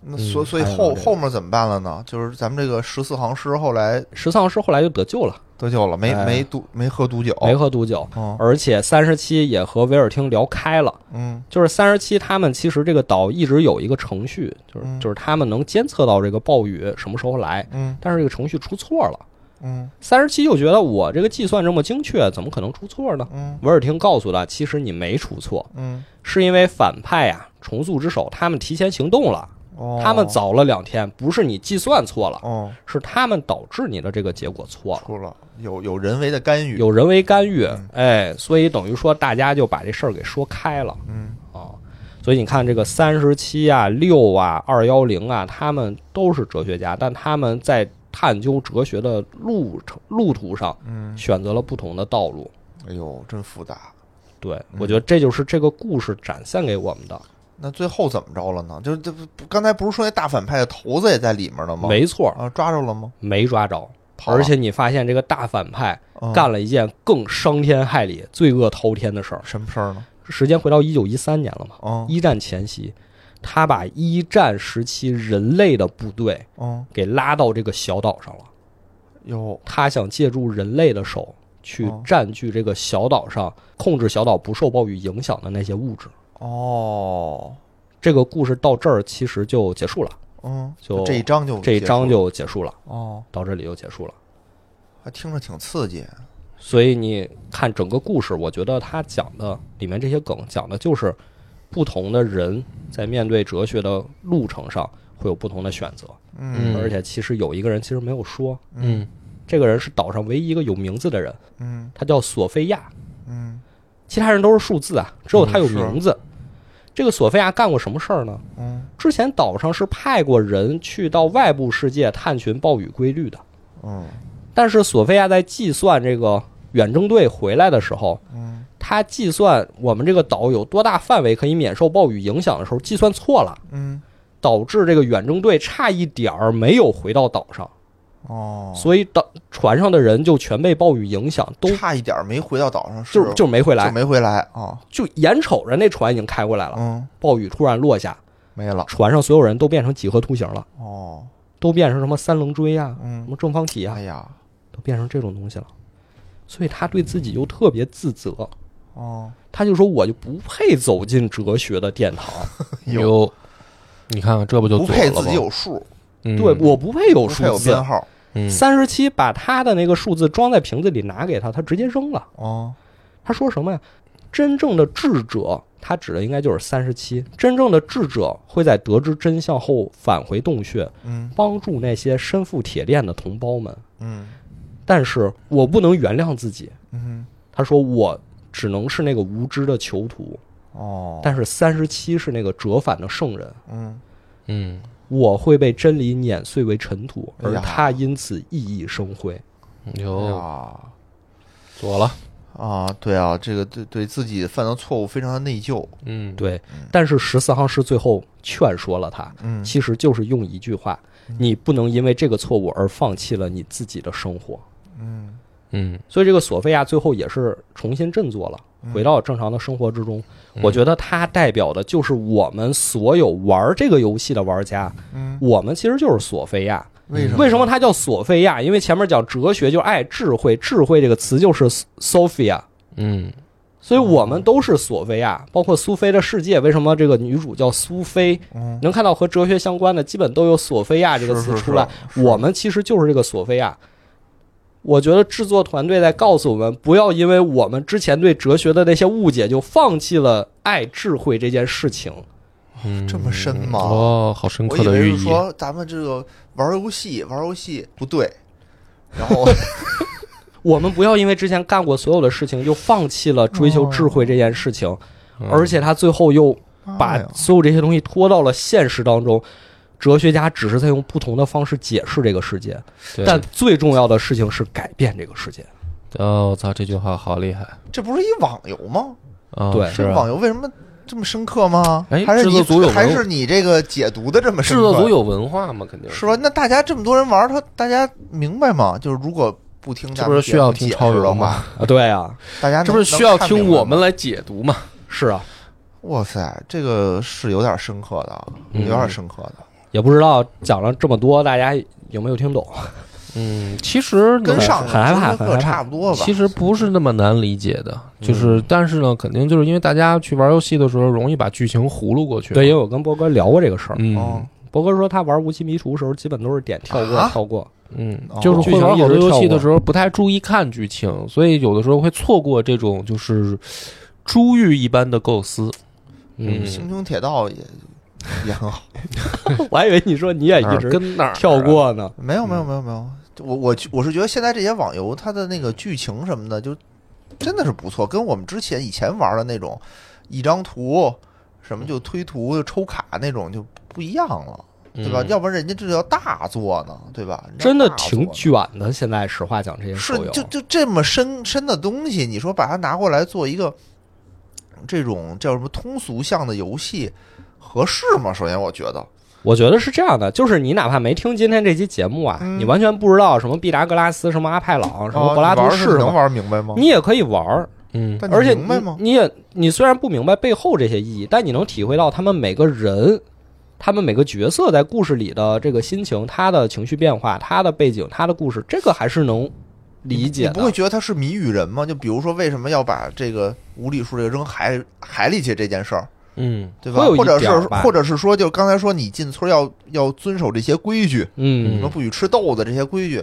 Speaker 2: 那
Speaker 1: 嗯
Speaker 2: 所所以
Speaker 3: 还有
Speaker 2: 后
Speaker 3: 这个
Speaker 2: 后面怎么办了呢？就是咱们这个十四行诗后来
Speaker 3: 十丧尸后来就得救了，
Speaker 2: 得救了，没
Speaker 3: 哎
Speaker 2: 没毒没喝毒酒，
Speaker 3: 没喝毒酒，
Speaker 2: 哦，
Speaker 3: 而且三十七也和维尔汀聊开了。
Speaker 2: 嗯
Speaker 3: 就是三十七，他们其实这个岛一直有一个程序，就是
Speaker 2: 嗯
Speaker 3: 就是他们能监测到这个暴雨什么时候来，
Speaker 2: 嗯
Speaker 3: 但是这个程序出错了。
Speaker 2: 嗯
Speaker 3: 三十七就觉得我这个计算这么精确，怎么可能出错呢？
Speaker 2: 嗯
Speaker 3: 维尔汀告诉他，其实你没出错，
Speaker 2: 嗯，
Speaker 3: 是因为反派啊，重塑之手他们提前行动了，
Speaker 2: 哦，
Speaker 3: 他们早了两天，不是你计算错了，
Speaker 2: 哦
Speaker 3: 是他们导致你的这个结果错了。
Speaker 2: 出了有有人为的干预，
Speaker 3: 有人为干预
Speaker 2: 嗯，
Speaker 3: 哎，所以等于说大家就把这事儿给说开了
Speaker 2: 嗯
Speaker 3: 啊。所以你看，这个三十七啊、六啊、二幺零啊，他们都是哲学家，但他们在探究哲学的路程路途上
Speaker 2: 嗯，
Speaker 3: 选择了不同的道路。
Speaker 2: 哎呦，真复杂。
Speaker 3: 对，
Speaker 2: 嗯
Speaker 3: 我觉得这就是这个故事展现给我们的。
Speaker 2: 那最后怎么着了呢？就是这不刚才不是说那大反派的头子也在里面了吗？
Speaker 3: 没错，
Speaker 2: 啊，抓着了吗？
Speaker 3: 没抓着。
Speaker 2: 跑了
Speaker 3: 而且你发现这个大反派
Speaker 2: 啊嗯
Speaker 3: 干了一件更伤天害理、罪恶滔天的事儿。
Speaker 2: 什么事儿呢？
Speaker 3: 时间回到一九一三年了嘛，
Speaker 2: 哦
Speaker 3: 一战前夕，他把一战时期人类的部队
Speaker 2: 哦
Speaker 3: 给拉到这个小岛上了。
Speaker 2: 哟
Speaker 3: 他想借助人类的手去
Speaker 2: 哦
Speaker 3: 占据这个小岛上，控制小岛不受暴雨影响的那些物质。
Speaker 2: 哦
Speaker 3: 这个故事到这儿其实就结束了，
Speaker 2: 嗯，
Speaker 3: 就
Speaker 2: 这一章就
Speaker 3: 这一
Speaker 2: 结
Speaker 3: 章
Speaker 2: 束
Speaker 3: 就结束了，
Speaker 2: 了哦，
Speaker 3: 到这里就结束了。
Speaker 2: 还听着挺刺激。
Speaker 3: 所以你看整个故事，我觉得他讲的里面这些梗讲的就是不同的人在面对哲学的路程上会有不同的选择。
Speaker 1: 嗯
Speaker 3: 而且其实有一个人其实没有说，
Speaker 1: 嗯
Speaker 3: 这个人是岛上唯一一个有名字的人，
Speaker 2: 嗯
Speaker 3: 他叫索菲亚，
Speaker 2: 嗯
Speaker 3: 其他人都是数字啊，只有他有名字。这个索菲亚干过什么事儿呢？
Speaker 2: 嗯
Speaker 3: 之前岛上是派过人去到外部世界探寻暴雨规律的，
Speaker 2: 嗯
Speaker 3: 但是索菲亚在计算这个远征队回来的时候，
Speaker 2: 嗯
Speaker 3: 他计算我们这个岛有多大范围可以免受暴雨影响的时候，计算错了，
Speaker 2: 嗯
Speaker 3: 导致这个远征队差一点儿没有回到岛上。
Speaker 2: 哦，
Speaker 3: 所以岛船上的人就全被暴雨影响，都
Speaker 2: 差一点没回到岛上，是
Speaker 3: 就就没回
Speaker 2: 就
Speaker 3: 来，
Speaker 2: 没回来啊。
Speaker 3: 就眼瞅着那船已经开过来了，
Speaker 2: 嗯，
Speaker 3: 暴雨突然落下，
Speaker 2: 没了
Speaker 3: 船上所有人都变成几何图形了，
Speaker 2: 哦。
Speaker 3: 都变成什么三棱锥啊，什
Speaker 2: 嗯，
Speaker 3: 么正方体啊
Speaker 2: 哎，呀，
Speaker 3: 都变成这种东西了。所以他对自己又特别自责，
Speaker 2: 哦，
Speaker 3: 他就说我就不配走进哲学的殿堂，
Speaker 2: 有
Speaker 1: 有，你看看这不就
Speaker 2: 不
Speaker 1: 左
Speaker 2: 配
Speaker 1: 了
Speaker 2: 自己
Speaker 1: 吗
Speaker 2: 有数，
Speaker 1: 嗯
Speaker 3: 对，我不配
Speaker 2: 不
Speaker 3: 有
Speaker 2: 配有
Speaker 3: 数字
Speaker 2: 编。号。
Speaker 1: 嗯
Speaker 3: 三十七把他的那个数字装在瓶子里拿给他，他直接扔了。
Speaker 2: 哦，
Speaker 3: 他说什么呀？真正的智者，他指的应该就是三十七。真正的智者会在得知真相后返回洞穴，
Speaker 2: 嗯
Speaker 3: 帮助那些身负铁链的同胞们。
Speaker 2: 嗯
Speaker 3: 但是我不能原谅自己。
Speaker 2: 嗯，
Speaker 3: 他说我只能是那个无知的囚徒，
Speaker 2: 哦，
Speaker 3: 但是三十七是那个折返的圣人。
Speaker 2: 嗯，
Speaker 1: 嗯，
Speaker 3: 我会被真理碾碎为尘土，
Speaker 2: 哎
Speaker 3: 而
Speaker 2: 呀
Speaker 3: 他因此熠熠生辉。哦
Speaker 1: 有
Speaker 2: 啊
Speaker 1: 左了，
Speaker 2: 啊，对啊，这个对对自己犯的错误非常的内疚，
Speaker 1: 嗯，
Speaker 3: 对，但是十四行诗最后劝说了他，
Speaker 2: 嗯
Speaker 3: 其实就是用一句话：你不能因为这个错误而放弃了你自己的生活。
Speaker 2: 嗯
Speaker 1: 嗯，
Speaker 3: 所以这个索菲亚最后也是重新振作了，
Speaker 2: 嗯
Speaker 3: 回到正常的生活之中。我觉得它代表的就是我们所有玩这个游戏的玩家，
Speaker 2: 嗯，
Speaker 3: 我们其实就是索菲亚。
Speaker 2: 为什么？
Speaker 3: 为什么它叫索菲亚？因为前面讲哲学，就爱智慧，智慧这个词就是 Sophia。
Speaker 1: 嗯，
Speaker 3: 所以我们都是索菲亚，包括苏菲的世界。为什么这个女主叫苏菲？
Speaker 2: 嗯
Speaker 3: 能看到和哲学相关的，基本都有“索菲亚”这个词
Speaker 2: 是是
Speaker 3: 出来。
Speaker 2: 是
Speaker 3: 我们其实就是这个索菲亚。我觉得制作团队在告诉我们，不要因为我们之前对哲学的那些误解，就放弃了爱智慧这件事情。
Speaker 1: 嗯
Speaker 2: 这么深吗
Speaker 1: 哦，好深
Speaker 2: 我
Speaker 1: 刻
Speaker 2: 以
Speaker 1: 的
Speaker 2: 为
Speaker 1: 寓
Speaker 2: 是
Speaker 1: 意。
Speaker 2: 说咱们这个玩游戏玩游戏不对，然后
Speaker 3: 我们不要因为之前干过所有的事情，就放弃了追求智慧这件事情。
Speaker 1: 嗯
Speaker 3: 而且他最后又把
Speaker 2: 哎呀
Speaker 3: 所有这些东西拖到了现实当中。哲学家只是在用不同的方式解释这个世界，
Speaker 1: 对
Speaker 3: 但最重要的事情是改变这个世界。
Speaker 1: 哦，我操，这句话好厉害
Speaker 2: 这不是一网游吗？
Speaker 1: 啊！
Speaker 3: 对
Speaker 1: 是
Speaker 2: 这
Speaker 1: 啊
Speaker 2: 网游为什么这么深刻吗？
Speaker 1: 哎
Speaker 2: 还是你
Speaker 1: 制作组有
Speaker 2: 还
Speaker 1: 文
Speaker 2: 是你这个解读的这么
Speaker 1: 制
Speaker 2: 深刻？
Speaker 1: 作组有文化嘛，肯定
Speaker 2: 是吧？那大家这么多人玩儿，他大家明白吗？就是如果不听
Speaker 1: 这
Speaker 2: 咱
Speaker 1: 不
Speaker 2: 们
Speaker 1: 是
Speaker 2: 解
Speaker 1: 需要
Speaker 2: 解
Speaker 1: 听
Speaker 2: 释
Speaker 1: 超
Speaker 2: 的
Speaker 1: 人
Speaker 2: 话，
Speaker 1: 吗？
Speaker 3: 啊，对啊，
Speaker 2: 大家
Speaker 1: 这
Speaker 2: 能
Speaker 1: 不是需要
Speaker 2: 能看明
Speaker 1: 听
Speaker 2: 白
Speaker 1: 我
Speaker 2: 吗
Speaker 1: 们来解读嘛？
Speaker 3: 是啊，
Speaker 2: 哇塞，这个是有点深刻的啊，
Speaker 1: 嗯
Speaker 2: 有点深刻的，
Speaker 3: 也不知道讲了这么多，大家有没有听懂？
Speaker 1: 嗯，其实
Speaker 2: 跟
Speaker 1: 能
Speaker 2: 上
Speaker 3: 很害怕
Speaker 2: 周杰
Speaker 3: 很
Speaker 2: 伦
Speaker 3: 害怕
Speaker 2: 差不多吧？
Speaker 1: 其实不是那么难理解的，就是但是呢，肯定就是因为大家去玩游戏的时候，容易把剧情糊弄过去。
Speaker 3: 对，因为，我跟波哥聊过这个事儿，
Speaker 1: 嗯
Speaker 2: 哦
Speaker 3: 波哥说他玩无期迷途的时候，基本都是点跳过
Speaker 2: 啊
Speaker 3: 跳过。
Speaker 1: 嗯
Speaker 2: 哦，
Speaker 1: 就是会玩好多游戏
Speaker 3: 剧情一直
Speaker 1: 的
Speaker 3: 跳
Speaker 1: 时候不太注意看剧情，所以有的时候会错过这种就是珠玉一般的构思。嗯
Speaker 2: 星穹铁道也也很好，
Speaker 3: 我还以为你说你也
Speaker 1: 哪儿
Speaker 3: 一直
Speaker 1: 跟哪儿啊
Speaker 3: 跳？过呢。
Speaker 2: 没有没有没有没有，我我我是觉得现在这些网游它的那个剧情什么的，就真的是不错，跟我们之前以前玩的那种一张图什
Speaker 3: 嗯
Speaker 2: 么就推图抽卡那种就不一样了。对吧？
Speaker 1: 嗯
Speaker 2: 要不然人家这叫大作呢，对吧？人家
Speaker 3: 真的
Speaker 2: 大作
Speaker 3: 挺
Speaker 2: 呢
Speaker 3: 卷的，现在实话讲，这些
Speaker 2: 是
Speaker 3: 手游
Speaker 2: 就就这么深深的东西，你说把它拿过来做一个这种叫什么通俗向的游戏，合适吗？首先我觉得，
Speaker 3: 我觉得是这样的，就是你哪怕没听今天这期节目啊，
Speaker 2: 嗯
Speaker 3: 你完全不知道什么毕达哥拉斯、什么阿派朗、什么
Speaker 2: 哦
Speaker 3: 柏拉
Speaker 2: 你
Speaker 3: 图
Speaker 2: 玩
Speaker 3: 是
Speaker 2: 是
Speaker 3: 什
Speaker 2: 能
Speaker 3: 么，
Speaker 2: 玩明白吗？
Speaker 3: 你也可以玩儿。
Speaker 1: 嗯，
Speaker 2: 但你
Speaker 3: 而且
Speaker 2: 明白吗？
Speaker 3: 你你也你虽然不明白背后这些意义，但你能体会到他们每个人。他们每个角色在故事里的这个心情、他的情绪变化、他的背景、他的故事，这个还是能理解
Speaker 2: 你
Speaker 3: 的。
Speaker 2: 不会觉得它是谜语人吗？就比如说，为什么要把这个无理数这个扔海海里去这件事儿，
Speaker 1: 嗯
Speaker 2: 对吧
Speaker 3: 会有？一
Speaker 2: 或者
Speaker 3: 点儿
Speaker 2: 是
Speaker 3: 吧
Speaker 2: 或者是说，就刚才说你进村要要遵守这些规矩，
Speaker 3: 嗯
Speaker 2: 什么不许吃豆子这些规矩，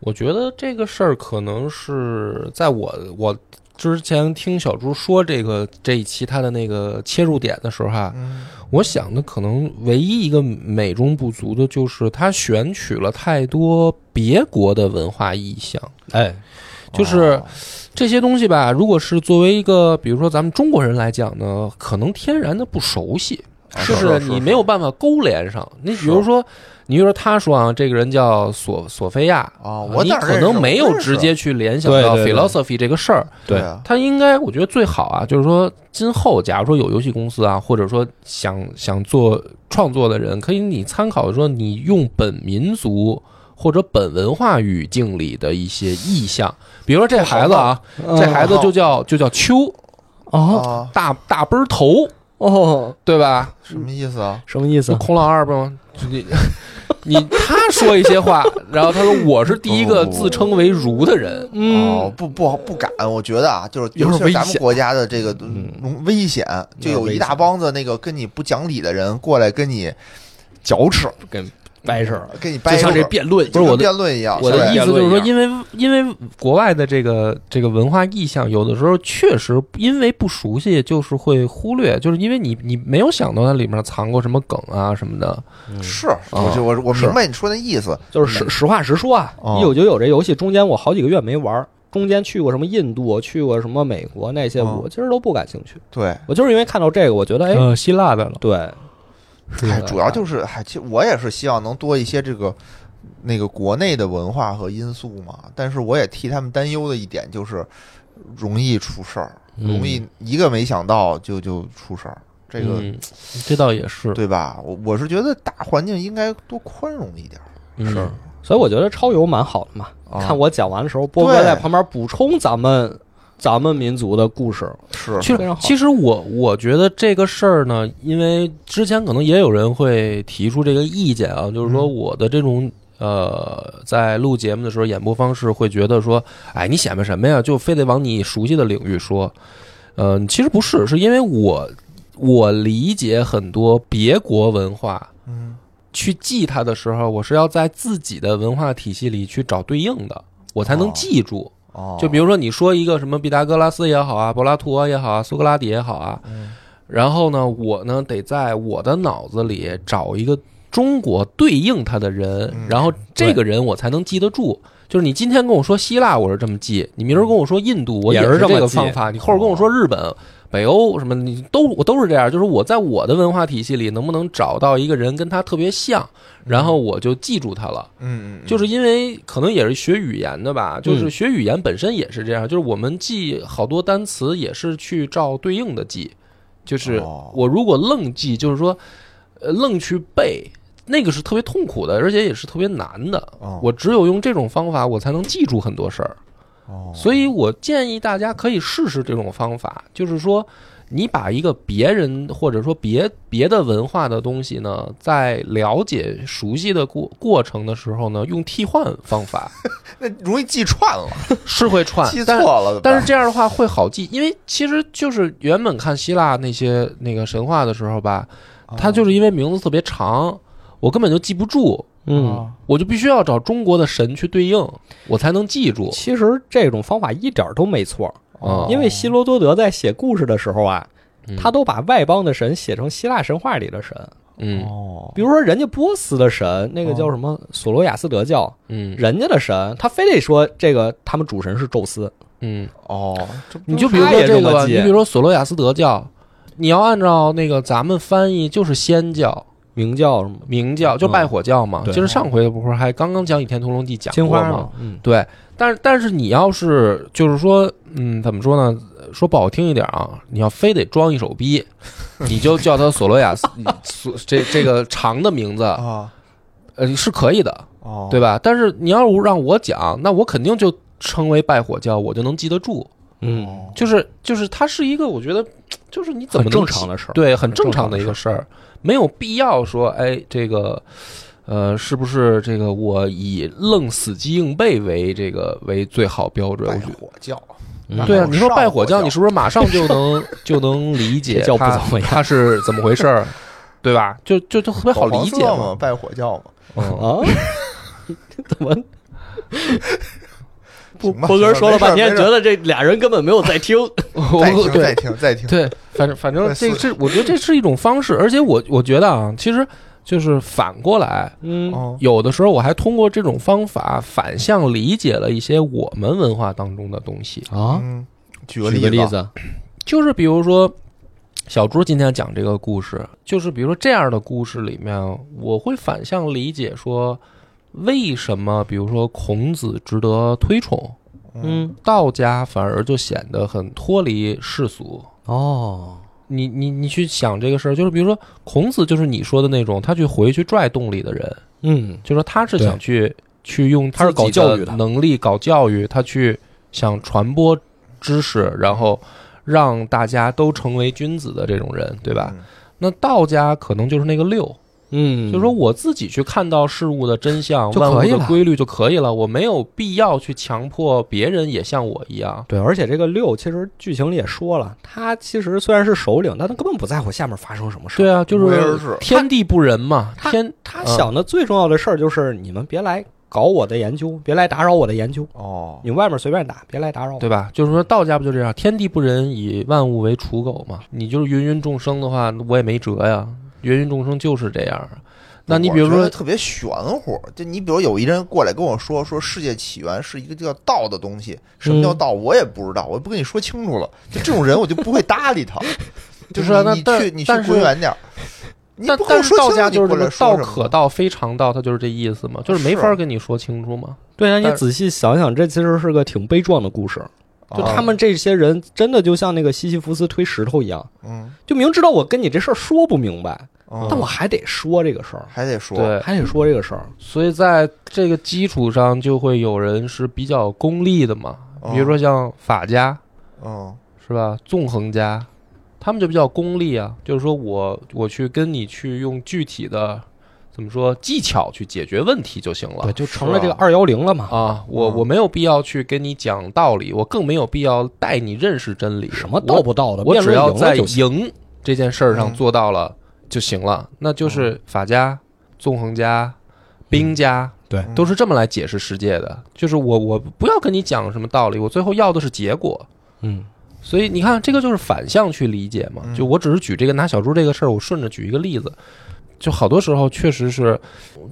Speaker 1: 我觉得这个事儿可能是在我我之前听小猪说这个这一期他的那个切入点的时候哈、
Speaker 2: 嗯
Speaker 1: 我想的可能唯一一个美中不足的就是他选取了太多别国的文化意象，
Speaker 3: 哎，
Speaker 2: 哦
Speaker 1: 就是这些东西吧，如果是作为一个比如说咱们中国人来讲呢，可能天然的不熟悉。
Speaker 2: 啊
Speaker 1: 就是是
Speaker 2: 是
Speaker 1: 你没有办法勾连上，你比如说，你比如说他说啊，这个人叫索索菲亚，
Speaker 2: 啊，我
Speaker 1: 你
Speaker 2: 哪儿
Speaker 1: 可
Speaker 2: 认识
Speaker 1: 能没有
Speaker 2: 我认识啊
Speaker 1: 直接去联想
Speaker 3: 对
Speaker 1: 到
Speaker 3: 对对
Speaker 1: philosophy 这个事儿，
Speaker 2: 对
Speaker 3: 对
Speaker 2: 啊，
Speaker 1: 他应该，我觉得最好啊，就是说，今后假如说有游戏公司啊，或者说想想做创作的人，可以你参考说，你用本民族或者本文化语境里的一些意象，比如说这孩子啊，
Speaker 3: 嗯
Speaker 1: 这孩子就叫就叫秋，
Speaker 3: 哦
Speaker 2: 啊，
Speaker 1: 大大奔头，
Speaker 3: 哦，
Speaker 1: 对吧？
Speaker 2: 什么意思啊？
Speaker 3: 什么意思
Speaker 1: 就？孔老二吧，就你 你他说一些话，然后他说我是第一个自称为儒的人，
Speaker 2: 哦，不不不敢，我觉得啊，就是
Speaker 1: 有
Speaker 2: 尤
Speaker 1: 点
Speaker 2: 其是咱
Speaker 1: 危
Speaker 2: 们
Speaker 1: 险
Speaker 2: 国家的这个嗯危险，就有一大帮子那个跟你不讲理的人过来跟你。搅扯，
Speaker 1: 跟
Speaker 3: 掰扯，
Speaker 2: 给你掰
Speaker 3: 就像这
Speaker 2: 扯
Speaker 3: 辩论一
Speaker 1: 不是
Speaker 3: 样。
Speaker 1: 我的
Speaker 2: 跟辩论一样，
Speaker 1: 我的
Speaker 2: 对
Speaker 1: 意思就是说，
Speaker 3: 辩论一
Speaker 1: 因为因为国外的这个这个文化意向，有的时候确实因为不熟悉，就是会忽略，就是因为你你没有想到它里面藏过什么梗啊什么的。
Speaker 2: 是，我就我我
Speaker 1: 啊是
Speaker 2: 明白你说那意思，
Speaker 3: 就是实实话实说啊
Speaker 2: 哦，
Speaker 3: 一九九九这游戏中间我好几个月没玩儿，中间去过什么印度，去过什么美国那些，
Speaker 2: 哦
Speaker 3: 我其实都不感兴趣。
Speaker 2: 对，
Speaker 3: 我就是因为看到这个，我觉得哎，
Speaker 1: 呃，希腊的了，
Speaker 3: 对，
Speaker 2: 哎，主要就是，哎，其实我也是希望能多一些这个那个国内的文化和因素嘛。但是我也替他们担忧的一点就是，容易出事儿，
Speaker 3: 嗯
Speaker 2: 容易一个没想到就就出事儿，这个、
Speaker 1: 嗯这倒也是，
Speaker 2: 对吧？我我是觉得大环境应该多宽容一点儿。
Speaker 1: 嗯是
Speaker 3: 所以我觉得超游蛮好的嘛。
Speaker 2: 啊
Speaker 3: 看我讲完的时候，波哥
Speaker 2: 对
Speaker 3: 在旁边补充咱们咱们民族的故事，
Speaker 2: 是
Speaker 1: 其
Speaker 3: 非
Speaker 1: 实
Speaker 3: 常，好
Speaker 1: 其实我我觉得这个事儿呢，因为之前可能也有人会提出这个意见啊，就是
Speaker 3: 嗯
Speaker 1: 说我的这种呃，在录节目的时候演播方式会觉得说，哎，你显摆什么呀？就非得往你熟悉的领域说。嗯、其实不是，是因为我我理解很多别国文化，
Speaker 2: 嗯，
Speaker 1: 去记它的时候，我是要在自己的文化体系里去找对应的，我才能
Speaker 2: 哦
Speaker 1: 记住。
Speaker 2: 哦，
Speaker 1: 就比如说你说一个什么毕达哥拉斯也好啊，柏拉图啊也好啊，苏格拉底也好啊，
Speaker 2: 嗯
Speaker 1: 然后呢，我呢得在我的脑子里找一个中国对应他的人
Speaker 2: 嗯，
Speaker 1: 然后这个人我才能记得住。就是你今天跟我说希腊，我是这么记；你明儿跟我说印度，我
Speaker 3: 也是
Speaker 1: 是
Speaker 3: 这么
Speaker 1: 个
Speaker 3: 记
Speaker 1: 方法；你后儿跟我说日本、北欧什么，你都我都是这样。就是我在我的文化体系里，能不能找到一个人跟他特别像，
Speaker 3: 嗯
Speaker 1: 然后我就记住他了。
Speaker 2: 嗯嗯，嗯
Speaker 1: 就是是因为可能也是学语言的吧，就是学语言本身也是这样，就是我们记好多单词也是去照对应的记，就是
Speaker 2: 哦
Speaker 1: 我如果愣记，就是说，呃，愣去背，那个是特别痛苦的，而且也是特别难的。
Speaker 2: 哦
Speaker 1: 我只有用这种方法，我才能记住很多事儿。
Speaker 2: 哦
Speaker 1: 所以我建议大家可以试试这种方法，就是说，你把一个别人或者说别别的文化的东西呢，在了解熟悉的过过程的时候呢，用替换方法
Speaker 2: 那容易记串了，
Speaker 1: 是会 串
Speaker 2: 记，错
Speaker 1: 但是
Speaker 2: 了，
Speaker 1: 但是这样的话会好记，因为其实就是原本看希腊那些那个神话的时候吧，
Speaker 2: 哦
Speaker 1: 它就是因为名字特别长，我根本就记不住。
Speaker 3: 嗯。
Speaker 2: 哦
Speaker 1: 我就必须要找中国的神去对应，我才能记住。
Speaker 3: 其实这种方法一点儿都没错，
Speaker 1: 哦
Speaker 3: 因为希罗多德在写故事的时候啊，
Speaker 1: 嗯
Speaker 3: 他都把外邦的神写成希腊神话里的神，
Speaker 1: 嗯
Speaker 2: 哦
Speaker 3: 比如说人家波斯的神，那个叫什么索罗亚斯德教，
Speaker 1: 嗯
Speaker 3: 人家的神，他非得说这个他们主神是宙斯，
Speaker 1: 嗯，
Speaker 2: 哦，这不
Speaker 1: 你就比如说这个吧，
Speaker 3: 他也这么记
Speaker 1: 你比如说索罗亚斯德教，你要按照那个咱们翻译就是仙教、
Speaker 3: 名叫什么
Speaker 1: 明教，就拜火教嘛。
Speaker 3: 嗯对
Speaker 1: 就是上回不是还刚刚讲《倚天屠龙记》讲
Speaker 3: 金
Speaker 1: 过
Speaker 3: 花
Speaker 1: 吗
Speaker 3: 嘛？，嗯，
Speaker 1: 对，但是但是你要是就是说，嗯，怎么说呢？说不好听一点啊，你要非得装一手逼，你就叫他索罗亚斯，你索这这个长的名字，
Speaker 2: 啊
Speaker 1: 呃，是可以的，
Speaker 2: 哦，
Speaker 1: 对吧？但是你要是让我讲，那我肯定就称为拜火教，我就能记得住。
Speaker 3: 嗯，
Speaker 1: 就是就是它是一个，我觉得就是你怎
Speaker 3: 很
Speaker 1: 么
Speaker 3: 正
Speaker 1: 能
Speaker 3: 常
Speaker 1: 记
Speaker 3: 的事儿，
Speaker 1: 对，很
Speaker 3: 很
Speaker 1: 正
Speaker 3: 正常
Speaker 1: 常的
Speaker 3: 的
Speaker 1: 一个事儿，没有必要说哎这个。呃，是不是这个我以愣死记硬背为这个为最好标准？我
Speaker 2: 拜
Speaker 1: 觉
Speaker 2: 火教，
Speaker 3: 嗯
Speaker 2: 哎
Speaker 1: 得对啊，你说拜
Speaker 2: 上
Speaker 1: 火教，你是不是马上就 能就能理解
Speaker 3: 这叫不
Speaker 1: 它
Speaker 3: 怎么样
Speaker 1: 它是怎么回事儿，对吧？就就就特别好
Speaker 2: 保皇
Speaker 1: 理解
Speaker 2: 色
Speaker 1: 嘛
Speaker 2: 嘛，。拜火教嘛，
Speaker 1: 嗯，
Speaker 3: 啊，怎么？波
Speaker 2: 行吧
Speaker 3: 波哥说了半天，
Speaker 2: 没事
Speaker 3: 觉得这俩人根本没有在听。
Speaker 2: 再
Speaker 1: 我
Speaker 2: 听
Speaker 1: 对
Speaker 2: 再听 再听，
Speaker 1: 对，反正反正这
Speaker 2: 对所以
Speaker 1: 这，我觉得这是一种方式，而且我我觉得啊，其实就是反过来，
Speaker 3: 嗯
Speaker 2: 哦
Speaker 1: 有的时候我还通过这种方法反向理解了一些我们文化当中的东西，
Speaker 3: 啊，
Speaker 2: 嗯，举
Speaker 3: 举个例
Speaker 2: 子，
Speaker 3: 子，啊
Speaker 1: 就是比如说小猪今天讲这个故事，就是比如说这样的故事里面，我会反向理解说。为什么，比如说孔子值得推崇，
Speaker 3: 嗯，
Speaker 1: 道家反而就显得很脱离世俗？
Speaker 3: 哦，
Speaker 1: 你你你去想这个事儿，就是比如说孔子，就是你说的那种，他去回去拽洞里的人，
Speaker 3: 嗯，
Speaker 1: 就说他是
Speaker 3: 对
Speaker 1: 想去去用
Speaker 3: 他是搞
Speaker 1: 自己
Speaker 3: 教育的
Speaker 1: 能力搞教育，他去想传播知识，然后让大家都成为君子的这种人，对吧？
Speaker 2: 嗯
Speaker 1: 那道家可能就是那个六，
Speaker 3: 嗯，
Speaker 1: 就是说我自己去看到事物的真相、
Speaker 3: 就
Speaker 1: 万物
Speaker 3: 可以
Speaker 1: 的
Speaker 3: 了
Speaker 1: 规律就可以了，我没有必要去强迫别人也像我一样。
Speaker 3: 对，而且这个六其实剧情里也说了，他其实虽然是首领，但他根本不在乎下面发生什么事。
Speaker 1: 对啊，就
Speaker 2: 无为而治
Speaker 1: 是天地不仁嘛，
Speaker 3: 他
Speaker 1: 天
Speaker 3: 他
Speaker 1: 嗯
Speaker 3: 想的最重要的事儿就是你们别来搞我的研究，别来打扰我的研究，
Speaker 2: 哦，
Speaker 3: 你外面随便打，别来打扰我。
Speaker 1: 对吧？就是说道家不就这样，天地不仁，以万物为刍狗嘛。你就是芸芸众生的话，我也没辙呀，芸芸众生就是这样。那你比如
Speaker 2: 我觉得
Speaker 1: 说，
Speaker 2: 特别玄乎，就你比如有一人过来跟我说，说世界起源是一个叫道的东西，什
Speaker 1: 嗯
Speaker 2: 么叫道我也不知道，我也不跟你说清楚了。就这种人，我就不会搭理他。
Speaker 1: 不
Speaker 2: 就
Speaker 1: 是啊那
Speaker 2: 你
Speaker 1: 但
Speaker 2: 去你去
Speaker 1: 但是
Speaker 2: 滚远点儿。你
Speaker 1: 但
Speaker 2: 不跟
Speaker 1: 但
Speaker 2: 我
Speaker 1: 是
Speaker 2: 说清
Speaker 1: 道
Speaker 2: 楚，
Speaker 1: 家就是这
Speaker 2: 你过来
Speaker 1: 个
Speaker 2: 说
Speaker 1: 道
Speaker 2: 什么
Speaker 1: 可道非常道，他就是这意思嘛，就是没
Speaker 2: 是
Speaker 1: 法
Speaker 2: 啊
Speaker 1: 跟你说清楚嘛。
Speaker 3: 对啊，你
Speaker 1: 但
Speaker 3: 仔细想想，这其实是个挺悲壮的故事。就
Speaker 2: 啊
Speaker 3: 他们这些人真的就像那个西西弗斯推石头一样，
Speaker 2: 嗯，
Speaker 3: 就明知道我跟你这事儿说不明白，
Speaker 1: 啊
Speaker 2: 嗯
Speaker 3: 但我还得说这个事儿，
Speaker 2: 还得说，
Speaker 1: 对，
Speaker 3: 还得说这个事儿。
Speaker 1: 所以在这个基础上，就会有人是比较功利的嘛，
Speaker 2: 哦
Speaker 1: 比如说像法家
Speaker 2: 嗯
Speaker 1: 是吧，纵横家，他们就比较功利啊，就是说我我去跟你去用具体的怎么说技巧去解决问题就行了
Speaker 3: 对，就成了这个
Speaker 2: 是
Speaker 3: 二幺零了嘛。
Speaker 1: 啊，我
Speaker 2: 嗯
Speaker 1: 我没有必要去跟你讲道理，我更没有必要带你认识真理，
Speaker 3: 什么道不道的，
Speaker 1: 啊我
Speaker 3: 辩
Speaker 1: 只
Speaker 3: 论
Speaker 1: 要
Speaker 3: 赢了
Speaker 1: 在
Speaker 3: 就行。
Speaker 1: 赢这件事儿上
Speaker 2: 嗯
Speaker 1: 做到了就行了，那
Speaker 3: 嗯
Speaker 1: 就是法家、纵横家、兵家，
Speaker 3: 对
Speaker 1: 都是这么来解释世界的。就是我我不要跟你讲什么道理，我最后要的是结果。
Speaker 3: 嗯，
Speaker 1: 所以你看，这个就是反向去理解嘛。
Speaker 2: 嗯
Speaker 1: 就我只是举这个拿小猪这个事儿，我顺着举一个例子。就好多时候确实是，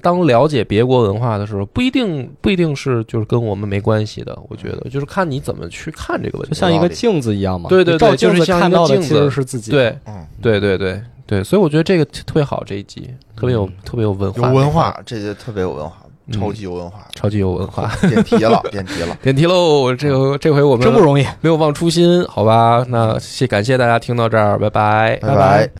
Speaker 1: 当了解别国文化的时候，不一定不一定是就是跟我们没关系的。我觉得就是看你怎么去看这个问
Speaker 3: 就
Speaker 1: 题。
Speaker 3: 像一个镜子一样嘛。
Speaker 1: 对对对
Speaker 3: 你照镜
Speaker 1: 就是
Speaker 3: 子
Speaker 1: 像一个
Speaker 3: 看到的
Speaker 1: 镜
Speaker 3: 其
Speaker 1: 子
Speaker 3: 实是自己。
Speaker 1: 对，
Speaker 2: 嗯，
Speaker 1: 对对对对，所以我觉得这个特别好，这一集特别有、特别有文
Speaker 2: 有
Speaker 1: 化，
Speaker 2: 文化，这就特别有文化，
Speaker 1: 嗯
Speaker 2: 超级有文化，
Speaker 1: 超级有文 化。
Speaker 2: 点题了，点题了。
Speaker 1: 点题喽，这回这回我们
Speaker 3: 真不容易。
Speaker 1: 没有忘初心，好吧？那谢感谢大家听到这儿，拜拜
Speaker 2: 拜拜